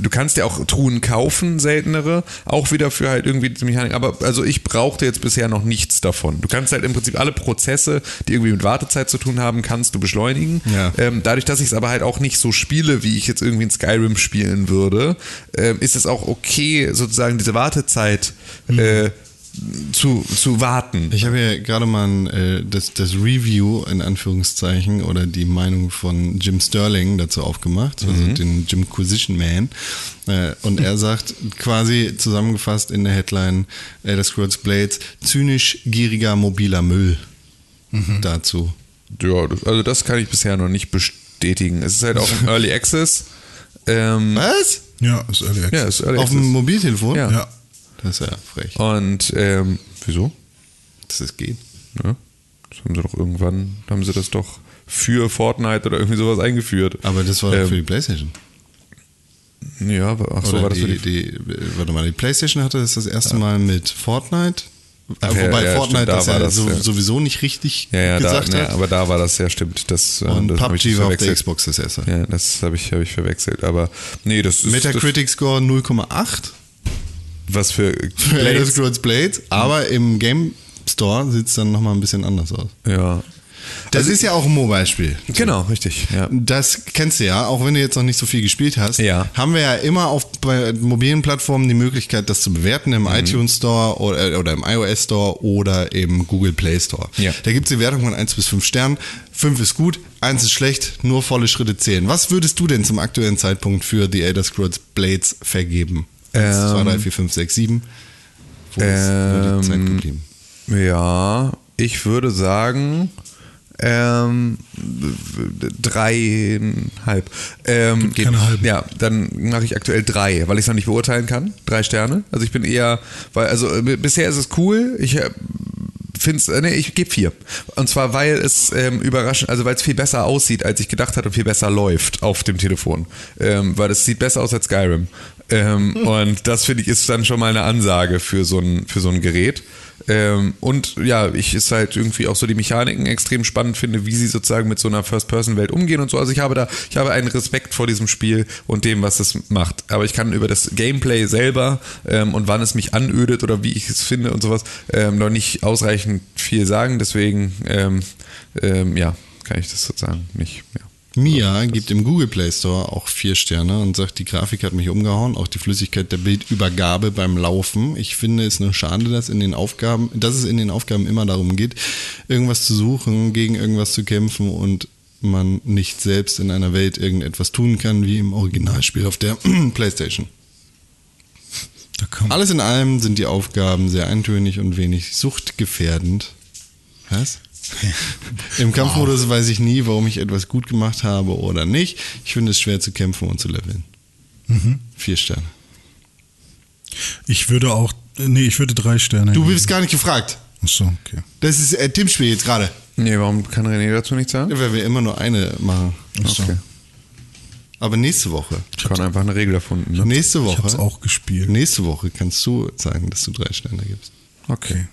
du kannst ja auch Truhen kaufen, seltenere, auch wieder für halt irgendwie die Mechanik. Aber also ich brauchte jetzt bisher noch nichts davon. Du kannst halt im Prinzip alle Prozesse, die irgendwie mit Wartezeit zu tun haben, kannst du beschleunigen. Ja. Ähm, dadurch, dass ich es aber halt auch nicht so spiele, wie ich jetzt irgendwie in Skyrim spielen würde, ähm, ist es auch okay, sozusagen diese Wartezeit äh, zu, zu warten. Ich habe ja gerade mal ein, äh, das, das Review in Anführungszeichen oder die Meinung von Jim Sterling dazu aufgemacht, also Mhm. den Jimquisition Man. Äh, und er sagt quasi zusammengefasst in der Headline Elder Scrolls Blades, zynisch gieriger mobiler Müll Mhm. dazu. Ja, das- also das kann ich bisher noch nicht bestätigen. Es ist halt auch <laughs> ein Early Access. Ähm, Was? Ja, ist Early ja, Access. es ist Early Auf dem Access. Mobiltelefon? Ja. Ja. Das ist ja frech, Und ähm, wieso? dass es geht. Ja, das haben sie doch irgendwann, haben sie das doch für Fortnite oder irgendwie sowas eingeführt. Aber das war doch Ähm, für die Playstation. Ja, aber- ach so, Oder war das für die, die. die, warte mal, die PlayStation hatte das das erste Mal mit Fortnite. Äh, Ach ja, Wobei ja, Fortnite stimmt, da das, ja war das, so, ja. sowieso nicht richtig ja, ja, da, gesagt ne, hat. aber da war das ja, stimmt. Das, äh, und das hab ich PUBG war auf der verwechselt. Xbox das erste. Ja, das habe ich, hab ich verwechselt. Aber nee, das ist. Metacritic Score <laughs> 0,8 Das, was für. für Elder Scrolls Blades, aber im Game Store sieht es dann nochmal ein bisschen anders aus. Ja. Das Also ist ja auch ein Mobile-Spiel. Genau, richtig. Ja. Das kennst du ja, auch wenn du jetzt noch nicht so viel gespielt hast, Ja. haben wir ja immer auf bei mobilen Plattformen die Möglichkeit, das zu bewerten im Mhm. iTunes Store oder, oder im iOS Store oder im Google Play Store. Ja. Da gibt es die Wertung von 1 bis 5 Sternen. 5 ist gut, 1 ist schlecht, nur volle Schritte zählen. Was würdest du denn zum aktuellen Zeitpunkt für The Elder Scrolls Blades vergeben? 1, 2, Ähm, 3, 4, 5, 6, 7. Wo ist nur die Zeit ähm, geblieben? Ja, ich würde sagen, ähm, d- dreieinhalb. Ähm, keine halben. Ja, dann mache ich aktuell drei, weil ich es noch nicht beurteilen kann. Drei Sterne. Also ich bin eher, weil, also äh, b- bisher ist es cool. Ich äh, find's, äh, nee, ich gebe vier. Und zwar, weil es ähm, überraschend, also weil es viel besser aussieht, als ich gedacht hatte und viel besser läuft auf dem Telefon. Ähm, weil es sieht besser aus als Skyrim. Ähm, und das finde ich ist dann schon mal eine Ansage für so ein, für so ein Gerät. Ähm, und ja, ich ist halt irgendwie auch so die Mechaniken extrem spannend finde, wie sie sozusagen mit so einer First-Person-Welt umgehen und so. Also ich habe da, ich habe einen Respekt vor diesem Spiel und dem, was es macht. Aber ich kann über das Gameplay selber ähm, und wann es mich anödet oder wie ich es finde und sowas ähm, noch nicht ausreichend viel sagen. Deswegen, ähm, ähm, ja, kann ich das sozusagen nicht. Ja. Mia gibt im Google Play Store auch vier Sterne und sagt, die Grafik hat mich umgehauen, auch die Flüssigkeit der Bildübergabe beim Laufen. Ich finde es nur schade, dass in den Aufgaben, dass es in den Aufgaben immer darum geht, irgendwas zu suchen, gegen irgendwas zu kämpfen und man nicht selbst in einer Welt irgendetwas tun kann, wie im Originalspiel auf der <clears throat> Playstation. Da kam Alles in allem sind die Aufgaben sehr eintönig und wenig suchtgefährdend. Was? <laughs> Im Kampfmodus weiß ich nie, warum ich etwas gut gemacht habe oder nicht. Ich finde es schwer zu kämpfen und zu leveln. Vier Sterne. Ich würde auch, nee, ich würde drei Sterne. Du geben. bist gar nicht gefragt. Achso, okay. Das ist äh, Tippspiel jetzt gerade. Nee, warum kann René dazu nichts sagen? Weil wir immer nur eine machen. Achso. Okay. Aber nächste Woche. Ich habe einfach eine Regel erfunden. Ne? Nächste Ich hab's Woche. auch gespielt. Nächste Woche kannst du sagen, dass du drei Sterne gibst. Okay.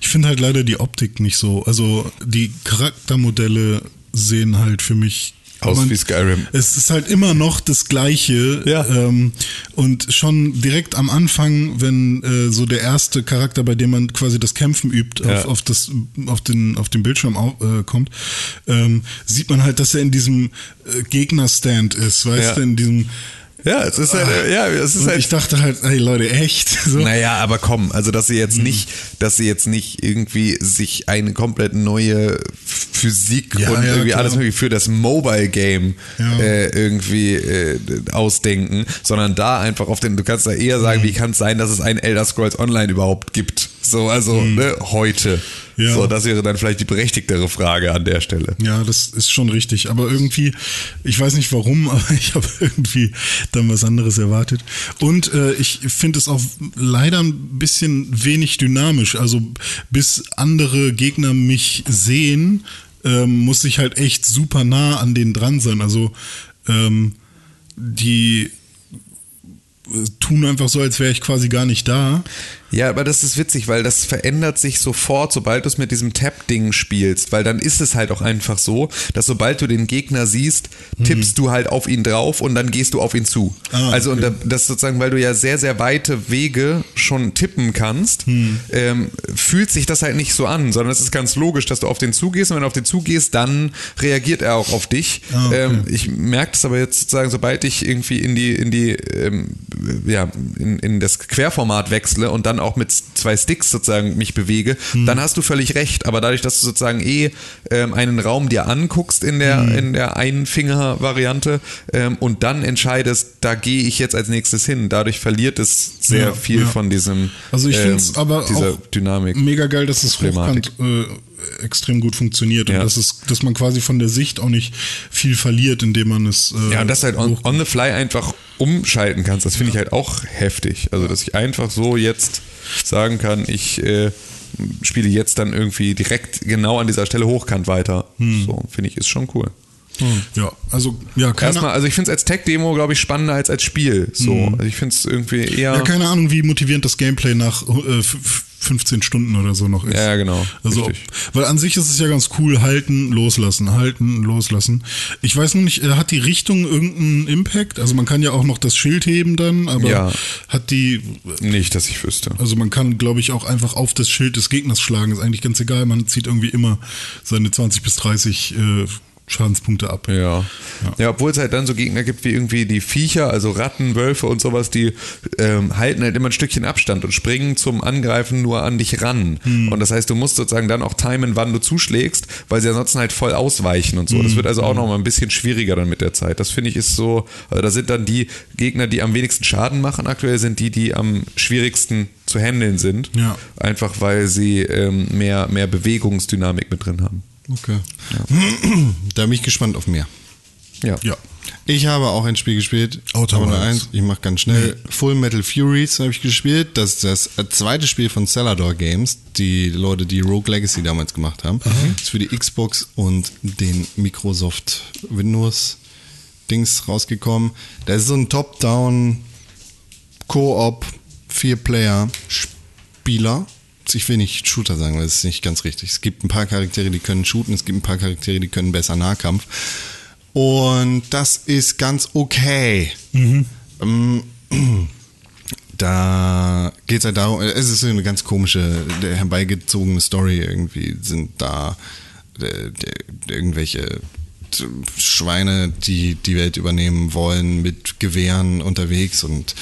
Ich finde halt leider die Optik nicht so. Also die Charaktermodelle sehen halt für mich Aus man- wie Skyrim. Es ist halt immer noch das Gleiche. Ja. Ähm, und schon direkt am Anfang, wenn äh, so der erste Charakter, bei dem man quasi das Kämpfen übt, Ja. auf, auf, das, auf, den, auf den Bildschirm au- äh, kommt, ähm, sieht man halt, dass er in diesem äh, Gegnerstand ist, weißt Ja. du, in diesem. Ja, es ist halt, äh, ja, es ist Und halt ich dachte halt, hey Leute, echt? <laughs> So. Mhm. Naja, aber komm, also dass sie jetzt nicht, dass sie jetzt nicht irgendwie sich eine komplett neue Physik Ja, und ja, irgendwie klar. alles mögliche für das Mobile Game Ja. äh, irgendwie äh, ausdenken, sondern da einfach auf den, du kannst da Mhm. eher sagen, wie kann es sein, dass es ein Elder Scrolls Online überhaupt gibt? So, also ne, heute. Mhm. Ja. So, das wäre dann vielleicht die berechtigtere Frage an der Stelle. Ja, das ist schon richtig. Aber irgendwie, ich weiß nicht warum, <laughs> aber ich habe irgendwie dann was anderes erwartet. Und äh, ich finde es auch leider ein bisschen wenig dynamisch. Also bis andere Gegner mich sehen, ähm, muss ich halt echt super nah an denen dran sein. Also ähm, die äh, tun einfach so, als wäre ich quasi gar nicht da. Ja, aber das ist witzig, weil das verändert sich sofort, sobald du es mit diesem Tap-Ding spielst, weil dann ist es halt auch einfach so, dass sobald du den Gegner siehst, tippst du halt auf ihn drauf und dann gehst du auf ihn zu. Mhm. Ah, also und da, das sozusagen, weil du ja sehr, sehr weite Wege schon tippen kannst, Hm. ähm, fühlt sich das halt nicht so an, sondern es ist ganz logisch, dass du auf den zugehst und wenn du auf den zugehst, dann reagiert er auch auf dich. Ah, okay. ähm, ich merke das aber jetzt sozusagen, sobald ich irgendwie in die, in die, ähm, ja, in, in das Querformat wechsle und dann auch mit zwei Sticks sozusagen mich bewege, Hm. dann hast du völlig recht. Aber dadurch, dass du sozusagen eh ähm, einen Raum dir anguckst in der, Hm. in der Einfinger-Variante ähm, und dann entscheidest, da gehe ich jetzt als nächstes hin, dadurch verliert es sehr Ja, viel ja. von diesem, Also ich ähm, finde es aber dieser auch Dynamik. mega geil, dass es Problematik. hochkant äh, extrem gut funktioniert Ja. und dass, es, dass man quasi von der Sicht auch nicht viel verliert, indem man es äh, Ja, und das halt on, hoch- on the fly einfach umschalten kannst, das finde ich halt auch heftig. Also, dass ich einfach so jetzt sagen kann, ich äh, spiele jetzt dann irgendwie direkt genau an dieser Stelle hochkant weiter. So, finde ich, ist schon cool. ja, also ja, keine, hm. Erstmal, also ich finde es als Tech-Demo, glaube ich, spannender als als Spiel. So, also ich finde es irgendwie eher. ja, keine Ahnung, wie motivierend das Gameplay nach äh, f- f- 15 Stunden oder so noch ist. Ja, genau. Also, Richtig. ob- weil an sich ist es ja ganz cool, halten, loslassen, halten, loslassen. Ich weiß nur nicht, äh, hat die Richtung irgendeinen Impact? Also man kann ja auch noch das Schild heben dann, aber Ja. hat die nicht, dass ich wüsste. Also man kann, glaube ich, auch einfach auf das Schild des Gegners schlagen. Ist eigentlich ganz egal. Man zieht irgendwie immer seine 20 bis 30 äh, Schadenspunkte ab. Ja. ja. obwohl es halt dann so Gegner gibt wie irgendwie die Viecher, also Ratten, Wölfe und sowas, die ähm, halten halt immer ein Stückchen Abstand und springen zum Angreifen nur an dich ran. Und das heißt, du musst sozusagen dann auch timen, wann du zuschlägst, weil sie ansonsten halt voll ausweichen und so. Das wird also auch nochmal ein bisschen schwieriger dann mit der Zeit. Das finde ich ist so, also da sind dann die Gegner, die am wenigsten Schaden machen aktuell, sind die, die am schwierigsten zu handeln sind. Ja. Einfach weil sie ähm, mehr, mehr Bewegungsdynamik mit drin haben. Okay. Da bin ich gespannt auf mehr. Ja. Ja. Ich habe auch ein Spiel gespielt. Outer aber nur Wilds. eins. Ich mache ganz schnell. Full Metal Furies habe ich gespielt. Das ist das äh, zweite Spiel von Celador Games, die Leute, die Rogue Legacy damals gemacht haben. Das ist für die Xbox und den Microsoft Windows Dings rausgekommen. Da ist so ein Top-Down Koop, Vier-Player-Spieler. Ich will nicht Shooter sagen, weil das ist nicht ganz richtig. Es gibt ein paar Charaktere, die können shooten, es gibt ein paar Charaktere, die können besser Nahkampf. Und das ist ganz okay. Ähm, <clears throat> da geht es halt darum, es ist so eine ganz komische, äh, herbeigezogene Story irgendwie, sind da äh, d- irgendwelche t- Schweine, die die Welt übernehmen wollen, mit Gewehren unterwegs und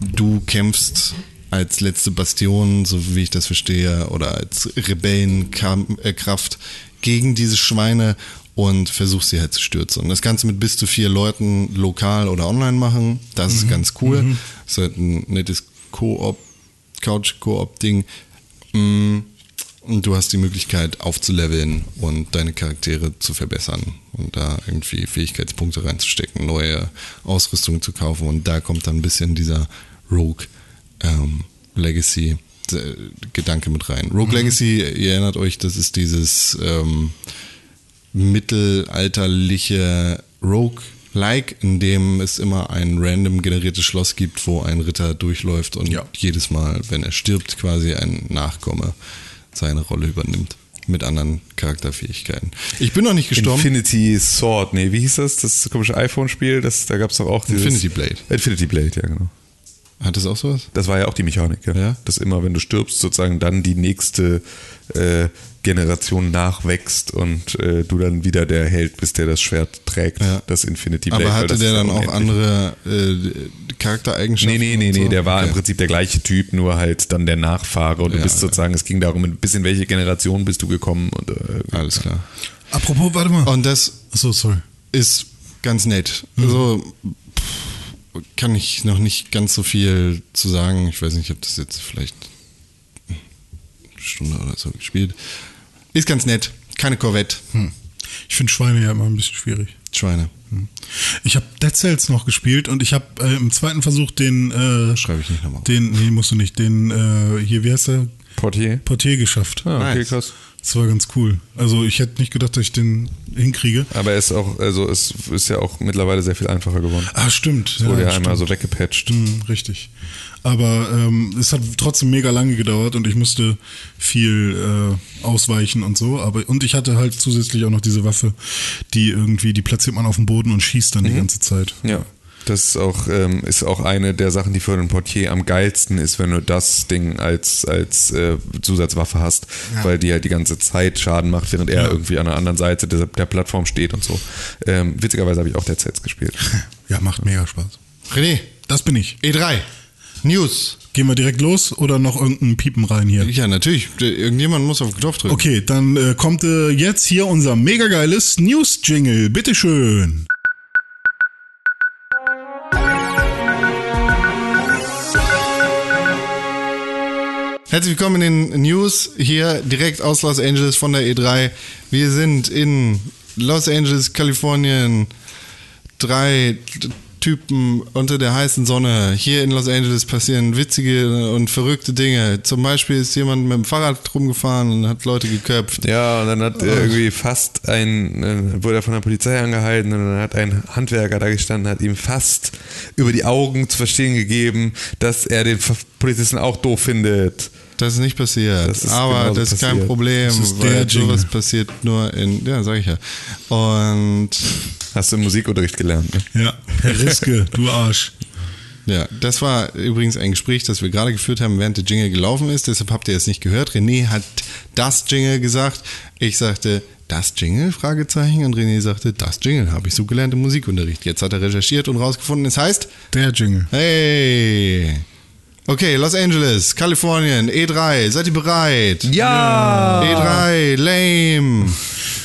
du kämpfst als letzte Bastion, so wie ich das verstehe, oder als Rebellenkraft gegen diese Schweine und versuchst sie halt zu stürzen. Und das Ganze mit bis zu vier Leuten lokal oder online machen, das ist ganz cool. Ist halt ein nettes Koop, Couch-Koop-Ding. Mm, Und du hast die Möglichkeit aufzuleveln und deine Charaktere zu verbessern und da irgendwie Fähigkeitspunkte reinzustecken, neue Ausrüstung zu kaufen. Und da kommt dann ein bisschen dieser Rogue ähm, Legacy äh, Gedanke mit rein. Rogue Legacy, ihr erinnert euch, das ist dieses ähm, mittelalterliche Rogue-like, in dem es immer ein random generiertes Schloss gibt, wo ein Ritter durchläuft und Ja. jedes Mal, wenn er stirbt, quasi ein Nachkomme seine Rolle übernimmt. mit anderen Charakterfähigkeiten. Ich bin noch nicht gestorben. Infinity Sword, nee, wie hieß das? Das komische iPhone-Spiel, das, da gab es doch auch dieses... Infinity Blade. Infinity Blade, ja genau. Hat das auch sowas? Das war ja auch die Mechanik, ja. Ja. Dass immer, wenn du stirbst, sozusagen dann die nächste äh, Generation nachwächst und äh, du dann wieder der Held bist, der das Schwert trägt, Ja. das Infinity Blade. Aber weil hatte das der ist ja dann auch unendlich. andere äh, Nee, Charaktereigenschaften? nee, nee, und nee, so? der war im Okay. Prinzip der gleiche Typ, nur halt dann der Nachfahre und Ja, du bist ja. sozusagen, es ging darum, bis in welche Generation bist du gekommen und äh, Alles klar. Apropos, warte mal. Und das Achso, sorry. ist ganz nett. Also pff, kann ich noch nicht ganz so viel zu sagen. Ich weiß nicht, ob das jetzt vielleicht eine Stunde oder so gespielt. Ist ganz nett. Keine Corvette. Hm. Ich finde Schweine ja immer ein bisschen schwierig. Schweine. Ich habe Dead Cells noch gespielt und ich habe äh, im zweiten Versuch den. Äh, Schreibe ich nicht nochmal auf. Den, nee, musst du nicht. Den, äh, hier, wie heißt der? Portier. Portier geschafft. Ah, okay, Nice. krass. Das war ganz cool. Also, ich hätte nicht gedacht, dass ich den hinkriege. Aber er ist auch, also es ist ja auch mittlerweile sehr viel einfacher geworden. Ah, stimmt. Wurde ja stimmt. einmal so weggepatcht. Hm, richtig. Aber ähm, es hat trotzdem mega lange gedauert und ich musste viel äh, ausweichen und so. Aber und ich hatte halt zusätzlich auch noch diese Waffe, die irgendwie, die platziert man auf dem Boden und schießt dann die ganze Zeit. Ja. Das ist auch, ähm, ist auch eine der Sachen, die für den Portier am geilsten ist, wenn du das Ding als, als äh, Zusatzwaffe hast, Ja. weil die halt die ganze Zeit Schaden macht, während er irgendwie an der anderen Seite der, der Plattform steht und so. Ähm, witzigerweise habe ich auch der Sets <laughs> gespielt. Ja, macht mega Spaß. René, Das bin ich. E3. News. Gehen wir direkt los oder noch irgendein Piepen rein hier? Ja, natürlich. Irgendjemand muss auf den Knopf drücken. Okay, dann äh, kommt äh, jetzt hier unser mega geiles News-Jingle. Bitteschön. Herzlich willkommen in den News hier direkt aus Los Angeles von der E3. Wir sind in Los Angeles, Kalifornien. Drei T- Typen unter der heißen Sonne. Hier in Los Angeles passieren witzige und verrückte Dinge. Zum Beispiel ist jemand mit dem Fahrrad rumgefahren und hat Leute geköpft. Ja, und dann hat er irgendwie fast ein, äh, wurde er von der Polizei angehalten und dann hat ein Handwerker da gestanden, hat ihm fast über die Augen zu verstehen gegeben, dass er den Ver- Polizisten auch doof findet. Das ist nicht passiert. Das ist Aber genauso das ist kein passiert. Problem, Das ist der weil Jingle. sowas passiert nur in, ja, sag ich ja. Und Hast du im Musikunterricht gelernt, ne? Ja, Herr Riske, du Arsch. Ja, das war übrigens ein Gespräch, das wir gerade geführt haben, während der Jingle gelaufen ist. Deshalb habt ihr es nicht gehört. René hat das Jingle gesagt. Ich sagte, das Jingle? Fragezeichen. Und René sagte, das Jingle habe ich so gelernt im Musikunterricht. Jetzt hat er recherchiert und rausgefunden, es heißt, Der Jingle. hey. Okay, Los Angeles, Kalifornien, E3, seid ihr bereit? Ja! E3, lame.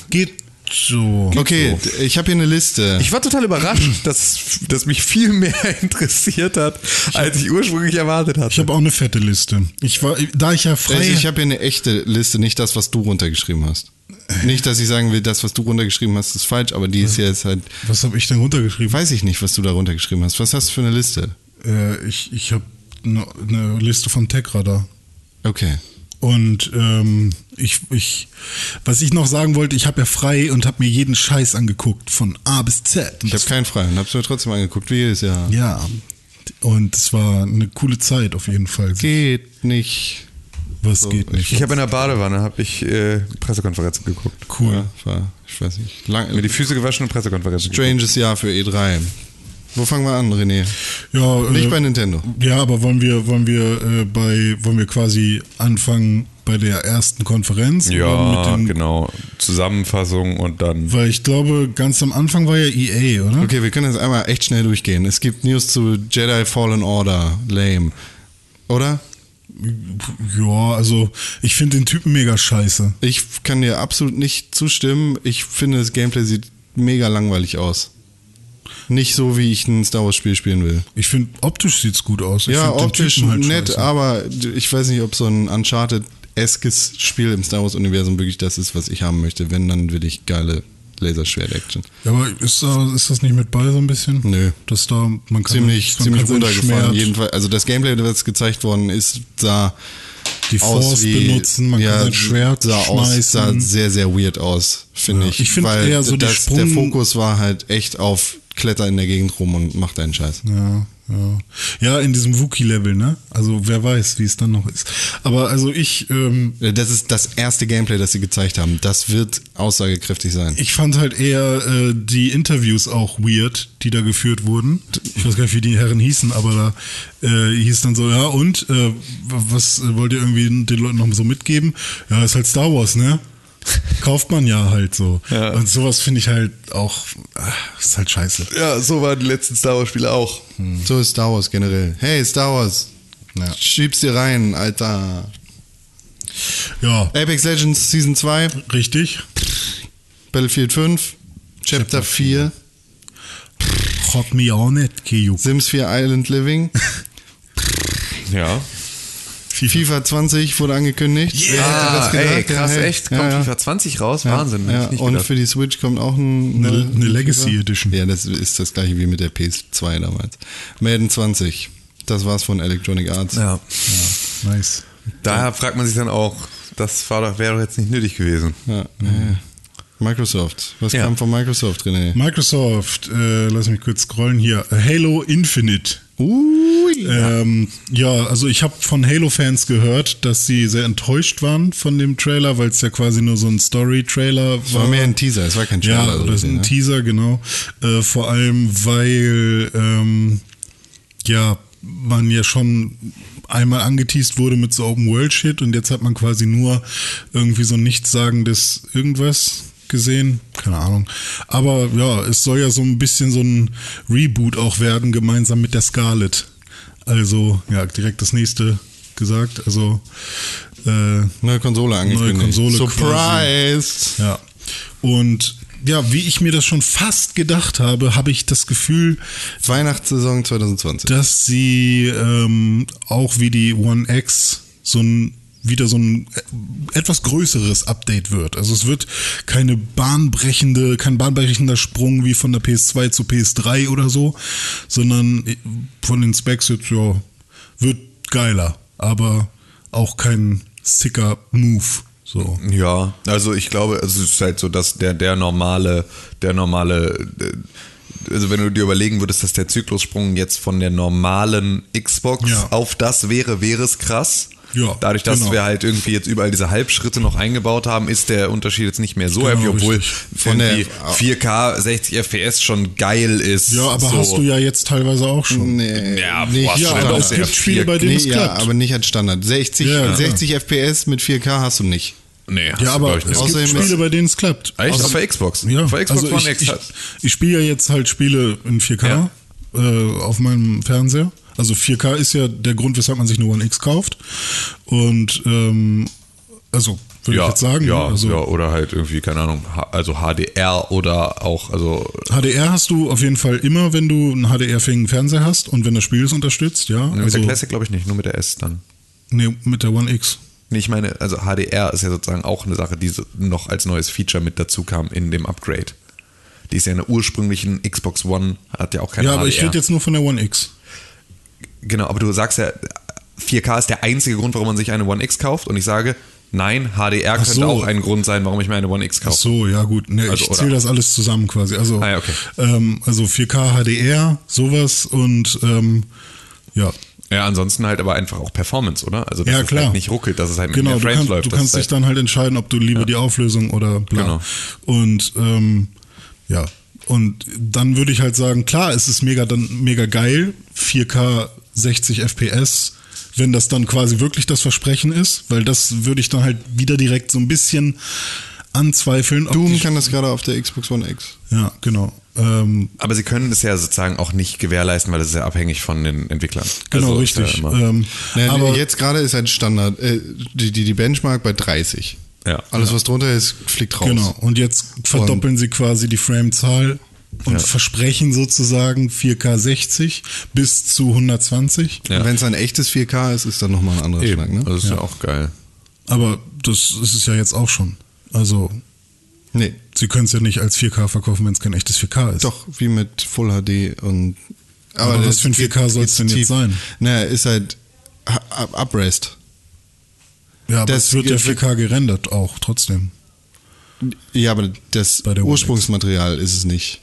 Geht so. Okay, d- ich habe hier eine Liste. Ich war total <clears throat> überrascht, dass, dass mich viel mehr <laughs> interessiert hat, als ich ursprünglich erwartet Ich hatte. habe auch eine fette Liste. Ich war, da ich ja frei. Also ich habe hier eine echte Liste, nicht das, was du runtergeschrieben hast. Nicht, dass ich sagen will, das, was du runtergeschrieben hast, ist falsch, aber die ist ja jetzt halt. was habe ich denn runtergeschrieben? Weiß ich nicht, was du da runtergeschrieben hast. Was hast du für eine Liste? Äh, ich ich habe eine ne Liste von Techradar. Okay. Und ähm, ich, ich, was ich noch sagen wollte, ich habe ja frei und habe mir jeden Scheiß angeguckt, von A bis Z. Und Ich habe das- keinen frei und hab's mir trotzdem angeguckt, wie jedes Jahr. ja. Und es war eine coole Zeit auf jeden Fall. Geht nicht. Was geht nicht? Ich habe in der Badewanne hab ich, äh, Pressekonferenzen geguckt. Cool. Ja, war, ich weiß nicht. Lang, Mir die Füße gewaschen und Pressekonferenzen geguckt. stranges Jahr für E3. Wo fangen wir an, René? Ja, Nicht äh, bei Nintendo. Ja, aber wollen wir, wollen wir äh, bei, wollen wir quasi anfangen bei der ersten Konferenz? Ja, Oder mit dem, genau. Zusammenfassung und dann Weil ich glaube, ganz am Anfang war ja EA, oder? Okay, wir können jetzt einmal echt schnell durchgehen. Es gibt News zu Jedi Fallen Order. Lame. Oder? Ja, also ich finde den Typen mega scheiße. Ich kann dir absolut nicht zustimmen. Ich finde, das Gameplay sieht mega langweilig aus. Nicht so, wie ich ein Star Wars-Spiel spielen will. Ich finde, optisch sieht's gut aus. Ich ja, find den optisch Typen halt nett, scheiße. aber ich weiß nicht, ob so ein Uncharted-eskes Spiel im Star Wars-Universum wirklich das ist, was ich haben möchte. Wenn, dann will ich geile Laserschwert-Action. Ja, aber ist, da- ist das nicht mit bei so ein bisschen? Nö. Dass da, man kann Ziemlich, man ziemlich kann sein runtergefahren. Schwert, Jedenfalls, also das Gameplay, das gezeigt worden ist, sah die aus Force wie, benutzen, man kann sein Schwert sah aus, sah schmeißen. sehr, sehr weird aus, finde Ja. ich. Ich finde Weil eher so die das, Sprung- Der Fokus war halt echt auf Kletter in der Gegend rum und macht einen Scheiß. ja, Ja. ja, in diesem Wookie-Level, ne? Also wer weiß, wie es dann noch ist. Aber also ich, ähm, Äh, Das ist das erste Gameplay, das sie gezeigt haben. Das wird aussagekräftig sein. ich fand halt eher äh, die Interviews auch weird, die da geführt wurden. Ich weiß gar nicht, wie die Herren hießen, aber da äh, hieß dann so, ja und, äh, was äh, wollt ihr irgendwie den Leuten noch so mitgeben? Ja, ist halt Star Wars, ne? Kauft man ja halt so. Ja. Und sowas finde ich halt auch, ah, ist halt scheiße. Ja, so waren die letzten Star Wars-Spiele auch. So ist Star Wars generell. Hey, Star Wars. Ja. Schieb's dir rein, Alter. Ja, Apex Legends Season 2, richtig. Battlefield 5, Chapter 4, Hot me on it, Kiyu. Sims 4 Island <laughs> Living, Ja. FIFA 20 wurde angekündigt. Yeah. Wer hätte das Ah, gedacht? ey, krass, Ja, hey. echt. Kommt Ja, ja. FIFA 20 raus? Wahnsinn. Ja, hab ich nicht und gedacht. für die Switch kommt auch ein, Eine- äh, eine Legacy FIFA. Edition. Ja, das ist das gleiche wie mit der PS2 damals. Madden 20. Das war's von Electronic Arts. ja. Nice. Da fragt man sich dann auch, das war doch, wäre doch jetzt nicht nötig gewesen. Ja, ja. Microsoft. Was Ja. kam von Microsoft, René? Microsoft, äh, lass mich kurz scrollen hier. Halo Infinite. Ui. Ähm, ja, also ich habe von Halo-Fans gehört, dass sie sehr enttäuscht waren von dem Trailer, weil es ja quasi nur so ein Story-Trailer war. War mehr ein Teaser, es war kein Trailer. Ja, so oder ist gesehen, ein ne? Teaser, genau. Äh, vor allem, weil ähm, ja, man ja schon einmal angeteased wurde mit so Open-World-Shit und jetzt hat man quasi nur irgendwie so ein nichtssagendes irgendwas gesehen. Keine Ahnung. Aber ja, es soll ja so ein bisschen so ein Reboot auch werden, gemeinsam mit der Scarlet. Also, ja, direkt das nächste gesagt. Also, äh, Neue Konsole angekündigt. Konsole Surprise! ja. Und ja, wie ich mir das schon fast gedacht habe, habe ich das Gefühl, Weihnachtssaison 2020. dass sie ähm, auch wie die One X so ein wieder so ein äh, etwas größeres Update wird. Also es wird keine bahnbrechende, kein bahnbrechender Sprung wie von der PS2 zu PS3 oder so, sondern äh, von den Specs jetzt ja wird geiler, aber auch kein sicker Move. So. Ja, also ich glaube, es ist halt so, dass der, der normale, der normale, äh, also wenn du dir überlegen würdest, dass der Zyklussprung jetzt von der normalen Xbox Ja. auf das wäre, wäre es krass. Ja, Dadurch, dass genau. wir halt irgendwie jetzt überall diese Halbschritte noch eingebaut haben, ist der Unterschied jetzt nicht mehr so Genau, heftig, obwohl richtig. von Von der- der 4K 60 FPS schon geil ist. Ja, aber so. hast du ja jetzt teilweise auch schon. Nee, Ja, nicht boah, Ja, schon Standard. aber doch es sehr gibt Spiele, viel. bei denen Nee, es ja, klappt. aber nicht als Standard. 60, Ja, klar. 60 FPS mit 4K hast du nicht. Nee, hast ja, du, glaub aber es ich, nicht. gibt Außerdem Spiele, ist- bei denen es klappt. Echt? Außer- Auf der Xbox? Ja, Auf der Xbox also One ich, X ich, hat's. ich spiele ja jetzt halt Spiele in 4K Ja. äh, auf meinem Fernseher. Also 4K ist ja der Grund, weshalb man sich eine One X kauft. Und ähm, also würde ich jetzt sagen, Ja, also ja, oder halt irgendwie, keine Ahnung, H- also HDR oder auch, also HDR hast du auf jeden Fall immer, wenn du einen HDR-fähigen Fernseher hast und wenn das Spiel es unterstützt, ja. mit Also, der Classic glaube ich nicht, nur mit der S dann. nee, mit der One X. Nee, ich meine, also HDR ist ja sozusagen auch eine Sache, die so noch als neues Feature mit dazu kam in dem Upgrade. Die ist ja in der ursprünglichen Xbox One, hat ja auch keine Ja, HDR. aber ich rede jetzt nur von der One X. Genau, aber du sagst ja, 4K ist der einzige Grund, warum man sich eine One X kauft und ich sage, nein, HDR könnte so. auch ein Grund sein, warum ich mir eine One X Ach kaufe. so, ja gut. Ne, Also, ich oder- zähle das alles zusammen quasi. Also, Ah, ja, okay. ähm, also 4K HDR, sowas und ähm, ja. Ja, ansonsten halt aber einfach auch Performance, oder? Also, dass ja, es klar. halt nicht ruckelt, dass es halt mit genau, mehr du Frames kannst, läuft. Du dass kannst es dich dann halt entscheiden, ob du lieber die Auflösung oder bla. Genau. Und ähm, ja, und dann würde ich halt sagen, klar, es ist mega, dann mega geil, 4K 60 FPS, wenn das dann quasi wirklich das Versprechen ist, weil das würde ich dann halt wieder direkt so ein bisschen anzweifeln. ob Doom die- kann das gerade auf der Xbox One X. ja, genau. Ähm, Aber sie können es ja sozusagen auch nicht gewährleisten, weil es ist ja abhängig von den Entwicklern. Genau, Also, ist ja richtig. immer- ähm, Naja, aber jetzt gerade ist ein Standard, äh, die, die, die Benchmark bei 30. Ja. Alles, was drunter ist, fliegt raus. genau, und jetzt verdoppeln sie quasi die Frame-Zahl und Ja. versprechen sozusagen 4K 60 bis zu 120. Ja. Und wenn es ein echtes 4K ist, ist dann nochmal ein anderer Eben. Schnack, ne? Also ist ja. auch geil. Aber das ist es ja jetzt auch schon. Also, Nee, sie können es ja nicht als 4K verkaufen, wenn es kein echtes 4K ist. doch, wie mit Full HD und. Aber was das für ein 4K geht- soll's geht's denn jetzt tief. sein? Naja, ist halt Ha- Up- Uprest. Ja, aber Das es wird ja geht- 4K gerendert auch trotzdem. Ja, aber das Bei der One X. Ursprungsmaterial ist es nicht.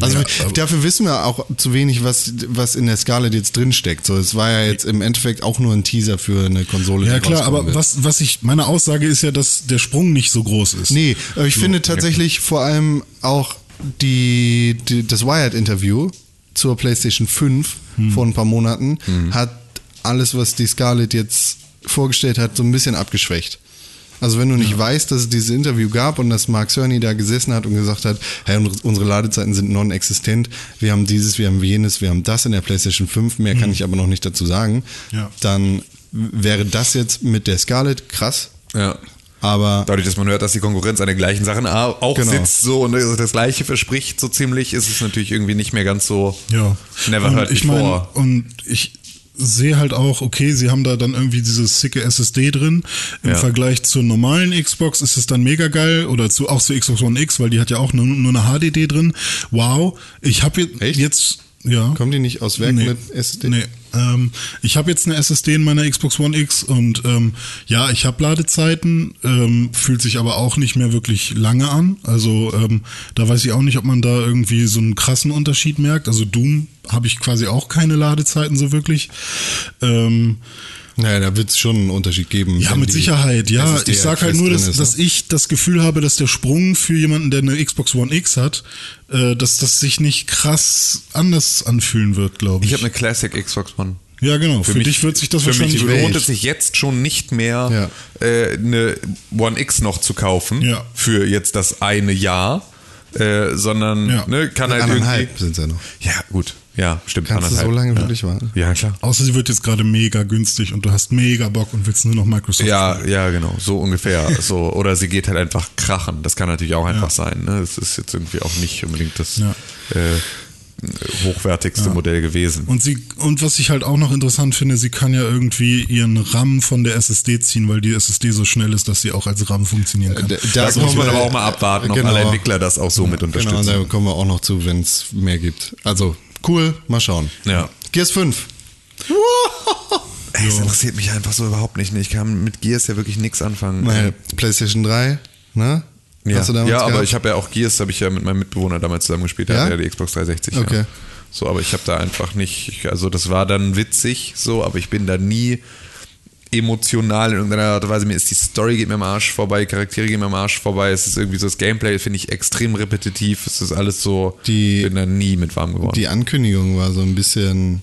Also Ja, wir- aber- dafür wissen wir auch zu wenig, was, was in der Scarlett jetzt drinsteckt. So, es war ja jetzt im Endeffekt auch nur ein Teaser für eine Konsole. die Ja klar, rauskommen aber wird. was, was ich, meine Aussage ist ja, dass der Sprung nicht so groß ist. Nee, aber ich finde tatsächlich vor allem auch die, die, das Wired-Interview zur PlayStation 5 vor ein paar Monaten hat alles, was die Scarlett jetzt vorgestellt hat, so ein bisschen abgeschwächt. Also wenn du nicht weißt, dass es dieses Interview gab und dass Mark Cerny da gesessen hat und gesagt hat, hey, unsere- unsere Ladezeiten sind non-existent, wir haben dieses, wir haben jenes, wir haben das in der PlayStation 5, mehr kann ich aber noch nicht dazu sagen, Ja. dann wäre das jetzt mit der Scarlett krass, Ja. aber Dadurch, dass man hört, dass die Konkurrenz an den gleichen Sachen au- auch Genau. sitzt so und das Gleiche verspricht so ziemlich, ist es natürlich irgendwie nicht mehr ganz so Ja. never und heard ich mein, before. und ich sehe halt auch, okay, sie haben da dann irgendwie dieses sicke SSD drin. Im Ja. Vergleich zur normalen Xbox ist es dann mega geil oder zu, auch zur Xbox One X, weil die hat ja auch nur, nur eine HDD drin. Wow, ich habe jetzt, Echt? jetzt ja. kommen die nicht aus Werk Nee. mit SSD? Nee. Ähm, ich habe jetzt eine SSD in meiner Xbox One X und ähm, ja, ich habe Ladezeiten, ähm, fühlt sich aber auch nicht mehr wirklich lange an. Also ähm, da weiß ich auch nicht, ob man da irgendwie so einen krassen Unterschied merkt. Also Doom habe ich quasi auch keine Ladezeiten so wirklich. Ähm, Naja, da wird es schon einen Unterschied geben. ja, wenn mit die Sicherheit, ja. SSD ich sag halt fest nur, drin dass, ist, dass ne? ich das Gefühl habe, dass der Sprung für jemanden, der eine Xbox One X hat, äh, dass das sich nicht krass anders anfühlen wird, glaube ich. Ich habe eine Classic Xbox One. Ja, genau. Für, dich wird sich das für wahrscheinlich mich lohnt welt. es sich jetzt schon nicht mehr, äh, eine One X noch zu kaufen Ja. für jetzt das eine Jahr, äh, sondern Ja. ne, kann halt Anderthalb irgendwie. sind ja noch. Ja, gut. Ja, stimmt. Kannst du so lange ja. wirklich warten? Ja, klar. Außer sie wird jetzt gerade mega günstig und du hast mega Bock und willst nur noch Microsoft. Ja, ja, genau, so ungefähr. <laughs> So, oder sie geht halt einfach krachen. Das kann natürlich auch einfach sein. Ne? Das ist jetzt irgendwie auch nicht unbedingt das Ja. äh, hochwertigste Modell gewesen. Und sie und was ich halt auch noch interessant finde, sie kann ja irgendwie ihren RAM von der SSD ziehen, weil die SSD so schnell ist, dass sie auch als RAM funktionieren kann. Äh, Da- das kommen muss man wir- aber auch mal abwarten, ob genau. alle Entwickler das auch so mit Genau, unterstützen. da kommen wir auch noch zu, wenn es mehr gibt. Also, cool, mal schauen. Ja. Gears 5. Ey, das interessiert mich einfach so überhaupt nicht. ne? Ich kann mit Gears ja wirklich nichts anfangen. Äh, Naja, PlayStation 3, ne? ja, Hast du damals ja aber gehabt? ich habe ja auch Gears, habe ich ja mit meinem Mitbewohner damals zusammengespielt, der Ja? hatte ja die Xbox 360. Okay. Ja. So, aber ich habe da einfach nicht, ich- also das war dann witzig, so, aber ich bin da nie emotional in irgendeiner Art und Weise. Mir ist die Story geht mir am Arsch vorbei, Charaktere gehen mir am Arsch vorbei. Es ist irgendwie so das Gameplay finde ich extrem repetitiv. Es ist alles so. Die- ich bin da nie mit warm geworden. Die Ankündigung war so ein bisschen.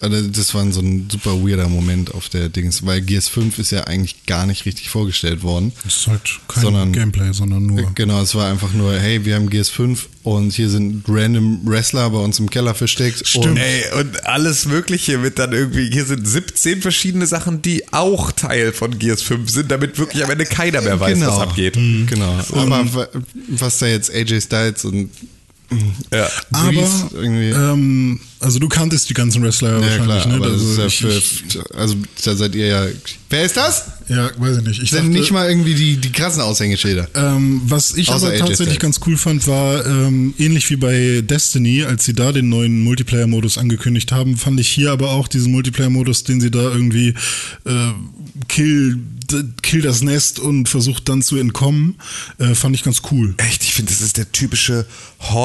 also Das war so ein super weirder Moment auf der Dings, weil Gears 5 ist ja eigentlich gar nicht richtig vorgestellt worden. Das ist halt kein Sondern- Gameplay, sondern nur. Genau, es war einfach nur, hey, wir haben GS5 und hier sind random Wrestler bei uns im Keller versteckt. Und Ey, und alles Mögliche wird dann irgendwie. Hier sind 17 verschiedene Sachen, die auch Teil von Gears 5 sind, damit wirklich am Ende keiner mehr weiß, genau. was abgeht. Mhm. Genau. Ähm, Aber wa- was da jetzt AJ Styles und Ja. Breeze Aber irgendwie. ähm, also du kanntest die ganzen Wrestler ja, ja, wahrscheinlich, klar, ne? aber das also, ist ja ich, ich, für, also da seid ihr ja. Wer ist das? ja, weiß ich nicht. Ich Das sind nicht mal irgendwie die, die krassen Aushängeschilder. Äh, Ähm, was ich Außer aber AJ tatsächlich Styles. ganz cool fand, war ähm, ähnlich wie bei Destiny, als sie da den neuen Multiplayer-Modus angekündigt haben, fand ich hier aber auch diesen Multiplayer-Modus, den sie da irgendwie äh, kill, d- kill das Nest und versucht dann zu entkommen, äh, fand ich ganz cool. Echt, ich finde, das ist der typische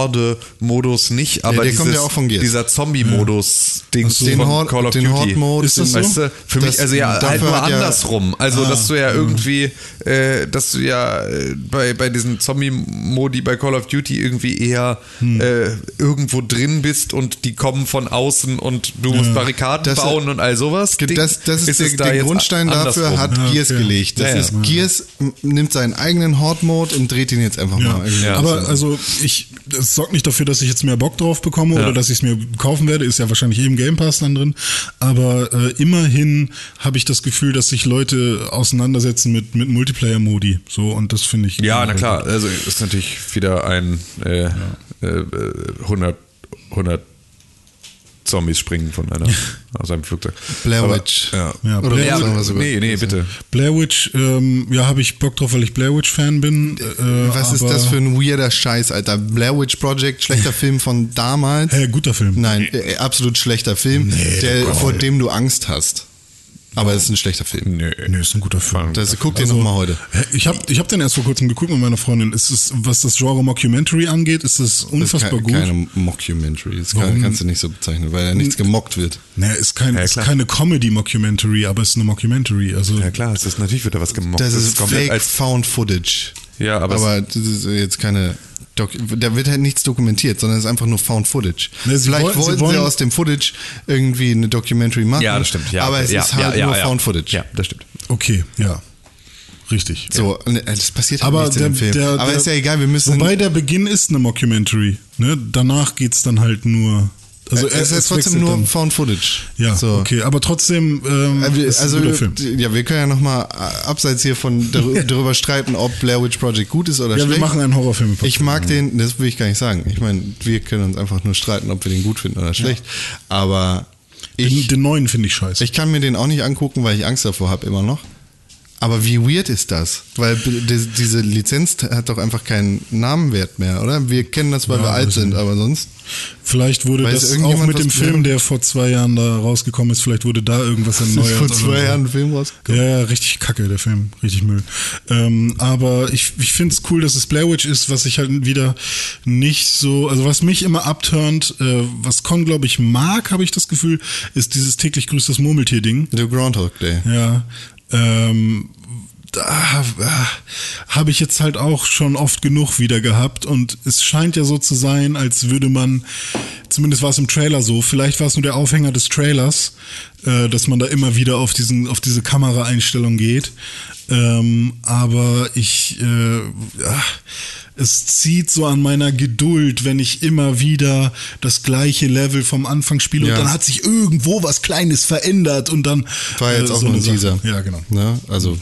Horde-Modus nicht, aber der dieses, kommt ja auch von Gears. dieser Zombie-Modus-Dings Den von Horde- Call of den Duty. Horde-Mode, ist das so? den- Weißt du, für Das- mich, also ja, dafür halt nur hat ja- Ah. Mhm. andersrum. Also, dass du ja irgendwie, äh, dass du ja äh, bei, bei diesen Zombie-Modi bei Call of Duty irgendwie eher Hm. äh, irgendwo drin bist und die kommen von außen und du musst Barrikaden Das- bauen und all sowas. Das, das ist, es der, da der jetzt Grundstein dafür, andersrum? hat Ja, Gears okay. gelegt. Das Ja, ja. ist, Gears m- nimmt seinen eigenen Horde-Mode und dreht ihn jetzt einfach mal. irgendwie. Ja. Aber also ich, es sorgt nicht dafür, dass ich jetzt mehr Bock drauf bekomme oder dass ich es mir kaufen werde. Ist ja wahrscheinlich eben Game Pass dann drin. Aber äh, immerhin habe ich das Gefühl, dass sich Leute auseinandersetzen mit, mit Multiplayer-Modi. So und das finde ich. Ja, na klar. Also ist natürlich wieder ein äh, äh, 100, 100 Zombies springen <laughs> von einer aus einem Flugzeug. Blair Witch. Ja. Ja, Oder Blair Ja, sagen aber, wir sogar. nee, nee, bitte. Blair Witch, ähm, ja, habe ich Bock drauf, weil ich Blair Witch-Fan bin. Äh, Was ist aber- das für ein weirder Scheiß, Alter? Blair Witch Project, schlechter Film von damals. Hä, guter Film. Nein, äh, absolut schlechter Film, der, vor dem du Angst hast. Aber es ist ein schlechter Film. Nö. Nee, ist ein guter Film. Das, guck dir nochmal heute. Hä, Ich habe ich hab den erst vor kurzem geguckt mit meiner Freundin. Ist es, was das Genre Mockumentary angeht, ist Das das ist unfassbar ke- gut. keine Mockumentary. Das kann, Warum? kannst du nicht so bezeichnen, weil da nichts gemockt wird. Naja, ist, kein, ist klar. keine Comedy-Mockumentary, aber es ist eine Mockumentary. Also, Ja klar, es ist natürlich wieder was gemobbt. Das, Es ist Fake Found Footage. Ja, aber es- aber das ist jetzt keine. Doc da wird halt nichts dokumentiert, sondern es ist einfach nur Found Footage. Ne, sie Vielleicht wollen- sie wollten sie, wollen- aus dem Footage irgendwie eine Documentary machen. ja, das stimmt. Ja, aber es ja, ist halt ja, ja, nur ja. Found Footage. Ja, das stimmt. okay, ja. Richtig. So, ne, das passiert halt Aber nichts der, in dem Film. der, aber der, ist ja egal, wir müssen. Wobei der Beginn ist eine Mockumentary. Ne? Danach geht's dann halt nur. Also es ist trotzdem wechselt nur dann. Found Footage. Ja, so. okay, aber trotzdem ähm, Äh, wir- ist Also, ein guter Film. ja, wir können ja nochmal abseits hier von <laughs> darü- darüber streiten, ob Blair Witch Project gut ist oder Ja, wir schlecht. machen einen Horrorfilm. Ich mag den, das will ich gar nicht sagen. Ich meine, wir können uns einfach nur streiten, ob wir den gut finden oder schlecht. Aber den, ich, den neuen finde ich scheiße. ich kann mir den auch nicht angucken, weil ich Angst davor habe immer noch. Aber wie weird ist das? Weil b- die- diese Lizenz hat doch einfach keinen Namenwert mehr, oder? Wir kennen das, weil Ja, wir alt also- sind, aber sonst. Vielleicht wurde Weiß das auch irgendjemand, mit dem was- Film, der vor zwei Jahren da rausgekommen ist, vielleicht wurde da irgendwas Das erneuert. ist <laughs> vor oder zwei so. Jahren ein Film rausgekommen. Ja, ja, richtig kacke, der Film. Richtig Müll. Ähm, aber ich, ich finde es cool, dass es Blair Witch ist, was ich halt wieder nicht so, also was mich immer abturnt, äh, was Con, glaube ich, mag, habe ich das Gefühl, ist dieses täglich grüßt das Murmeltier-Ding. The Groundhog Day. Ja. Ähm, da ah, habe ich jetzt halt auch schon oft genug wieder gehabt und es scheint ja so zu sein, als würde man, zumindest war es im Trailer so, vielleicht war es nur der Aufhänger des Trailers, äh, dass man da immer wieder auf diesen, auf diese Kameraeinstellung geht. Ähm, aber ich, äh, ah, es zieht so an meiner Geduld, wenn ich immer wieder das gleiche Level vom Anfang spiele Ja. und dann hat sich irgendwo was Kleines verändert und dann War jetzt äh, auch so nur ein eine Sache. Teaser. Ja, genau. Ne? Also,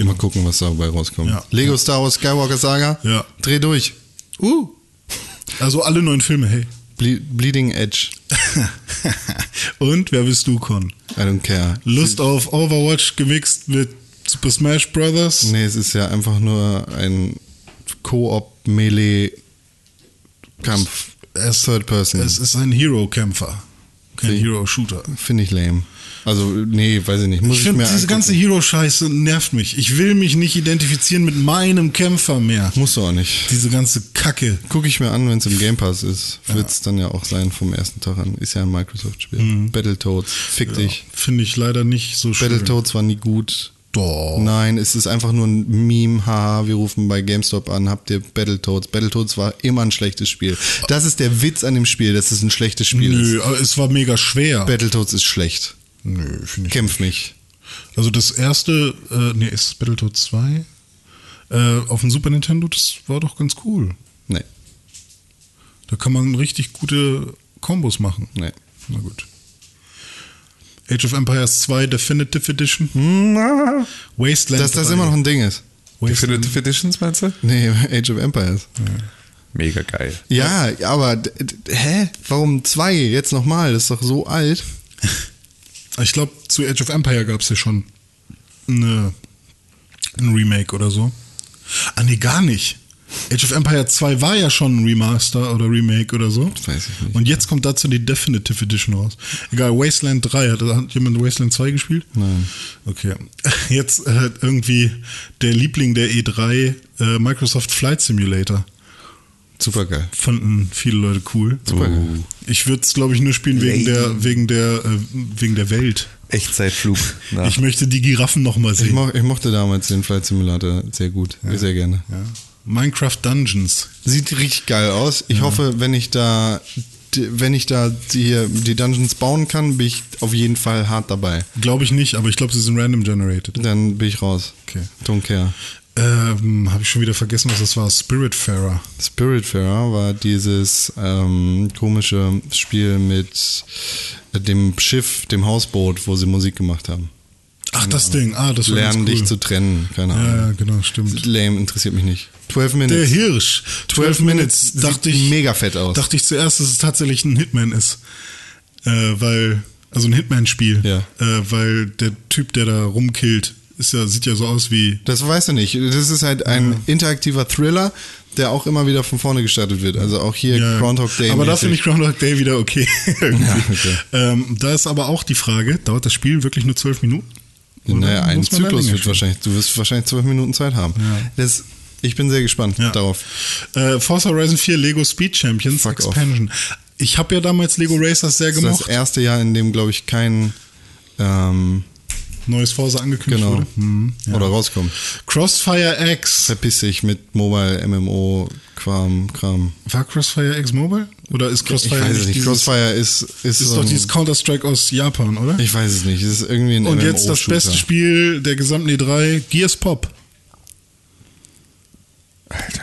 mal gucken, was dabei rauskommt. Ja. Lego Star Wars Skywalker Saga. Ja. Dreh durch. Uh. Also alle neuen Filme, <laughs> hey. Ble Bleeding <laughs> Edge. Und wer bist du, Con? I don't care. Lust auf Overwatch gemixt mit Super Smash Brothers? Nee, es ist ja einfach nur ein Koop-Melee-Kampf. Es- Third Person. Es ist ein Hero-Kämpfer. Kein Sie- Hero-Shooter. Finde ich lame. Also, nee, weiß ich nicht. Muss Ich ich, finde, mir diese angucken. ganze Hero-Scheiße nervt mich. Ich will mich nicht identifizieren mit meinem Kämpfer mehr. Musst du auch nicht. Diese ganze Kacke. Gucke ich mir an, wenn es im Game Pass ist. Wird es dann ja auch sein vom ersten Tag an. Ist ja ein Microsoft-Spiel. Battletoads. Fick Mhm. Ja, dich. Finde ich leider nicht so schön. Battletoads war nie gut. Doch. Nein, es ist einfach nur ein Meme. Haha, wir rufen bei GameStop an, habt ihr Battletoads? Battletoads war immer ein schlechtes Spiel. Das ist der Witz an dem Spiel, dass es ein schlechtes Spiel ist. Nö, aber es war mega schwer. Battletoads ist schlecht. Nö, finde ich Kämpf mich. Also das erste, äh, nee, ist es Battletoads 2? Äh, auf dem Super Nintendo, das war doch ganz cool. Nee, Da kann man richtig gute Kombos machen. nee. Na gut. Age of Empires 2 Definitive Edition. Wasteland. Dass Hm, das 3. immer noch ein Ding ist. Wasteland. Definitive Editions meinst du? Nee, <laughs> Age of Empires. Mega geil. Ja, aber d- d- hä? Warum zwei? Jetzt nochmal? Das ist doch so alt. Ich glaube, zu Age of Empire gab es ja schon eine, ein Remake oder so. Ah, nee, gar nicht. Age of Empire 2 war ja schon ein Remaster oder Remake oder so. weiß ich nicht. Und jetzt kommt dazu die Definitive Edition raus. Egal, Wasteland 3. Hat, hat jemand Wasteland 2 gespielt? Nein. Okay. <laughs> Jetzt äh, irgendwie der Liebling der E3, äh, Microsoft Flight Simulator. Super geil. Fanden viele Leute cool. Supergeil. Ich würde es, glaube ich, nur spielen Lame. wegen der, wegen, der, äh, wegen der Welt. Echtzeitflug. Na. Ich möchte die Giraffen nochmal Ich, sehen. mo ich mochte damals den Flight Simulator sehr gut. Sehr gerne. ja. Minecraft Dungeons. Sieht richtig geil aus. Ich hoffe, wenn ich da, d- wenn ich da die, die Dungeons bauen kann, bin ich auf jeden Fall hart dabei. Glaube ich nicht, aber ich glaube, sie sind random generated. Dann bin ich raus. Okay. Don't care. Ähm, Habe ich schon wieder vergessen, was das war. Spiritfarer. Spiritfarer war dieses ähm, komische Spiel mit äh, dem Schiff, dem Hausboot, wo sie Musik gemacht haben. Ach, das Ding. Ah, das war Lernen ganz cool. dich zu trennen. Keine Ja, ja, Ahnung. genau, stimmt. Lame interessiert mich nicht. 12 Der Minutes. Hirsch. 12 Minutes. Sieht Dachte ich, mega fett aus. dachte ich zuerst, dass es tatsächlich ein Hitman ist. Äh, weil, also ein Hitman-Spiel. Ja. Äh, weil der Typ, der da rumkillt, ist ja, sieht ja so aus wie. Das weißt du nicht. Das ist halt ein interaktiver Thriller, der auch immer wieder von vorne gestartet wird. Also auch hier Ja, ja. Groundhog Day. Aber da mäßig. finde ich Groundhog Day wieder okay. <laughs> irgendwie. Ja, okay. ähm, da ist aber auch die Frage, dauert das Spiel wirklich nur zwölf Minuten? Oder Naja, ein muss man da Zyklus länger wird spielen? wahrscheinlich, du wirst wahrscheinlich zwölf Minuten Zeit haben. Das, ich bin sehr gespannt Ja. darauf. Äh, Forza Horizon 4 Lego Speed Champions Fuck off. Expansion. Ich habe ja damals Lego Racers sehr Das ist das gemocht. erste Jahr, in dem, glaube ich, kein ähm, Neues Forza angekündigt genau wurde. Hm, ja. oder rauskommt. Crossfire X. Verpiss dich mit Mobile MMO Kram Kram. War Crossfire X Mobile? Oder ist Ich Crossfire weiß es nicht. dieses- Crossfire ist ist, ist so doch ein- dieses Counter-Strike aus Japan, oder? Ich weiß es nicht. Es ist irgendwie ein Und MMO jetzt das Shooter. beste Spiel der gesamten E3, Gears Pop. Alter.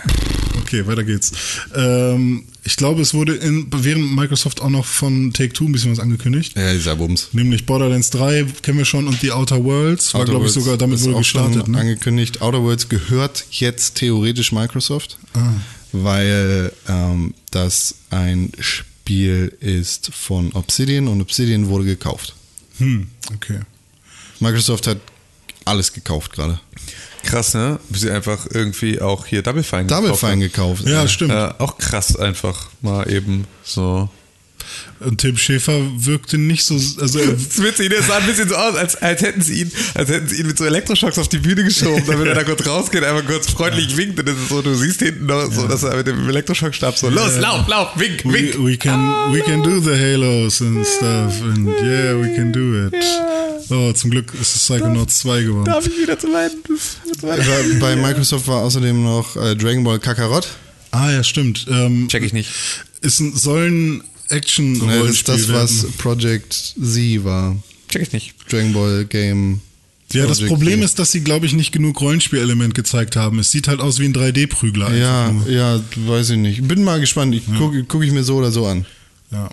Okay, weiter geht's. Ähm, ich glaube, es wurde in, während Microsoft auch noch von Take-Two ein bisschen was angekündigt. Ja, dieser Bums. Nämlich Borderlands 3 kennen wir schon und die Outer Worlds war, Outer glaube ich, Worlds sogar damit ist wohl auch schon gestartet. Ne? Angekündigt. Outer Worlds gehört jetzt theoretisch Microsoft, Ah. weil ähm, das ein Spiel ist von Obsidian und Obsidian wurde gekauft. Hm, okay. Microsoft hat alles gekauft gerade. Krass, ne? Wie sie einfach irgendwie auch hier Double Fine Double gekauft Fine haben. gekauft. Ja, Äh, stimmt. Äh, auch krass einfach mal eben so. Und Tim Schäfer wirkte nicht so. <laughs> Also, er- Das ist witzig, das sah ein bisschen so aus, als, als hätten sie ihn, als hätten sie ihn mit so Elektroschocks auf die Bühne geschoben, damit er da kurz rausgeht, einfach kurz freundlich winkt und das ist so, du siehst hinten noch so, dass er mit dem Elektroschockstab so, los, lauf, lauf, wink, wink. Ah, we, we, can, we can do the Halos and stuff. And yeah, we can do it. Oh, zum Glück ist es Psychonauts 2 geworden. Darf ich wieder zu meinen? bei- Bei Microsoft war außerdem noch äh, Dragon Ball Kakarot. Ah, ja, stimmt. Ähm, Check ich nicht. ist ein, soll ein action Ne, Das ist Rollenspiel das, was werden. Project Z war. Check ich nicht. Dragon Ball Game. Ja, das Project Problem Z. ist, dass sie, glaube ich, nicht genug Rollenspielelement gezeigt haben. Es sieht halt aus wie ein 3D-Prügler. Ja, ja, weiß ich nicht. Bin mal gespannt. Ich gucke guck ich mir so oder so an. ja.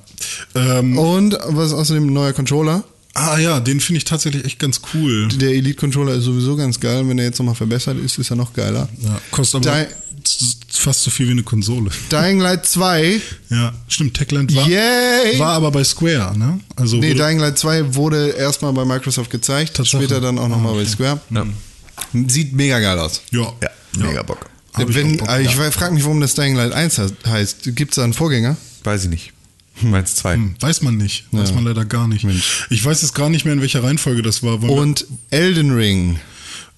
Ähm, Und was ist außerdem ein neuer Controller? Ah ja, den finde ich tatsächlich echt ganz cool. Der Elite Controller ist sowieso ganz geil. Und Wenn er jetzt nochmal verbessert ist, ist er noch geiler. Ja, kostet aber Dein- z- fast so viel wie eine Konsole. Dying Light 2. Ja, stimmt, Techland war, Yay! war aber bei Square, ne? Also Nee, wurde- Dying Light 2 wurde erstmal bei Microsoft gezeigt, Tatsache. später dann auch nochmal bei Square. Sieht mega geil aus. ja, Ja, mega Bock. Hab ah, ich Wenn, auch Bock, aber ich frage mich, warum das Dying Light 1 he- heißt. Gibt es da einen Vorgänger? Weiß ich nicht. Meins zwei. Hm, Weiß man nicht. Weiß Ja. man leider gar nicht. Mensch. Ich weiß jetzt gar nicht mehr, in welcher Reihenfolge das war. Wollen wir- Und Elden Ring.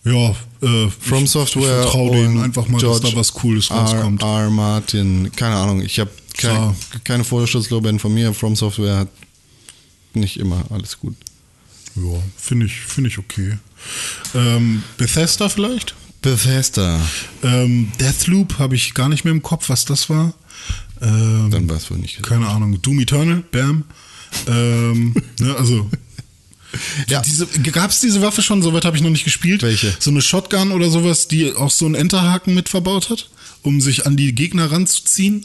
ja, äh, From ich, Software. Ich vertraue denen und einfach mal, George dass da was Cooles rauskommt. R. R. Martin. Keine Ahnung. Ich habe keine, Klar. keine Vorschusslorbeeren von mir. From Software hat nicht immer alles gut. Ja, finde ich, finde ich okay. Ähm, Bethesda vielleicht? Bethesda. Ähm, Deathloop habe ich gar nicht mehr im Kopf, was das war. Ähm, Dann war es wohl nicht. keine Ahnung, Doom Eternal, bam. Ähm, <laughs> ne, also. Ja. Diese, Gab es diese Waffe schon? Soweit habe ich noch nicht gespielt. Welche? So eine Shotgun oder sowas, die auch so einen Enterhaken mit verbaut hat, um sich an die Gegner ranzuziehen.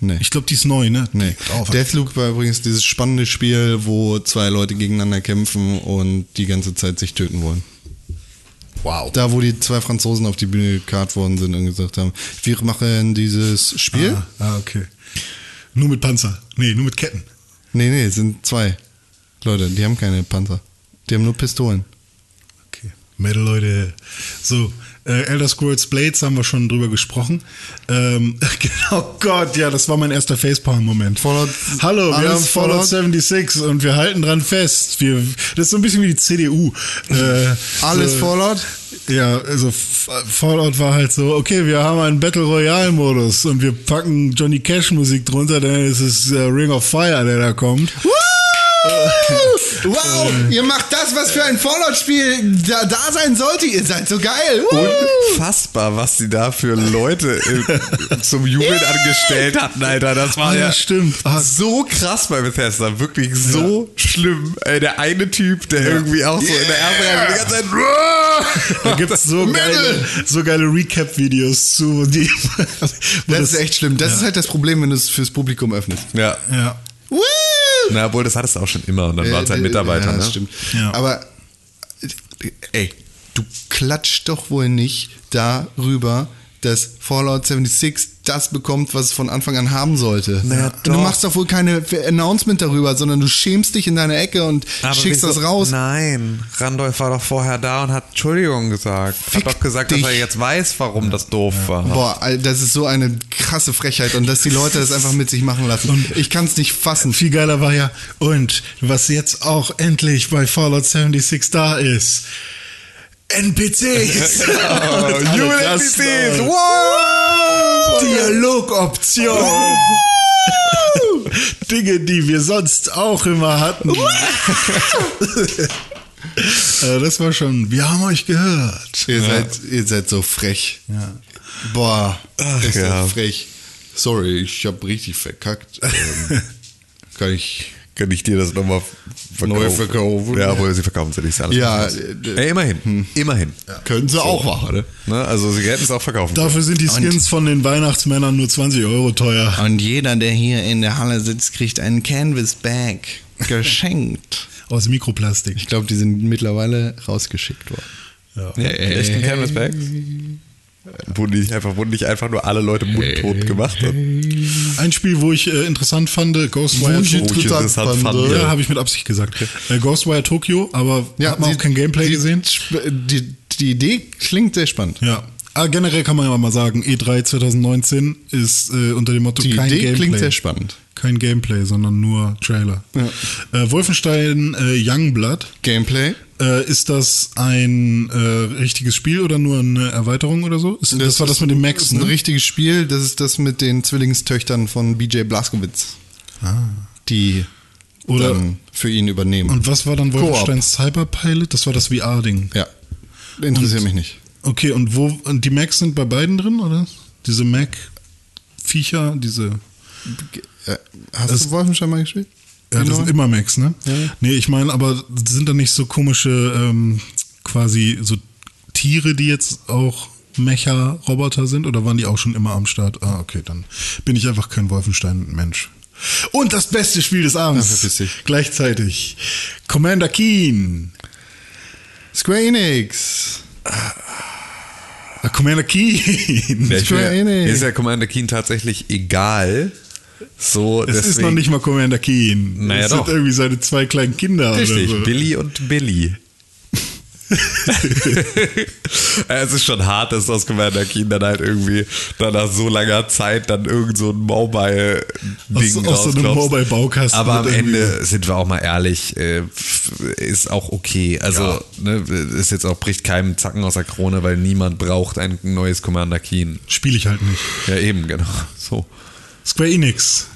Nee. Ich glaube, die ist neu, ne? Nee. Die- Auf, Deathloop war übrigens dieses spannende Spiel, wo zwei Leute gegeneinander kämpfen und die ganze Zeit sich töten wollen. wow. Da, wo die zwei Franzosen auf die Bühne gekarrt worden sind und gesagt haben, wir machen dieses Spiel. ah, ah, okay. Nur mit Panzer. Nee, nur mit Ketten. Nee, nee, es sind zwei Leute, die haben keine Panzer. Die haben nur Pistolen. Okay. Metal, Leute. So, äh, Elder Scrolls Blades haben wir schon drüber gesprochen. Ähm, <laughs> genau, Gott, ja, das war mein erster Facepalm-Moment. Fallout- Hallo, wir alles haben Fallout Fallout. 76 und wir halten dran fest. Wir, das ist so ein bisschen wie die CDU. Äh, Alles so, Fallout? Ja, also F- Fallout war halt so, okay, wir haben einen Battle Royale-Modus und wir packen Johnny Cash-Musik drunter, dann ist es äh, Ring of Fire, der da kommt. Wow, ihr macht das, was für ein Fallout-Spiel da, da sein sollte. Ihr seid so geil. <laughs> Unfassbar, was die da für Leute im- zum Jubeln angestellt hatten, Alter. Das war ja, ja, stimmt. Ah, so krass bei Bethesda. Wirklich so schlimm. Ey, der eine Typ, der irgendwie auch so in der ersten Reihe die ganze Zeit. Da gibt es so Metal. geile, so geile Recap-Videos zu. Die, <laughs> wo Das ist echt schlimm. Das ist halt das Problem, wenn du es fürs Publikum öffnest. Ja. Ja. Woo! Na, obwohl, das hattest du auch schon immer. Und dann waren es halt Äh, Mitarbeiter. ja, ne? das stimmt. Ja. Aber äh, ey, du klatscht doch wohl nicht darüber, dass Fallout 76 das bekommt, was es von Anfang an haben sollte. Na ja, und du doch. machst doch wohl keine Announcement darüber, sondern du schämst dich in deine Ecke und Aber schickst wieso- das raus. Nein, Randolph war doch vorher da und hat Entschuldigung gesagt. Fick hat doch gesagt, dich. dass er jetzt weiß, warum das doof war. Boah, Al- das ist so eine krasse Frechheit und dass die Leute das einfach mit sich machen lassen. Ich kann es nicht fassen. Viel geiler war ja, und was jetzt auch endlich bei Fallout 76 da ist. <laughs> NPCs! genau. You will krass, NPCs, Mann. wow! Dialogoption! Dinge, die wir sonst auch immer hatten. <laughs> Äh, das war schon, wir haben euch gehört. Ihr, seid, ihr seid so frech. Ja. Boah, ist ja. das frech. Sorry, ich habe richtig verkackt. <laughs> Ähm, kann ich. Kann ich dir das nochmal verkaufen? Neu verkaufen. Ja, obwohl sie verkaufen sie nicht. Alles Ja, anders. äh, Ey, immerhin. Hm. Immerhin. Können sie auch machen, ne? Ne? Also sie hätten es auch verkaufen können. Dafür sind die Skins von den Weihnachtsmännern nur 20 Euro teuer. Und jeder, der hier in der Halle sitzt, kriegt einen Canvas Bag geschenkt. Aus Mikroplastik. Ich glaube, die sind mittlerweile rausgeschickt worden. Ja. Ja, echt ein Canvasback? Wurden nicht einfach, wurden nicht einfach nur alle Leute mundtot gemacht? Ein Spiel, wo ich äh, interessant fand, Wo Ghostwire ich Tokyo. interessant fand, Ja, ja. habe ich mit Absicht gesagt. Äh, Ghostwire Tokyo, aber hat man sie- auch kein Gameplay sie- gesehen. sp- Die, die Idee klingt sehr spannend. Ja. Aber generell kann man ja mal sagen, E3 2019 ist äh, unter dem Motto Die kein Idee Gameplay. klingt sehr spannend. Kein Gameplay, sondern nur Trailer. Äh, Wolfenstein äh, Youngblood, Gameplay? äh, ist das ein äh, richtiges Spiel oder nur eine Erweiterung oder so? Ist, das, war das mit dem Das Max, ist ein ne? richtiges Spiel. Das ist das mit den Zwillingstöchtern von BJ Blazkowicz. Ah. Die Oder- dann für ihn übernehmen. Und was war dann Koop. Wolfenstein Cyberpilot? Das war das VR-Ding. ja. Interessiert Und- mich nicht. Okay, und wo und die Macs sind bei beiden drin, oder? Diese Mac Viecher, diese Äh, Hast Das- du Wolfenstein mal gespielt? ja, Genau. das sind immer Macs, ne? Ja. Nee, ich meine, aber sind da nicht so komische ähm, quasi so Tiere, die jetzt auch Mecha Roboter sind oder waren die auch schon immer am Start? Ah, okay, dann bin ich einfach kein Wolfenstein Mensch. Und das beste Spiel des Na, Abends verpiss dich. gleichzeitig Commander Keen. Square Enix. Ah, Commander Keen. Ja, ich bin- eh mir, mir nee. ist ja Commander Keen tatsächlich egal. So, Es deswegen, ist noch nicht mal Commander Keen. Naja, es doch. sind irgendwie seine zwei kleinen Kinder. richtig. Oder so. Billy und <laughs> Billy. es ist schon hart, dass aus Commander Keen dann halt irgendwie dann nach so langer Zeit dann irgend so ein Aus, Mobile-Ding aus so einem rausklopft. Mobile-Baukasten. Aber am wird irgendwie- Ende sind wir auch mal ehrlich, äh, pf, ist auch okay. Also Ja. ne, ist jetzt auch bricht keinem Zacken aus der Krone, weil niemand braucht ein neues Commander Keen. Spiele ich halt nicht. Ja eben, genau. So. Square Enix.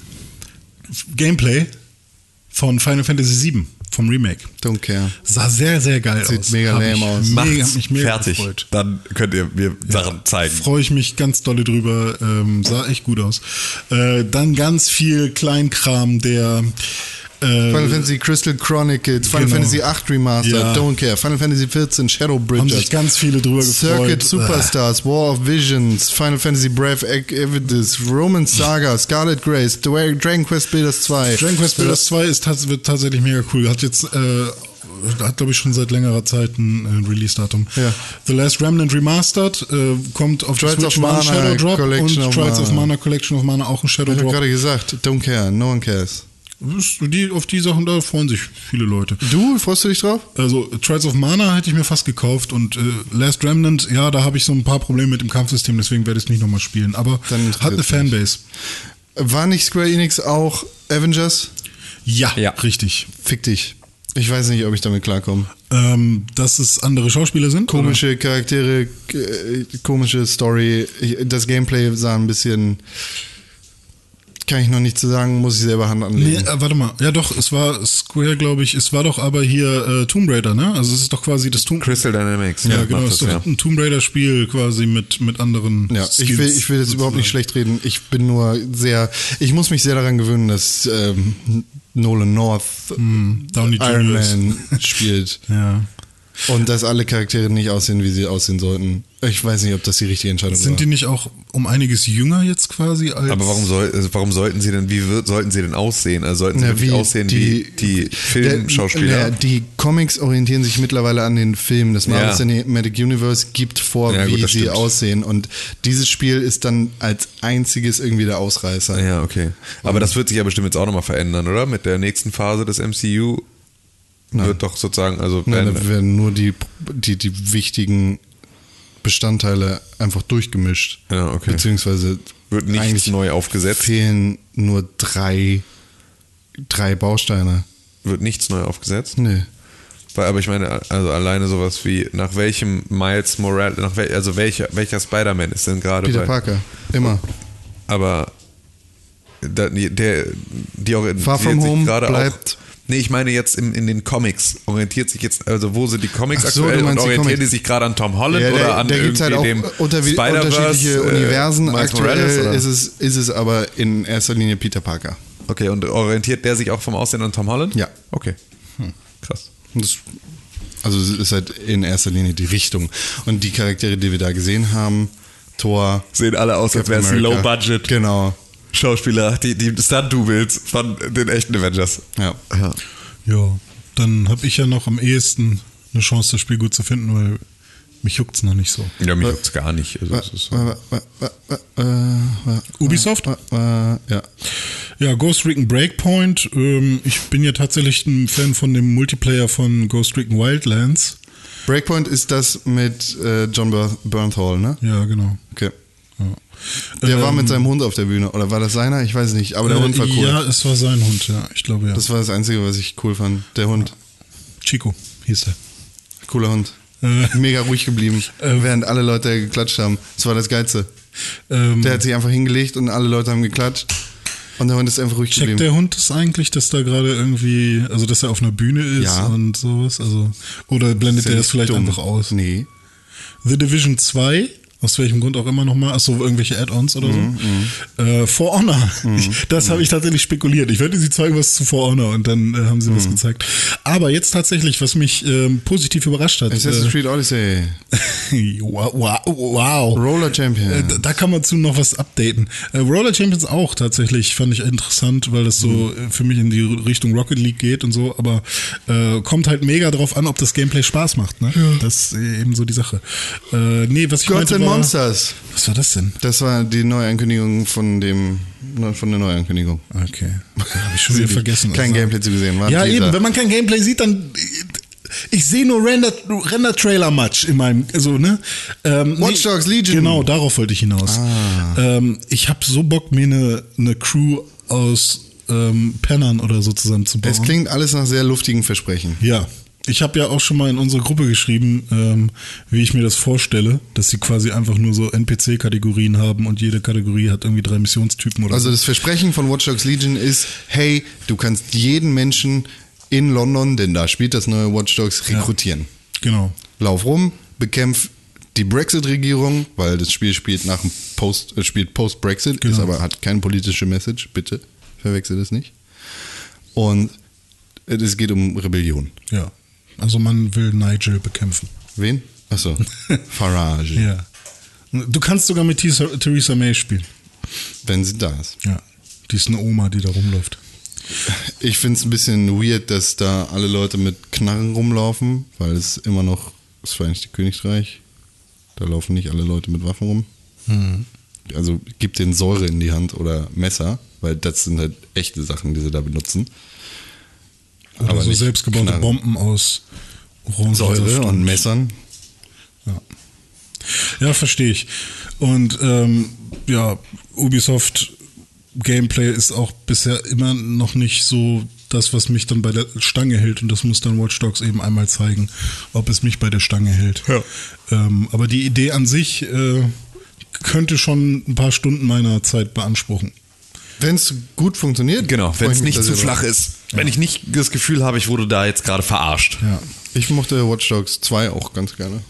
Gameplay von Final Fantasy VII, vom Remake. Don't care. Sah sehr, sehr geil Sieht aus. mega lame aus. Macht's fertig. Dann könnt ihr mir Sachen zeigen. Freue ich mich ganz dolle drüber. Ähm, sah echt gut aus. Äh, dann ganz viel Kleinkram, der. Äh, Final Fantasy Crystal Chronicles, Final Genau. Fantasy 8 Remastered, Ja. Don't Care, Final Fantasy 14, Shadow haben Bridges, sich ganz viele drüber Circuit gefreut. Äh, Superstars, War of Visions, Final Fantasy Brave Evidence, Roman Saga, Scarlet Grace, Dra- Dragon Quest Builders 2. Dragon Quest Builders 2 ist, tats- wird tatsächlich mega cool. Hat jetzt, äh, hat glaube ich schon seit längerer Zeit ein äh, Release-Datum. Ja. The Last Remnant Remastered äh, kommt auf die Trials Switch of war ein Mana Shadow Drop Collection und of Trials of Mana. Mana Collection of Mana auch ein Shadow Ich hab Drop. gerade gesagt, Don't Care, No One Cares. Ist- Die, auf die Sachen da freuen sich viele Leute. Du, freust du dich drauf? Also Trials of Mana hätte ich mir fast gekauft und äh, Last Remnant, ja, da habe ich so ein paar Probleme mit dem Kampfsystem, deswegen werde ich es nicht nochmal spielen. Aber Dann interessiert hat eine mich. Fanbase. War nicht Square Enix auch Avengers? Ja, Ja. richtig. Fick dich. Ich weiß nicht, ob ich damit klarkomme. Ähm, dass es andere Schauspieler sind. oder? Komische Charaktere, k- äh, komische Story. Ich- Das Gameplay sah ein bisschen. Kann ich noch nicht zu sagen, muss ich selber Hand Nee, anlegen. äh, warte mal. Ja, doch, es war Square, glaube ich. Es war doch aber hier äh, Tomb Raider, ne? Also es ist doch quasi das Tomb Crystal Dynamics. Ja, ne, genau. macht Es das, ist doch ja. ein Tomb Raider-Spiel quasi mit, mit anderen. Ja, ich will, ich will jetzt überhaupt nicht sozusagen. schlecht reden. Ich bin nur sehr. Ich muss mich sehr daran gewöhnen, dass ähm, Nolan North Hm, Downey Iron Jr. ist- <laughs> Man spielt. Ja. Und dass alle Charaktere nicht aussehen, wie sie aussehen sollten. Ich weiß nicht, ob das die richtige Entscheidung Sind die war. nicht auch um einiges jünger jetzt quasi als. Aber warum, soll, also warum sollten sie denn, wie wird, sollten sie denn aussehen? Also sollten sie Na, wirklich wie aussehen die- wie die Filmschauspieler? Der- die Comics orientieren sich mittlerweile an den Filmen. Das Marvel Ja. Cinematic Universe gibt vor, Ja, gut, wie das sie stimmt. aussehen. Und dieses Spiel ist dann als einziges irgendwie der Ausreißer. Ja, okay. Aber das wird sich ja bestimmt jetzt auch nochmal verändern, oder? Mit der nächsten Phase des MCU wird doch sozusagen, also Nein, wenn, Ne, da werden nur die, die, die wichtigen Bestandteile einfach durchgemischt. Ja, okay. Beziehungsweise Wird nichts eigentlich neu aufgesetzt? Fehlen nur drei, drei Bausteine. wird nichts neu aufgesetzt. Nee. Weil, aber ich meine, also alleine sowas wie, nach welchem Miles Morales, nach wel, also welcher, welcher Spider-Man ist denn gerade Peter bei? Parker. Immer. Aber da, der, die auch Far From Home bleibt- Auch, nee, ich meine jetzt in, in den Comics orientiert sich jetzt, also wo sind die Comics Ach so, aktuell du und meinst die orientieren die, Comics. sich gerade an Tom Holland Ja, oder da, an da gibt's irgendwie halt auch dem unter, Spider-Verse, unterschiedliche äh, Universen. Miles Morales, Aktuell oder? ist es, ist es aber in erster Linie Peter Parker. Okay, und orientiert der sich auch vom Aussehen an Tom Holland? Ja. Okay. Hm, Krass. Und Das, also es ist halt in erster Linie die Richtung. Und die Charaktere, die wir da gesehen haben, Thor, Sehen alle aus, als wäre es ein America. Low-Budget. Genau. Schauspieler, die, die Stunt-Doubles von den echten Avengers. Ja. Ja. Ja, dann habe ich ja noch am ehesten eine Chance, das Spiel gut zu finden, weil mich juckt's noch nicht so. Ja, mich juckt's gar nicht. Äh, Also, es ist, Ubisoft? Ja. Ja, Ghost Recon Breakpoint. Ähm, ich bin ja tatsächlich ein Fan von dem Multiplayer von Ghost Recon Wildlands. Breakpoint ist das mit äh, John Ber- Bernthal, ne? Ja, genau. Okay. Ja. Der war Ähm, mit seinem Hund auf der Bühne. Oder war das seiner? Ich weiß nicht. Aber der äh, Hund war cool. Ja, es war sein Hund, ja. Ich glaube ja. Das war das Einzige, was ich cool fand. Der Hund. Chico hieß er. Cooler Hund. <laughs> Äh. Mega ruhig geblieben, während alle Leute geklatscht haben. Das war das Geilste. Ähm, Der hat sich einfach hingelegt und alle Leute haben geklatscht. Und der Hund ist einfach ruhig checkt geblieben. der Hund das eigentlich, dass da gerade irgendwie, also dass er auf einer Bühne ist Ja. und sowas? Also, oder blendet ja der das nicht vielleicht dumm. einfach aus? Äh, Nee. The Division 2, aus welchem Grund auch immer nochmal, achso, irgendwelche Add-ons oder so. Mhm, Äh, For Honor. Ich, das habe ich tatsächlich spekuliert. Ich wette, sie zeigen was zu For Honor und dann äh, haben sie Mhm. was gezeigt. Aber jetzt tatsächlich, was mich ähm, positiv überrascht hat. Assassin's Creed Odyssey. <laughs> äh, wow, wow, wow. Roller Champion. Äh, da- Da kann man zu noch was updaten. Äh, Roller Champions auch tatsächlich, fand ich interessant, weil das so Mhm. äh, für mich in die R- Richtung Rocket League geht und so, aber äh, kommt halt mega drauf an, ob das Gameplay Spaß macht, ne? Das ist eben so die Sache. Äh, nee, was ich Gods meinte and war, Monsters. Was war das denn? Das war die Neuankündigung von dem ne, von der Neuankündigung. <laughs> Okay. Habe ich schon wieder vergessen. Kein Gameplay zu gesehen, war ein Ja, Teaser. eben, wenn man kein Gameplay sieht, dann ich sehe nur Render, Render Trailer Match in meinem also ne ähm, Watch Dogs Legion. Ah. Genau, darauf wollte ich hinaus. Ähm, ich habe so Bock mir eine eine Crew aus ähm, Pennern oder so zusammenzubauen. Es klingt alles nach sehr luftigen Versprechen. Ja. Ich habe ja auch schon mal in unsere Gruppe geschrieben, ähm, wie ich mir das vorstelle, dass sie quasi einfach nur so NPC-Kategorien haben und jede Kategorie hat irgendwie drei Missionstypen oder Also so. das Versprechen von Watch Dogs Legion ist, hey, du kannst jeden Menschen in London, denn da spielt das neue Watch Dogs, rekrutieren. Genau. Lauf rum, bekämpf die Brexit-Regierung, weil das Spiel spielt nach dem Post, äh, spielt Post-Brexit, ist Genau. aber hat keine politische Message, bitte verwechselt es nicht. Und es geht um Rebellion. Ja. Also man will Nigel bekämpfen. Wen? Achso, <laughs> Farage. Ja. Du kannst sogar mit Tisa- Theresa May spielen. Wenn sie da ist. Ja. Die ist eine Oma, die da rumläuft. Ich finde es ein bisschen weird, dass da alle Leute mit Knarren rumlaufen, weil es immer noch das Vereinigte Königreich. Da laufen nicht alle Leute mit Waffen rum. Also gib den Säure in die Hand oder Messer, weil das sind halt echte Sachen, die sie da benutzen. Oder Aber so nicht selbstgebaute knallen. Bomben aus Orangensaft Säure und Messern. Ja, ja verstehe ich. Und ähm, ja, Ubisoft Gameplay ist auch bisher immer noch nicht so das, was mich dann bei der Stange hält. Und das muss dann Watch Dogs eben einmal zeigen, ob es mich bei der Stange hält. Ja. Ähm, aber die Idee an sich äh, könnte schon ein paar Stunden meiner Zeit beanspruchen. Wenn es gut funktioniert. Genau, freu wenn ich es mich nicht da zu sehr flach drüber. ist. Wenn ich nicht das Gefühl habe, ich wurde da jetzt gerade verarscht. Ja. Ich mochte Watch Dogs 2 auch ganz gerne.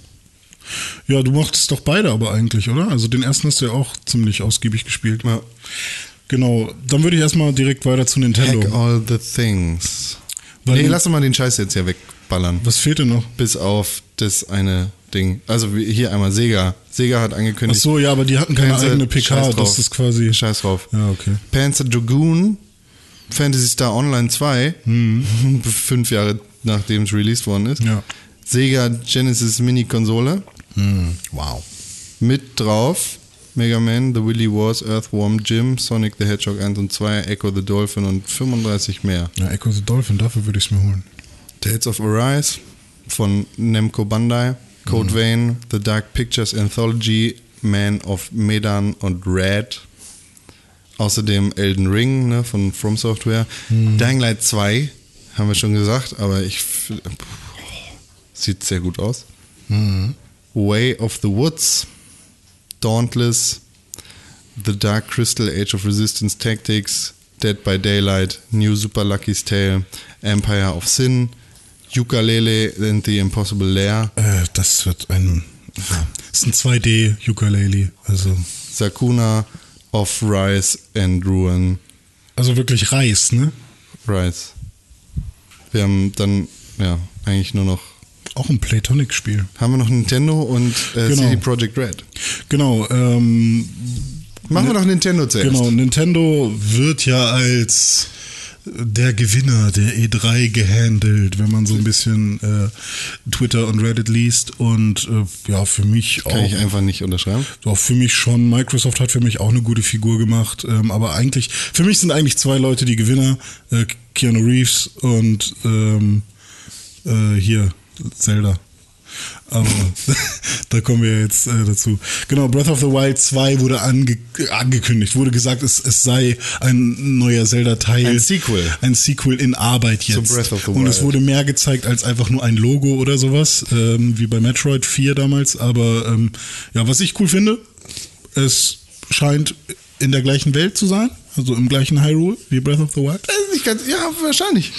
Ja, du mochtest doch beide aber eigentlich, oder? Also den ersten hast du ja auch ziemlich ausgiebig gespielt. Ja. Genau, dann würde ich erstmal direkt weiter zu Nintendo. Hack all the things. Weil- oh. nee, lass doch mal den Scheiß jetzt hier wegballern. Was fehlt denn noch? Bis auf das eine Ding. Also wie- hier einmal Sega. Sega hat Ach angekündigt. so, ja, aber die hatten keine Panzer- eigene PK. Scheiß drauf. Das ist quasi. Scheiß drauf. Ja, okay. Panzer Dragoon, Fantasy Star Online 2, <laughs> fünf Jahre nachdem es released worden ist. Hm. Ja. Sega Genesis Mini-Konsole Hm, Wow. mit drauf. Mega Man, The Willy Wars, Earthworm Jim, Sonic the Hedgehog 1 und 2, Echo the Dolphin und 35 mehr. Ja, Echo the Dolphin, dafür würde ich es mir holen. Tales of Arise von Nemco Bandai, Code Vein, The Dark Pictures Anthology, Man of Medan und Red. Außerdem Elden Ring ne, von From Software. Dying Light 2 haben wir schon gesagt, aber ich. f- puh, Sieht sehr gut aus. Way of the Woods, Dauntless, The Dark Crystal, Age of Resistance Tactics, Dead by Daylight, New Super Lucky's Tale, Empire of Sin, Ukulele and the Impossible Lair, Äh, das wird ein. Ja, ist ein 2D-Ukulele. Also, Sakuna of Rise and Ruin. also wirklich Reis, ne? Rise. Wir haben dann, ja, eigentlich nur noch. Auch ein Playtonic-Spiel. Haben wir noch Nintendo und äh, Genau. CD Projekt Red. Genau, ähm, Machen wir noch Nintendo zuerst. genau. Nintendo wird ja als der Gewinner der E3 gehandelt, wenn man so ein bisschen äh, Twitter und Reddit liest. Und äh, ja, für mich auch. Kann ich einfach nicht unterschreiben. Doch, für mich schon. Microsoft hat für mich auch eine gute Figur gemacht. Ähm, aber eigentlich, für mich sind eigentlich zwei Leute die Gewinner. Äh, Keanu Reeves und ähm, äh, hier, Zelda. Aber <laughs> da kommen wir jetzt äh, dazu. Genau, Breath of the Wild 2 wurde ange angekündigt, wurde gesagt, es, es sei ein neuer Zelda-Teil. Ein Sequel. Ein Sequel in Arbeit Zu jetzt. Breath of the Und es Wild. wurde mehr gezeigt als einfach nur ein Logo oder sowas, ähm, wie bei Metroid 4 damals. Aber ähm, ja, was ich cool finde, es scheint in der gleichen Welt zu sein, also im gleichen Hyrule wie Breath of the Wild. Weiß nicht ganz, ja, wahrscheinlich.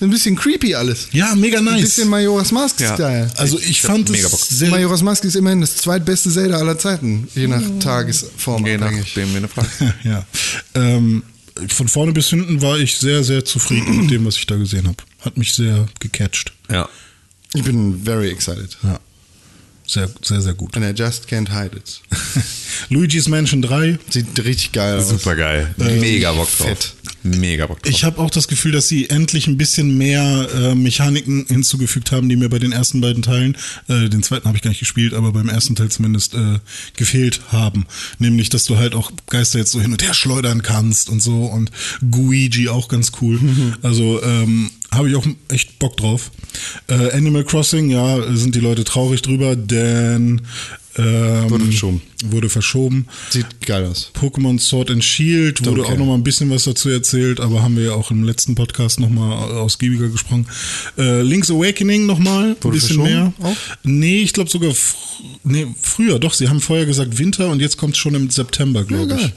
Ein bisschen creepy alles. Ja, mega Ein Mhm. nice. bisschen Majora's Mask-Style. Also ich, fand mega Bock. es sehr Majora's Mask ist immerhin das zweitbeste Zelda aller Zeiten, je nach Tagesform Je abhängig. nachdem, wie eine Frage. <laughs> ja. ähm, von vorne bis hinten war ich sehr, sehr zufrieden mit dem, was ich da gesehen habe. Hat mich sehr gecatcht. Ja. Ich bin very excited. Ja. Sehr, sehr, sehr gut. And I just can't hide it. <laughs> Luigi's Mansion 3. Sieht richtig geil aus. Super geil. Mega Bock drauf. Ähm, fett. Mega Bock drauf. Ich habe auch das Gefühl, dass sie endlich ein bisschen mehr äh, Mechaniken hinzugefügt haben, die mir bei den ersten beiden Teilen, äh, den zweiten habe ich gar nicht gespielt, aber beim ersten Teil zumindest äh, gefehlt haben. Nämlich, dass du halt auch Geister jetzt so hin und her schleudern kannst und so und Guigi auch ganz <laughs> cool. Also ähm, habe ich auch echt Bock drauf. Äh, Animal Crossing, ja, sind die Leute traurig drüber, denn ähm, Wurde verschoben. Wurde verschoben. Sieht geil aus. Pokémon Sword and Shield wurde Okay. auch nochmal ein bisschen was dazu erzählt, aber haben wir ja auch im letzten Podcast nochmal ausgiebiger gesprochen. Äh, Link's Awakening nochmal, ein Wurde bisschen mehr. verschoben auch? Nee, ich glaube sogar fr nee, früher, doch, sie haben vorher gesagt Winter und jetzt kommt es schon im September, glaube ich. geil.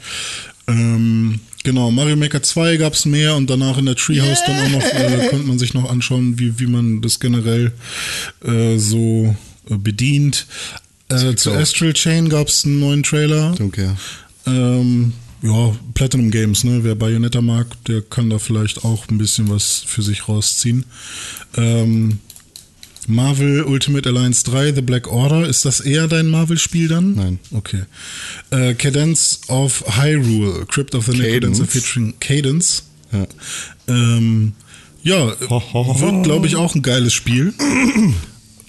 Ähm, genau, Mario Maker 2 gab es mehr und danach in der Treehouse dann auch noch, äh, konnte man sich noch anschauen, wie, wie man das generell äh, so äh, bedient. Äh, zu geil. Astral Chain gab es einen neuen Trailer. Okay. Ähm, ja, Platinum Games, ne? Wer Bayonetta mag, der kann da vielleicht auch ein bisschen was für sich rausziehen. Ähm, Marvel Ultimate Alliance 3, The Black Order, ist das eher dein Marvel-Spiel dann? Nein. Okay. Äh, Cadence of Hyrule, Crypt of the Cadence? Necrodancer featuring Cadence. Ja. Ähm, ja, wird, glaube ich, auch ein geiles Spiel.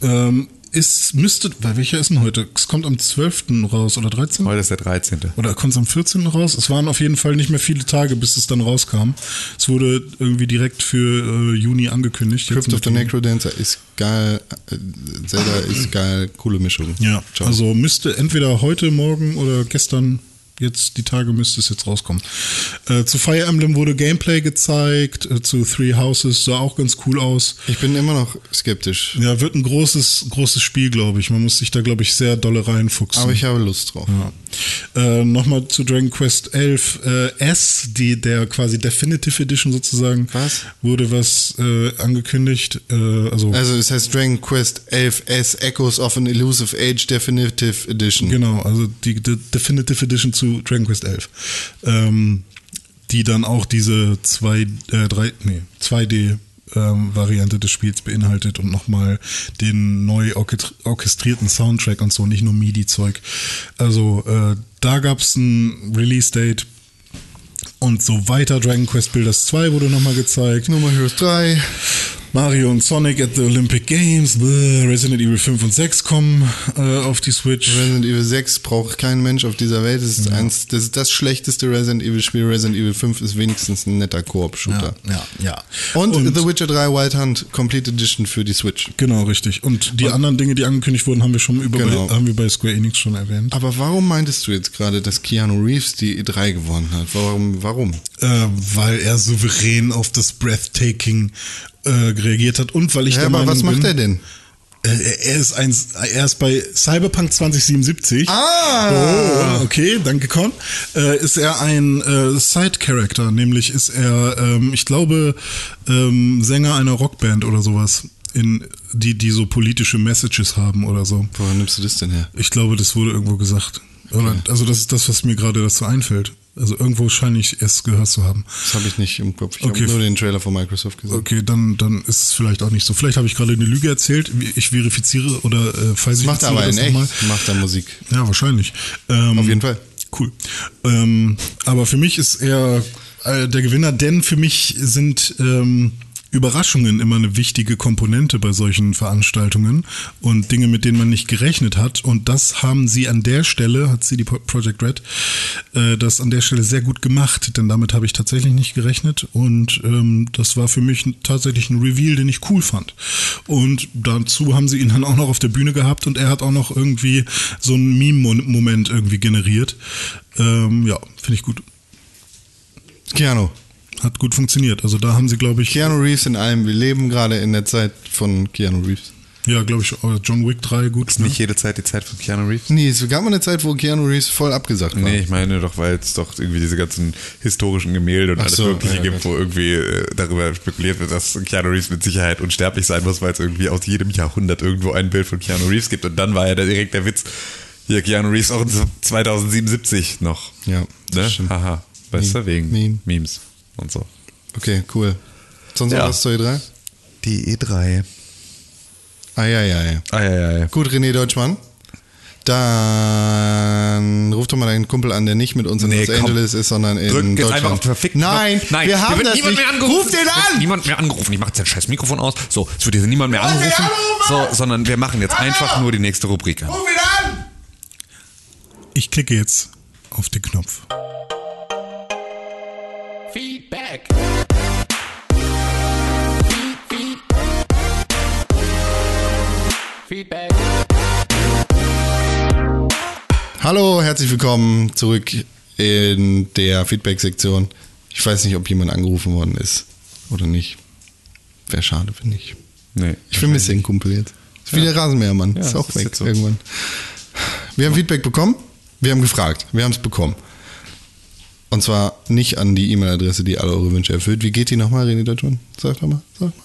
ähm, ist, müsste, weil welcher ist denn heute? Es kommt am 12. raus oder 13. Heute ist der 13. Oder kommt es am 14. raus? Es waren auf jeden Fall nicht mehr viele Tage, bis es dann rauskam. Es wurde irgendwie direkt für äh, Juni angekündigt. Jetzt Crypt of mit the dem- Necrodancer ist geil. äh, Zelda ist geil. Coole Mischung. Ja, Ciao. also müsste entweder heute, morgen oder gestern, jetzt die Tage müsste es jetzt rauskommen. Äh, zu Fire Emblem wurde Gameplay gezeigt, äh, zu Three Houses sah auch ganz cool aus. ich bin immer noch skeptisch, Ja, wird ein großes, großes Spiel, glaube ich. Man muss sich da, glaube ich, sehr dolle reinfuchsen. aber ich habe Lust drauf. Ja. Äh, Nochmal zu Dragon Quest 11 äh, S, die der quasi Definitive Edition sozusagen, Was? wurde was äh, angekündigt. Äh, also Also es heißt Dragon Quest 11S Echoes of an Elusive Age Definitive Edition. genau, also die, De- Definitive Edition zu Dragon Quest 11, ähm, die dann auch diese zwei, äh, drei, nee, 2D ähm, Variante des Spiels beinhaltet und nochmal den neu orchestri- orchestrierten Soundtrack und so, nicht nur MIDI-Zeug. Also äh, da gab es ein Release-Date und so weiter. Dragon Quest Builders 2 wurde nochmal gezeigt. Nummer Heroes 3. Mario und Sonic at the Olympic Games, bäh, Resident Evil 5 und 6 kommen äh, auf die Switch. Resident Evil 6 braucht kein Mensch auf dieser Welt. Das ist, eins, das, ist das schlechteste Resident Evil-Spiel. Resident Evil 5 ist wenigstens ein netter Koop-Shooter. ja, ja. Und, Und- The Witcher 3 Wild Hunt Complete Edition für die Switch. Genau, richtig. Und die anderen Dinge, die angekündigt wurden, haben wir schon über Genau. bei, haben wir bei Square Enix schon erwähnt. Aber warum meintest du jetzt gerade, dass Keanu Reeves die E3 gewonnen hat? Warum? Warum? Äh, weil er souverän auf das Breathtaking äh, reagiert hat und weil ich Ja, der aber Meinung was macht bin, er denn? Äh, er- er ist eins, er ist bei Cyberpunk 2077. Ah! Oh, okay, danke Con. Äh, ist er ein äh, Side-Character, nämlich ist er, ähm, ich glaube, ähm, Sänger einer Rockband oder sowas, in, die, die so politische Messages haben oder so. Woher nimmst du das denn her? Ich glaube, das wurde irgendwo gesagt. Oder, also das ist das, was mir gerade dazu einfällt. Also irgendwo scheine ich es gehört zu haben. Das habe ich nicht im Kopf. Ich Okay. habe nur den Trailer von Microsoft gesehen. Okay, dann, dann ist es vielleicht auch nicht so. Vielleicht habe ich gerade eine Lüge erzählt. Ich verifiziere oder äh, falls ich Macht ne? er aber in das echt. nochmal. Macht er Musik. Ja, wahrscheinlich. Ähm, Auf jeden Fall. Cool. Ähm, aber für mich ist er äh, der Gewinner, denn für mich sind ähm, Überraschungen immer eine wichtige Komponente bei solchen Veranstaltungen und Dinge, mit denen man nicht gerechnet hat. Und das haben sie an der Stelle, hat CD Pro- Projekt Red, äh, das an der Stelle sehr gut gemacht, denn damit habe ich tatsächlich nicht gerechnet und ähm, das war für mich n- tatsächlich ein Reveal, den ich cool fand. Und dazu haben sie ihn dann auch noch auf der Bühne gehabt und er hat auch noch irgendwie so einen Meme-Moment irgendwie generiert. Ähm, ja, finde ich gut. Keanu. Hat gut funktioniert. Also da haben sie, glaube ich, Keanu Reeves in allem. Wir leben gerade in der Zeit von Keanu Reeves. ja, glaube ich, äh, John Wick 3 gut. ne? Nicht jede Zeit die Zeit von Keanu Reeves. Nee, es gab mal eine Zeit, wo Keanu Reeves voll abgesagt war. Nee, ich meine doch, weil es doch irgendwie diese ganzen historischen Gemälde und Ach alles so, Mögliche ja, gibt, wo irgendwie äh, darüber spekuliert wird, dass Keanu Reeves mit Sicherheit unsterblich sein muss, weil es irgendwie aus jedem Jahrhundert irgendwo ein Bild von Keanu Reeves gibt. Und dann war ja der, direkt der Witz, hier Keanu Reeves auch in 2077 noch. Ja, das ne? stimmt. Haha. Weißt Meme. du, wegen Meme. Memes und so. Okay, cool. Sonst noch Ja. was zur E E3? E Die E3. Ah, Eieiei. Ah, Eieiei. Gut, René Deutschmann. Dann ruf doch mal deinen Kumpel an, der nicht mit uns in Nee, Los komm. Angeles ist, sondern in Drück jetzt Deutschland. einfach auf den verfickten Nein, Knopf. Nein, wir haben hier wird das niemand nicht. mehr angerufen. Ruf den Es wird an! Niemand mehr angerufen. Ich mache jetzt das scheiß Mikrofon aus. So, es wird jetzt niemand mehr Wollt ihr anrufen. So, anrufen? sondern wir machen jetzt einfach nur die nächste Rubrik an. Ruf ihn an! Ich klicke jetzt auf den Knopf. Feedback. Feedback. Hallo, herzlich willkommen zurück in der Feedback-Sektion. Ich weiß nicht, ob jemand angerufen worden ist oder nicht. Wäre schade, finde ich. Nee. Ich vermisse den Kumpel jetzt. Ist wie der Rasenmähermann. Ja, ist auch das ist weg jetzt so. irgendwann. Wir haben Feedback bekommen. Wir haben gefragt. Wir haben es bekommen. Und zwar nicht an die E-Mail-Adresse, die alle eure Wünsche erfüllt. Wie geht die nochmal, René Deutschmann? Sag doch mal. Sag mal.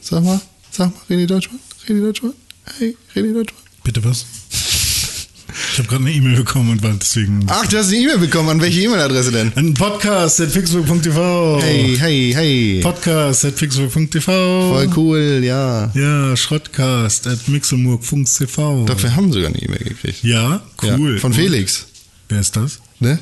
Sag mal. Sag mal, René Deutschmann. René Deutschmann. Hey, René Deutschmann. Bitte was? Ich habe gerade eine E-Mail bekommen und war deswegen. Ach, du hast eine E-Mail bekommen. An welche E-Mail-Adresse denn? Ein Podcast at pixburg.tv. Hey, hey, hey. Podcast at pixburg.tv. Voll cool, ja. Ja, Schrottcast at mixelmurk.tv. Doch, wir haben sogar eine E-Mail gekriegt. Ja, cool. Ja, von Felix. Wer ist das? Ne?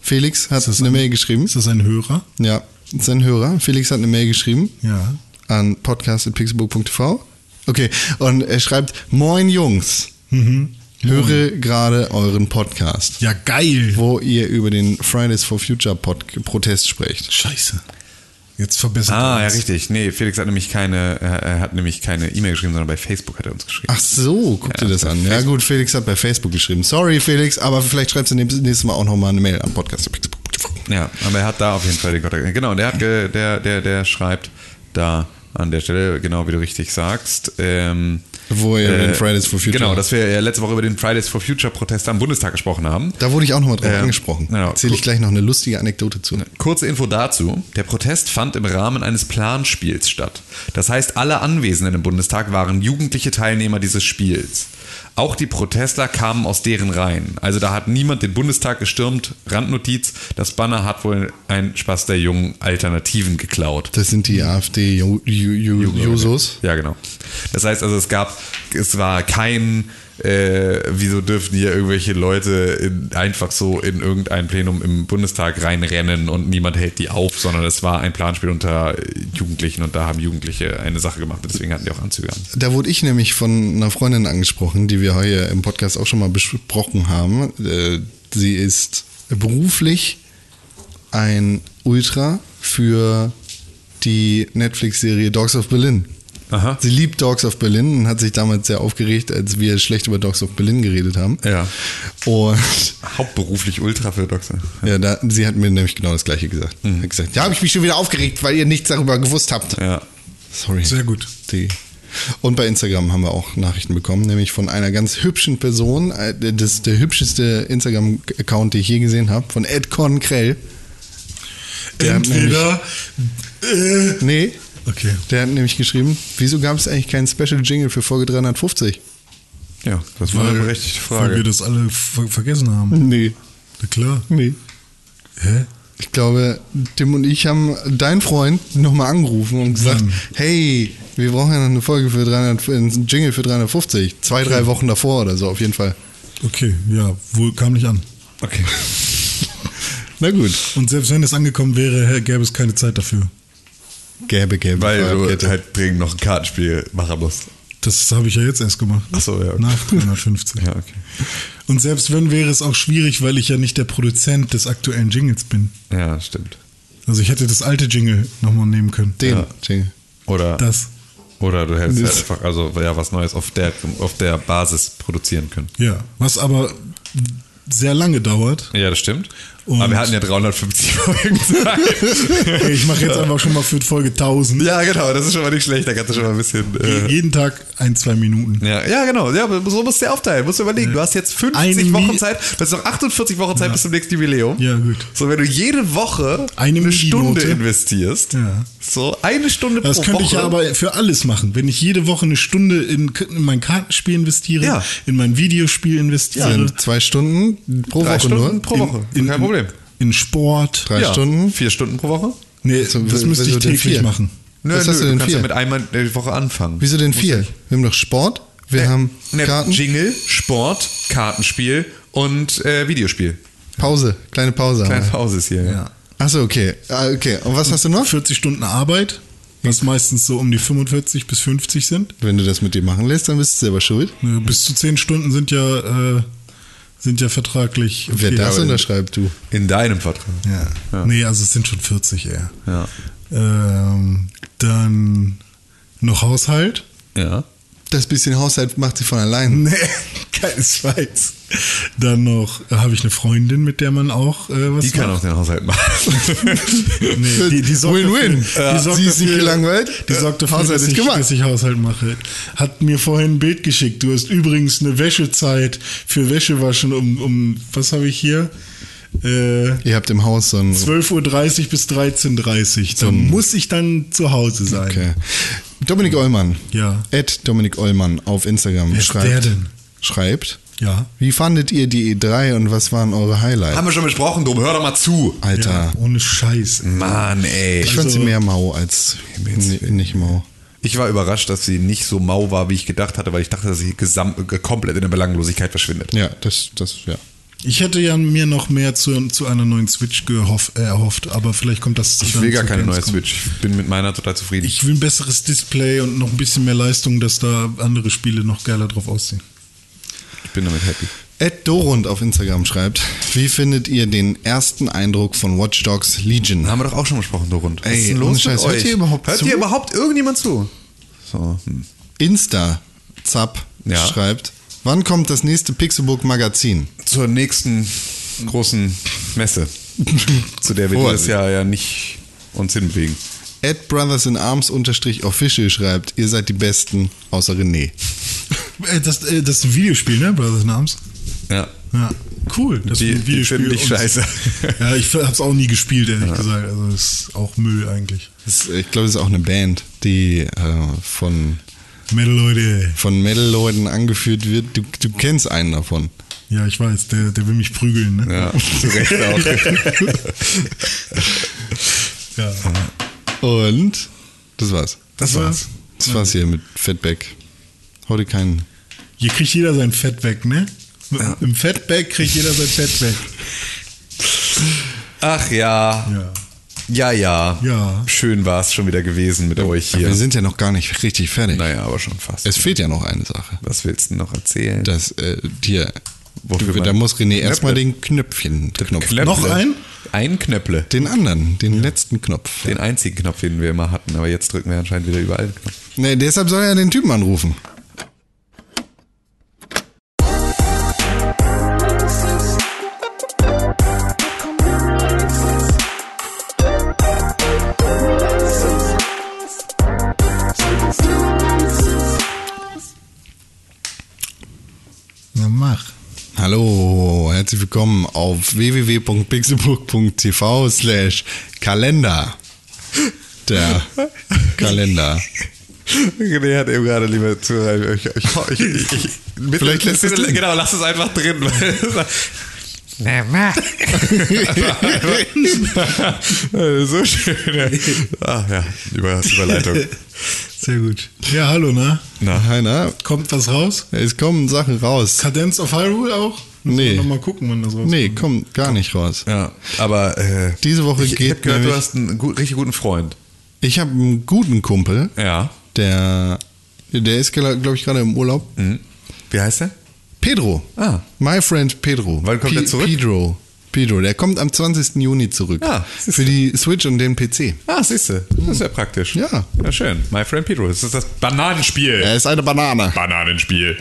Felix hat das eine ein- Mail geschrieben. Ist das ein Hörer? Ja, ist ein Hörer. Felix hat eine Mail geschrieben Ja. an podcast.pixelburg.tv. Okay, und er schreibt: Moin Jungs, höre gerade euren Podcast, Mhm. Ja, geil. wo ihr über den Fridays for Future Pod Protest sprecht. Scheiße. Jetzt verbessert Ah, er ja, uns. richtig. Nee, Felix hat nämlich keine, er er hat nämlich keine E-Mail geschrieben, sondern bei Facebook hat er uns geschrieben. Ach so, guck dir Ja, das bei an. Ja Facebook. gut, Felix hat bei Facebook geschrieben. Sorry Felix, aber vielleicht schreibst du nächstes nächstes Mal auch nochmal eine Mail an podcast.pixelburg.tv. Ja, aber er hat da auf jeden Fall den Kontakt. Genau, der, hat, ge- der, der, der schreibt da an der Stelle, genau wie du richtig sagst, ähm, Wo ihr über den Fridays for Future- Genau, dass wir ja letzte Woche über den Fridays for Future Protest am Bundestag gesprochen haben. Da wurde ich auch nochmal drauf Ja, angesprochen. genau. Erzähle ich gleich noch eine lustige Anekdote zu. Kurze Info dazu. Der Protest fand im Rahmen eines Planspiels statt. Das heißt, alle Anwesenden im Bundestag waren jugendliche Teilnehmer dieses Spiels. Auch die Protestler kamen aus deren Reihen. Also da hat niemand den Bundestag gestürmt. Randnotiz, das Banner hat wohl ein Spaß der jungen Alternativen geklaut. Das sind die AfD-Jusos. Ja, genau. Das heißt also, es gab, es war kein, äh, wieso dürfen hier irgendwelche Leute in, einfach so in irgendein Plenum im Bundestag reinrennen und niemand hält die auf, sondern es war ein Planspiel unter äh, Jugendlichen und da haben Jugendliche eine Sache gemacht und deswegen hatten die auch Anzüge an. Da wurde ich nämlich von einer Freundin angesprochen, die wir hier im Podcast auch schon mal besprochen haben. Äh, Sie ist beruflich ein Ultra für die Netflix-Serie Dogs of Berlin. Aha. Sie liebt Dogs of Berlin und hat sich damals sehr aufgeregt, als wir schlecht über Dogs of Berlin geredet haben. Ja. Und Hauptberuflich Ultraorthodoxe. Ja, da, sie hat mir nämlich genau das gleiche gesagt. Mhm. Hat gesagt, ja, habe ich mich schon wieder aufgeregt, weil ihr nichts darüber gewusst habt. Ja. Sorry. Sehr gut. Die. Und bei Instagram haben wir auch Nachrichten bekommen, nämlich von einer ganz hübschen Person, äh, das ist der hübscheste Instagram-Account, den ich je gesehen habe, von Ed Krell. Der hat Entweder. Äh, Nee, okay. der hat nämlich geschrieben, wieso gab es eigentlich keinen Special Jingle für Folge 350? Ja, das war eine berechtigte Weil wir Frage. das alle ver vergessen haben. Nee, Na klar. nee. Hä? Ich glaube, Tim und ich haben deinen Freund nochmal angerufen und gesagt, Mhm. Wann? hey, wir brauchen ja noch eine Folge für 300, für einen Jingle für 350. Zwei, drei Wochen davor oder so, auf jeden Fall. Okay, ja, wohl kam nicht an. Okay. Na gut. Und selbst wenn es angekommen wäre, hä, gäbe es keine Zeit dafür. Gäbe, gäbe. Weil du Fahrradkette. halt dringend noch ein Kartenspiel machen musst. Das habe ich ja jetzt erst gemacht. Ach so, ja, okay. Nach 350. <laughs> Ja, okay. Und selbst wenn, wäre es auch schwierig, weil ich ja nicht der Produzent des aktuellen Jingles bin. Ja, stimmt. Also ich hätte das alte Jingle nochmal nehmen können. Den Ja. Jingle. Oder Das. Oder du hättest Das- halt einfach also ja was Neues auf der auf der Basis produzieren können. Ja. Was aber sehr <laughs> lange dauert. Ja, das stimmt. Und- Aber wir hatten ja 350 Folgen. Okay, ich mache jetzt einfach schon mal für Folge <laughs> 1000. ja, genau, das ist schon mal nicht schlecht, da kannst du schon mal ein bisschen. Je- Äh, Jeden Tag ein, zwei Minuten. ja, ja, genau. Ja, aber so musst du ja aufteilen. Musst du überlegen. Du hast jetzt 50 Eine Mi- Wochen Zeit, du hast noch 48 Wochen Zeit bis zum nächsten Jubiläum. Ja, gut. So, wenn du jede Woche Eine eine, Stunde Minute. investierst, Ja. so eine Stunde Das pro könnte Woche. ich ja aber für alles machen. Wenn ich jede Woche eine Stunde in, K- in mein Kartenspiel investiere, Ja. in mein Videospiel investiere, Sind zwei Stunden pro drei Woche Stunden nur. pro Woche. in, Kein Problem. in Sport. Drei Ja, Stunden. Vier Stunden Also pro Woche? Nee, So, das wieso müsste ich denn täglich vier? machen. Was hast du denn kannst vier? ja mit einmal die Woche anfangen. Wieso denn vier? Wir haben doch Sport, wir haben Ne, Karten, Jingle, Sport, Kartenspiel und äh, Videospiel. Pause, kleine Pause. haben Kleine wir. Pause ist hier. Ja. Achso, okay. Ah, okay. Und was hast du noch? 40 Stunden Arbeit, was meistens so um die 45 bis 50 sind. Wenn du das mit dir machen lässt, dann bist du selber schuld. Ne, Bis zu 10 Stunden sind ja, äh, sind ja vertraglich. Wer okay, das aber- unterschreibt, du. In deinem Vertrag. Ja. Nee, also es sind schon 40 eher. Ja. Ähm, dann <laughs> noch Haushalt. Ja. Das bisschen Haushalt macht sie von allein. Nee, keinesfalls. Dann noch äh, habe ich eine Freundin, mit der man auch äh, was Die kann auch macht. den Haushalt machen. <laughs> Nee, die, die sorgt Win-win. Dafür, die Ja. sorgt Sie ist nicht dafür- gelangweilt. Die sorgt dafür, Haushalt dass, ist ich, gemacht. dass ich Haushalt mache. Hat mir vorhin ein Bild geschickt. Du hast übrigens eine Wäschezeit für Wäschewaschen um, um was habe ich hier? Äh, Ihr habt im Haus so ein. 12.30 Uhr bis 13.30 Uhr. Da muss ich dann zu Hause sein. Okay. Dominik Eulmann. Ja. Ed Dominik Eulmann auf Instagram Wer ist schreibt. der denn? Schreibt. Ja. Wie fandet ihr die E3 und was waren eure Highlights? Haben wir schon besprochen, drum. Hör doch mal zu. Alter. Ja, ohne Scheiß. Mann, ey. Ich Ich, fand sie Also- mehr mau als n- nicht mau. ich war überrascht, dass sie nicht so mau war, wie ich gedacht hatte, weil ich dachte, dass sie gesam- äh, komplett in der Belanglosigkeit verschwindet. Ja, das, das, ja. Ich hätte ja mir noch mehr zu, zu einer neuen Switch gehoff, äh, erhofft, aber vielleicht kommt das Ich dann will gar zur keine neue Gamescom. Switch. Ich bin mit meiner total zufrieden. Ich will ein besseres Display und noch ein bisschen mehr Leistung, dass da andere Spiele noch geiler drauf aussehen. Ich bin damit happy. Ed Dorund auf Instagram schreibt, wie findet ihr den ersten Eindruck von Watch Dogs Legion? Haben wir doch auch schon besprochen, Dorund. Ey, ohne Scheiß, hört ihr überhaupt Hört zu? ihr überhaupt irgendjemand zu? So, hm. Insta Zap Ja. schreibt, wann kommt das nächste Pixelbook Magazin? zur nächsten großen <laughs> Messe, zu der wir Oh, dieses also- Jahr ja nicht uns hinbewegen. Ed Brothers in Arms unterstrich official schreibt, ihr seid die Besten, außer René. <laughs> Äh, Das, äh, das ist ein Videospiel, ne? Brothers in Arms. Ja. Ja, cool. Das Die- ist die finden dich und- scheiße. <laughs> Ja, ich hab's auch nie gespielt, ehrlich gesagt. Also das ist auch Müll eigentlich. Das, ich glaube, das ist auch eine Band, die äh, von, Metal Leute. von Metal-Leuten angeführt wird. Du, du kennst einen davon. Ja, ich weiß, der, der will mich prügeln, ne? Ja, zu <laughs> Recht auch. Ja. Und das war's. Das war's. Das war's hier mit Fatback. Heute keinen. Hier kriegt jeder sein Fett weg, ne? Im Fettback kriegt jeder sein Fett weg. Ach ja. Ja. Ja, ja. Ja. Schön war es schon wieder gewesen mit euch Wir hier. sind ja noch gar nicht richtig fertig. Naja, aber schon fast. Es fehlt ja noch eine Sache. Was willst du noch erzählen? Das, äh, hier. Wofür du, da man- muss René erstmal Knöpfe. den Knöpfchen Knopf. Knöpple. Noch ein? Ein Knöpple. Den anderen, den letzten Knopf. Den einzigen Knopf, den wir immer hatten. Aber jetzt drücken wir anscheinend wieder überall den Knopf. Nee, deshalb soll er den Typen anrufen. Na mach. Hallo, herzlich willkommen auf www.pixelburg.tv slash Kalender. Der Kalender. René hat eben gerade lieber zu. Ich, ich, <laughs> ich, ich, ich, bitte, Vielleicht lässt bitte, es drin. Genau, lass es einfach <laughs> drin. weil- Na, mach. <laughs> so schön. Ach ja, Über, Überleitung. Sehr gut. Ja, hallo, ne? Na, Heiner, Kommt was raus? es kommen Sachen raus. Cadence of Hyrule auch? Müssen Nee. wir Noch mal gucken, wann das rauskommt. Nee, kommt gar nicht raus. Ja, aber äh, Diese Woche ich, geht Ich hab gehört, du nämlich- hast einen gut, richtig guten Freund. Ich habe einen guten Kumpel, Ja. der, der ist, glaube ich, gerade im Urlaub. Mhm. Wie heißt er? Pedro. Ah. My friend Pedro. Wann kommt Pe- er zurück? Pedro. Pedro, der kommt am 20. Juni zurück. Ah, siehst Für die Switch und den PC. Ah, siehst du. Das ist ja praktisch. Ja. Ja, schön. My Friend Pedro. Das ist das Bananenspiel. Er ist eine Banane. Bananenspiel.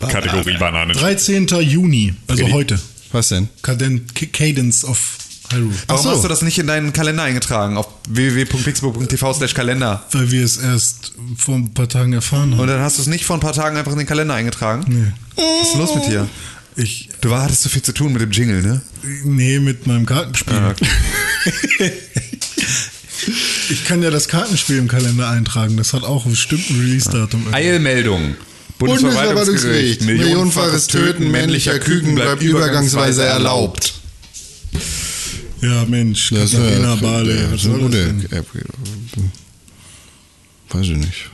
Kategorie Bananenspiel. 13. Juni, also heute. Was denn? Caden C- Cadence of Hyrule. Warum so. hast du das nicht in deinen Kalender eingetragen? Auf www.pixburg.tv slash Kalender. Weil wir es erst vor ein paar Tagen erfahren Und haben. dann hast du es nicht vor ein paar Tagen einfach in den Kalender eingetragen? Was ist los mit dir? Ich, Du war- hattest so viel zu tun mit dem Jingle, ne? nee, mit meinem Kartenspiel. Ah, okay. <laughs> Ich kann ja das Kartenspiel im Kalender eintragen. Das hat auch bestimmt ein Release-Datum. Ah. Eilmeldung. Bundesverwaltungsgericht. Millionenfaches Töten männlicher Küken bleibt übergangsweise erlaubt. Ja, Mensch. Das ist Katharina ja, Barley. der- was ist eine soll gute das denn? App. Äh, Weiß ich nicht.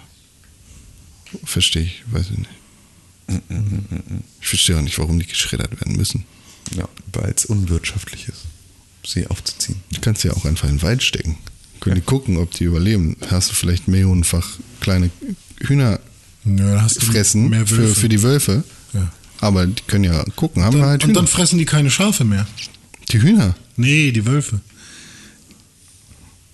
Verstehe ich, weiß ich nicht. Ich verstehe auch nicht, warum die geschreddert werden müssen. Ja, weil es unwirtschaftlich ist, sie aufzuziehen. Du kannst sie ja auch einfach in den Wald stecken. Können die gucken, ob die überleben. Hast du vielleicht millionenfach kleine Hühner Nö, dann hast du fressen mehr für, Wölfe. für die Wölfe. Ja. Aber die können ja gucken, haben wir dann, halt und Hühner. dann fressen die keine Schafe mehr. die Hühner. Nee, die Wölfe.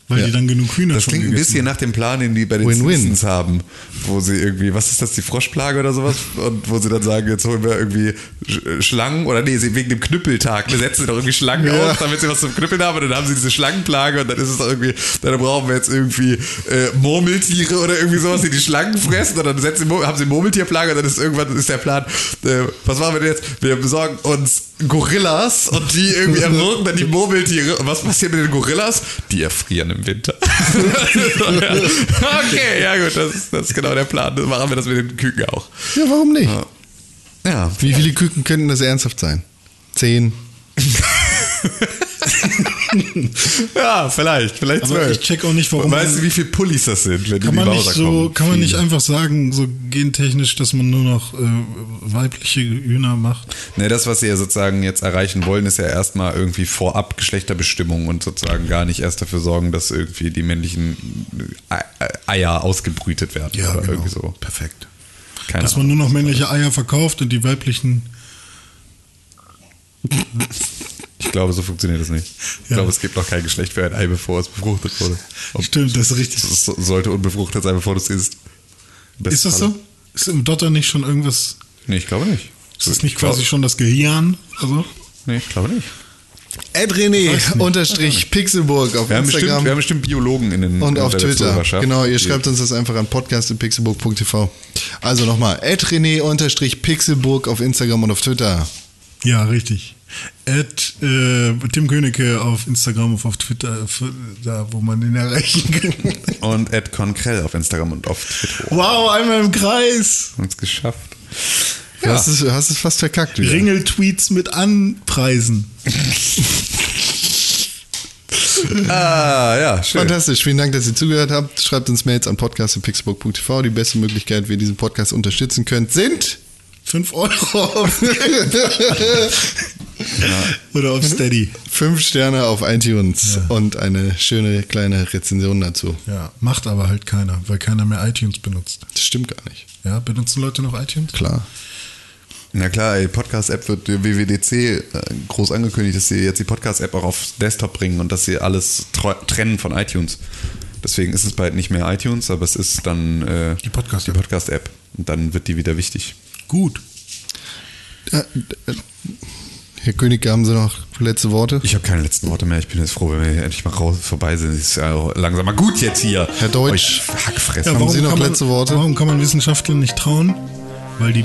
Weil Ja. die dann genug Hühner Das klingt ein bisschen nach dem Plan, den die bei den Win-win. Simpsons haben, wo sie irgendwie, was ist das, die Froschplage oder sowas? Und wo sie dann sagen, jetzt holen wir irgendwie Sch- äh, Schlangen oder nee, sie- wegen dem Knüppeltag, ne, setzen sie doch irgendwie Schlangen Ja. aus, damit sie was zum Knüppeln haben und dann haben sie diese Schlangenplage und dann ist es doch irgendwie, dann brauchen wir jetzt irgendwie äh, Murmeltiere oder irgendwie sowas, die die Schlangen fressen und dann setzen sie, Mur- haben sie Murmeltierplage und dann ist irgendwann ist der Plan, äh, was machen wir denn jetzt? Wir besorgen uns Gorillas und die irgendwie erwürgen dann die Murmeltiere. Und was passiert mit den Gorillas? Die erfrieren im <laughs> Winter. okay, ja gut, das, ist- das ist genau der Plan. Dann machen wir das mit den Küken auch. Ja, warum nicht? Ja. Wie viele Küken könnten das ernsthaft sein? Zehn. Ja, vielleicht, vielleicht Aber zwölf. ich check auch nicht, warum Weißt man- du, wie viele Pullis das sind, wenn Kann die in man, die nicht Mauser so, kommen? kann man nicht Viele. einfach sagen, so gentechnisch, dass man nur noch äh, weibliche Hühner macht? Ne, das, was sie ja sozusagen jetzt erreichen wollen, ist ja erstmal irgendwie vorab Geschlechterbestimmung und sozusagen gar nicht erst dafür sorgen, dass irgendwie die männlichen äh, Eier ausgebrütet werden. oder irgendwie so. genau. Perfekt. Keine Dass man Ahnung. nur noch männliche Eier verkauft und die weiblichen. Ich glaube, so funktioniert das nicht. Ich Ja. glaube, es gibt noch kein Geschlecht für ein Ei, bevor es befruchtet wurde. Ob- Stimmt, das ist richtig. Es so- sollte unbefruchtet sein, bevor du es isst. Beste Ist das Falle. so? Ist im Dotter nicht schon irgendwas. Nee, ich glaube nicht. Ist das nicht Ich glaub- quasi schon das Gehirn? Also, Nee, ich glaube nicht. Ed René <laughs> unterstrich Pixelburg auf Wir haben, bestimmt, Instagram wir haben bestimmt Biologen in den und auf unter der Twitter. Zuhörerschaft. Genau, ihr Die- schreibt uns das einfach an podcast.pixelburg.tv. Also nochmal, Ed René unterstrich Pixelburg auf Instagram und auf Twitter. Ja, richtig. At äh, Tim Königke auf Instagram und auf Twitter, für, da wo man ihn erreichen <laughs> kann. Und Ed Conkrell auf Instagram und auf Twitter. Wow, einmal im Kreis. Haben es geschafft. Du hast es, du hast es fast verkackt. Wieder. Ringel-Tweets mit Anpreisen. Ah, ja, schön. Fantastisch, vielen Dank, dass ihr zugehört habt. Schreibt uns Mails an podcast.pixelburg.tv. Die beste Möglichkeit, wie ihr diesen Podcast unterstützen könnt, sind 5 Euro. Oder Mhm. auf Steady. fünf Sterne auf iTunes und eine schöne kleine Rezension dazu. Ja, macht aber halt keiner, weil keiner mehr iTunes benutzt. Das stimmt gar nicht. Ja, benutzen Leute noch iTunes? Klar. Na klar, die Podcast-App wird der WWDC äh, groß angekündigt, dass sie jetzt die Podcast-App auch auf Desktop bringen und dass sie alles tro- trennen von iTunes. Deswegen ist es bald nicht mehr iTunes, aber es ist dann äh, Die Podcast-App. die Podcast-App. und dann wird die wieder wichtig. Gut. Äh, äh, Herr König, haben Sie noch letzte Worte? Ich habe keine letzten Worte mehr. Ich bin jetzt froh, wenn wir hier endlich mal raus vorbei sind. Es ist ja auch langsam mal gut jetzt hier. Herr Deutsch. Euch Hackfressen. Ja, warum- Sie Sie noch kann man, letzte Worte? Warum kann man Wissenschaftlern nicht trauen? Weil die